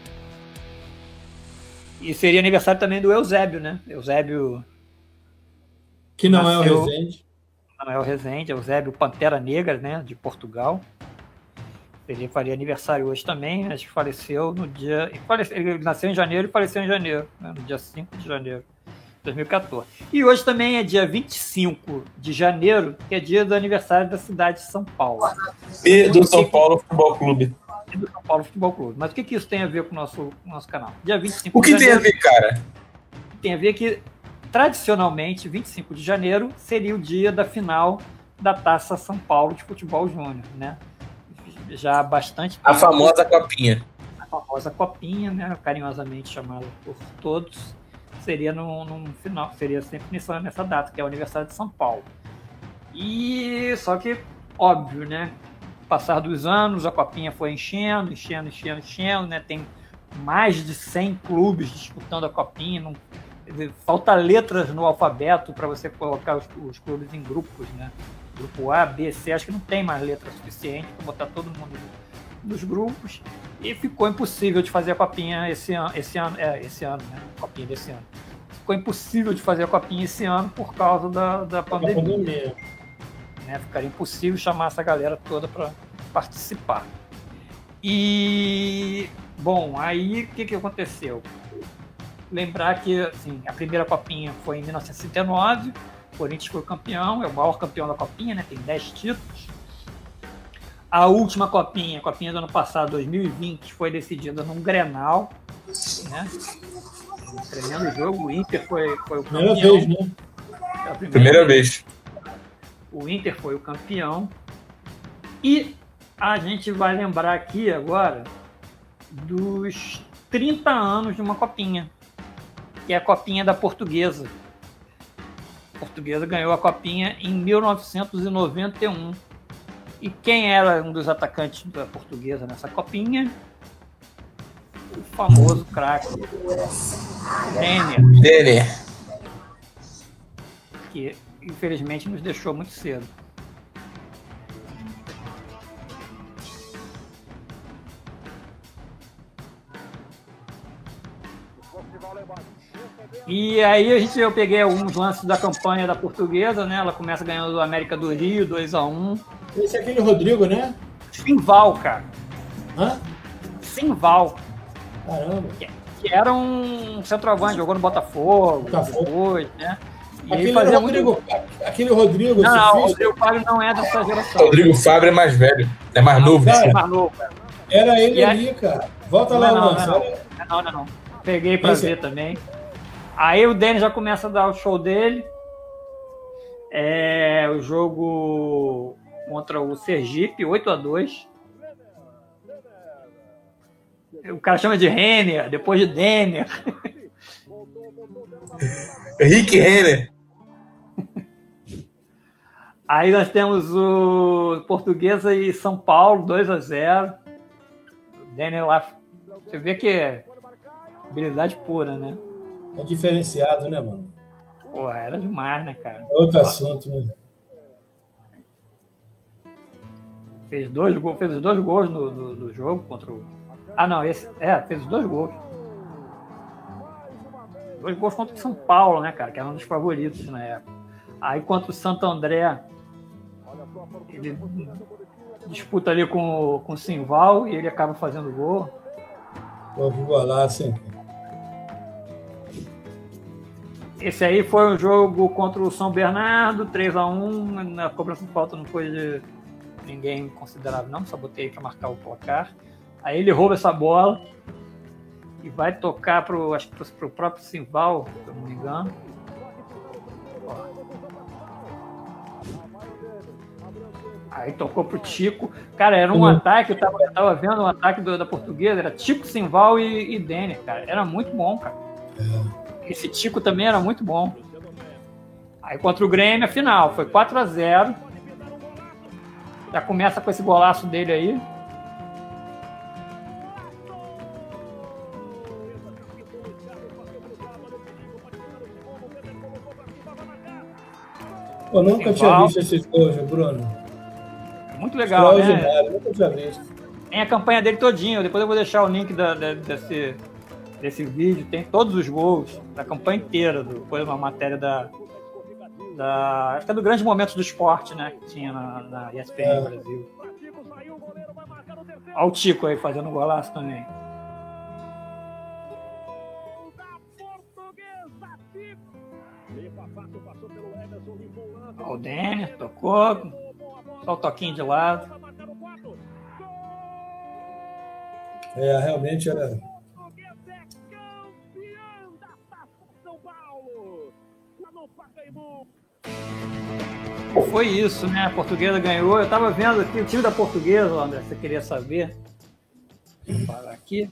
S1: E seria aniversário também do Eusébio, né? Eusébio
S2: Que não é o
S1: Nasceu-
S2: Resende.
S1: Manuel Rezende, Eusébio Pantera Negra, né, de Portugal. Ele faria aniversário hoje também, acho que faleceu no dia. e falece- Ele nasceu em janeiro e faleceu em janeiro, né, no dia 5 de janeiro de 2014. E hoje também é dia 25 de janeiro, que é dia do aniversário da cidade de São Paulo.
S3: E do São Paulo Futebol Clube.
S1: e Do São Paulo Futebol Clube. Mas o que, que isso tem a ver com o nosso, com o nosso canal? Dia 25
S3: O que
S1: de
S3: tem a
S1: janeiro
S3: ver, cara?
S1: tem a ver que tradicionalmente, 25 de janeiro seria o dia da final da Taça São Paulo de Futebol Júnior, né? Já há bastante
S3: A famosa copinha.
S1: a famosa copinha, né? Carinhosamente chamada por todos, seria num, num final, seria sempre nessa, nessa data, que é o aniversário de São Paulo. E só que, óbvio, né? Passar dos anos, a copinha foi enchendo, enchendo, enchendo, enchendo, né? Tem mais de 100 clubes disputando a copinha, não Quer dizer, falta letras no alfabeto para você colocar os, os clubes em grupos, né? Grupo A, B, C, acho que não tem mais letra suficiente para botar todo mundo nos grupos e ficou impossível de fazer a copinha esse ano, esse ano, é, esse ano, né? Copinha desse ano. Ficou impossível de fazer a copinha esse ano por causa da, da
S2: Uma
S1: pandemia
S2: pandemia.
S1: né? Ficaria impossível chamar essa galera toda para participar. E bom, aí o que, que aconteceu? Lembrar que assim, a primeira copinha foi em 1969, o Corinthians foi campeão, é o maior campeão da copinha, né? Tem 10 títulos. A última copinha, a copinha do ano passado, 2020, foi decidida num Grenal, né? Um tremendo jogo, o Inter foi, foi o campeão.
S2: Primeira vez, né?
S1: a primeira
S3: Primeira vez.
S1: o Inter foi o campeão. E a gente vai lembrar aqui agora dos 30 anos de uma copinha, que é a copinha da Portuguesa. A Portuguesa ganhou a copinha em 1991. E quem era um dos atacantes da Portuguesa nessa copinha? O famoso craque Denner
S3: Dene.
S1: que infelizmente nos deixou muito cedo. E aí a gente, eu peguei alguns lances da campanha da portuguesa, né? Ela começa ganhando do América do Rio, 2x1.
S2: Esse é aquele Rodrigo, né?
S1: Simval, cara.
S2: Hã?
S1: Simval,
S2: Caramba.
S1: que era um centroavante, jogou no Botafogo,
S2: Botafogo.
S1: depois, né? E ele
S2: Tá Aquele
S1: fazia muito...
S2: Rodrigo, aquele Rodrigo,
S1: Não, não, o
S2: surfista,
S1: Rodrigo Fábio não é dessa geração.
S3: Rodrigo Fábio é mais velho. É mais novo.
S1: É
S2: cara.
S1: mais novo, cara.
S2: era ele
S1: E aí-
S2: ali, cara. Volta
S1: Não,
S2: lá,
S1: não,
S2: Manso.
S1: não,
S2: Olha-
S1: não, não, é não. Peguei pra
S2: Esse-
S1: ver também. Aí o Denis já começa a dar o show dele. É, o jogo contra o Sergipe, 8x2. O cara chama de Renner, depois de Denner.
S3: Rick Renner.
S1: Aí nós temos o Portuguesa e São Paulo, 2x0. O Denner lá. Você vê que é habilidade pura, né?
S2: É diferenciado, né, mano?
S1: Porra, era demais, né, cara?
S2: É outro assunto, né?
S1: Fez dois, go- fez os dois gols no, no- no jogo contra o. Ah, não, esse. É, fez os dois gols. Dois gols contra o São Paulo, né, cara? Que era um dos favoritos na época. Aí contra o Santo André, ele disputa ali com, o- com o Simval e ele acaba fazendo gol.
S2: Pô, assim. que golaço, hein? cara?
S1: Esse aí foi um jogo contra o São Bernardo, 3x1. Na cobrança de falta não foi de ninguém considerável, não. Só botei para marcar o placar. Aí ele rouba essa bola e vai tocar pro, acho que pro, pro próprio Simval, se eu não me engano. Aí tocou pro Tico. Cara, era um
S2: Uhum.
S1: ataque, eu tava, eu tava vendo o ataque do- da portuguesa, era Tico, Simval e, e Denner, cara. Era muito bom, cara. Esse Tico também era muito bom. Aí contra o Grêmio, a final, foi 4 a 0 Já começa com esse golaço dele aí.
S2: Pô, nunca tinha
S1: Igual.
S2: visto esses gols, Bruno.
S1: Muito legal, né?
S2: Extraordinário, nunca tinha visto.
S1: Tem a campanha dele todinho. Depois eu vou deixar o link da- da- desse, desse vídeo. Tem todos os gols da campanha inteira. Do, foi uma matéria da, da... Acho que é do Grande Momento do Esporte, né? Que tinha na, na ESPN
S2: É.
S1: Brasil. Olha o Tico aí fazendo um golaço também. Ó, O Denner tocou, só o toquinho de lado.
S2: É, realmente era.
S1: Foi isso, né? A portuguesa ganhou. Eu tava vendo aqui o time da portuguesa, André, você queria saber. Vou parar aqui.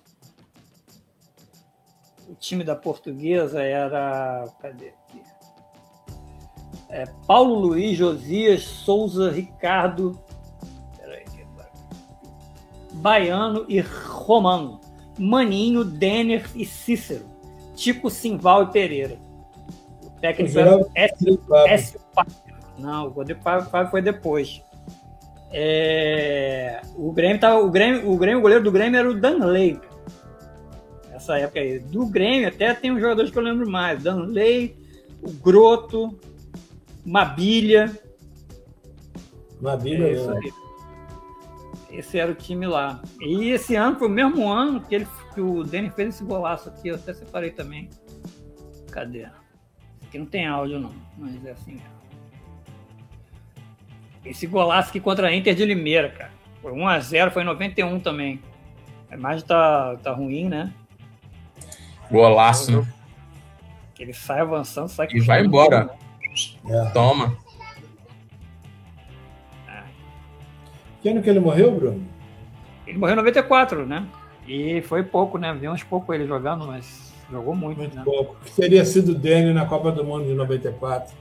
S1: O time da portuguesa era. Cadê aqui? É, Paulo Luiz, Josias, Souza, Ricardo. Peraí, agora. Baiano e Romano. Maninho, Denner e Cícero. Tico, Simval e Pereira. O técnico era
S2: Jurava
S1: o S.
S2: Rodrigo Fábio.
S1: S. Fábio. Não, o Rodrigo Fábio Fábio foi depois. É, o, Grêmio tava, o, Grêmio, o Grêmio, o goleiro do Grêmio era o Danley. Essa época aí. Do Grêmio até tem uns jogadores que eu lembro mais. Danley, o Groto, Mabilha.
S2: Na Bíblia,
S1: É isso
S2: né?
S1: aí. Esse era o time lá. E esse ano foi o mesmo ano que, ele, que o Denner fez esse golaço aqui. Eu até separei também. Cadê? Esse Aqui não tem áudio, não. Mas é assim. é. Esse golaço aqui contra a Inter de Limeira, cara. Foi 1x0, foi em 91 também. A imagem tá, tá ruim, né?
S3: Golaço, né?
S1: Ele sai avançando, sai
S3: E vai embora.
S2: É.
S3: Toma.
S2: Que ano que ele morreu, Bruno?
S1: Ele morreu em 94, né? E foi pouco, né? Vi uns pouco ele jogando, mas jogou muito,
S2: Muito
S1: né?
S2: pouco. Que teria sido o Dene na Copa do Mundo de 94.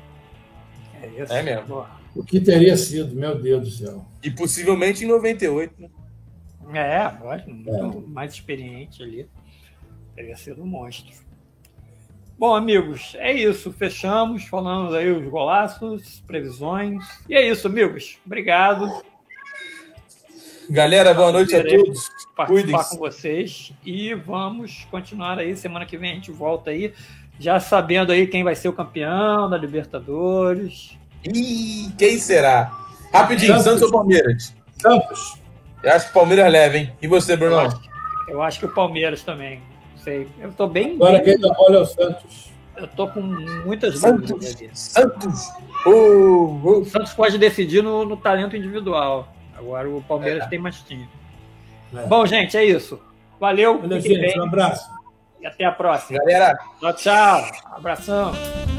S1: É isso.
S3: É mesmo.
S1: Pô.
S2: O que teria sido, meu Deus do céu.
S3: E possivelmente em 98, né?
S1: É, lógico, muito mais experiente ali. Teria sido um monstro. Bom, amigos, é isso. Fechamos, falamos aí os golaços, previsões. E é isso, amigos. Obrigado
S3: Galera, boa noite a todos.
S1: por participar
S3: Cuidem-se.
S1: com vocês. E vamos continuar aí. Semana que vem a gente volta aí, já sabendo aí quem vai ser o campeão da Libertadores.
S3: Ih, quem será? Rapidinho,
S2: Santos.
S3: Santos ou Palmeiras?
S2: Campos,
S3: Eu acho que o Palmeiras leva, hein? E você, Bruno?
S1: Eu acho, eu acho que o Palmeiras também. Não sei. Eu tô bem.
S2: agora quem dá bola é o Santos.
S1: Eu tô com muitas
S3: Santos.
S1: dúvidas ali.
S3: Santos! Oh,
S1: O Santos pode decidir no, no talento individual. Agora o Palmeiras tem mais time.
S2: É.
S1: Bom, gente, é isso. Valeu,
S2: Valeu,
S1: fiquem
S2: gente.
S1: bem
S2: Um abraço.
S1: e até a próxima.
S3: Galera,
S1: Tchau, tchau. Abração.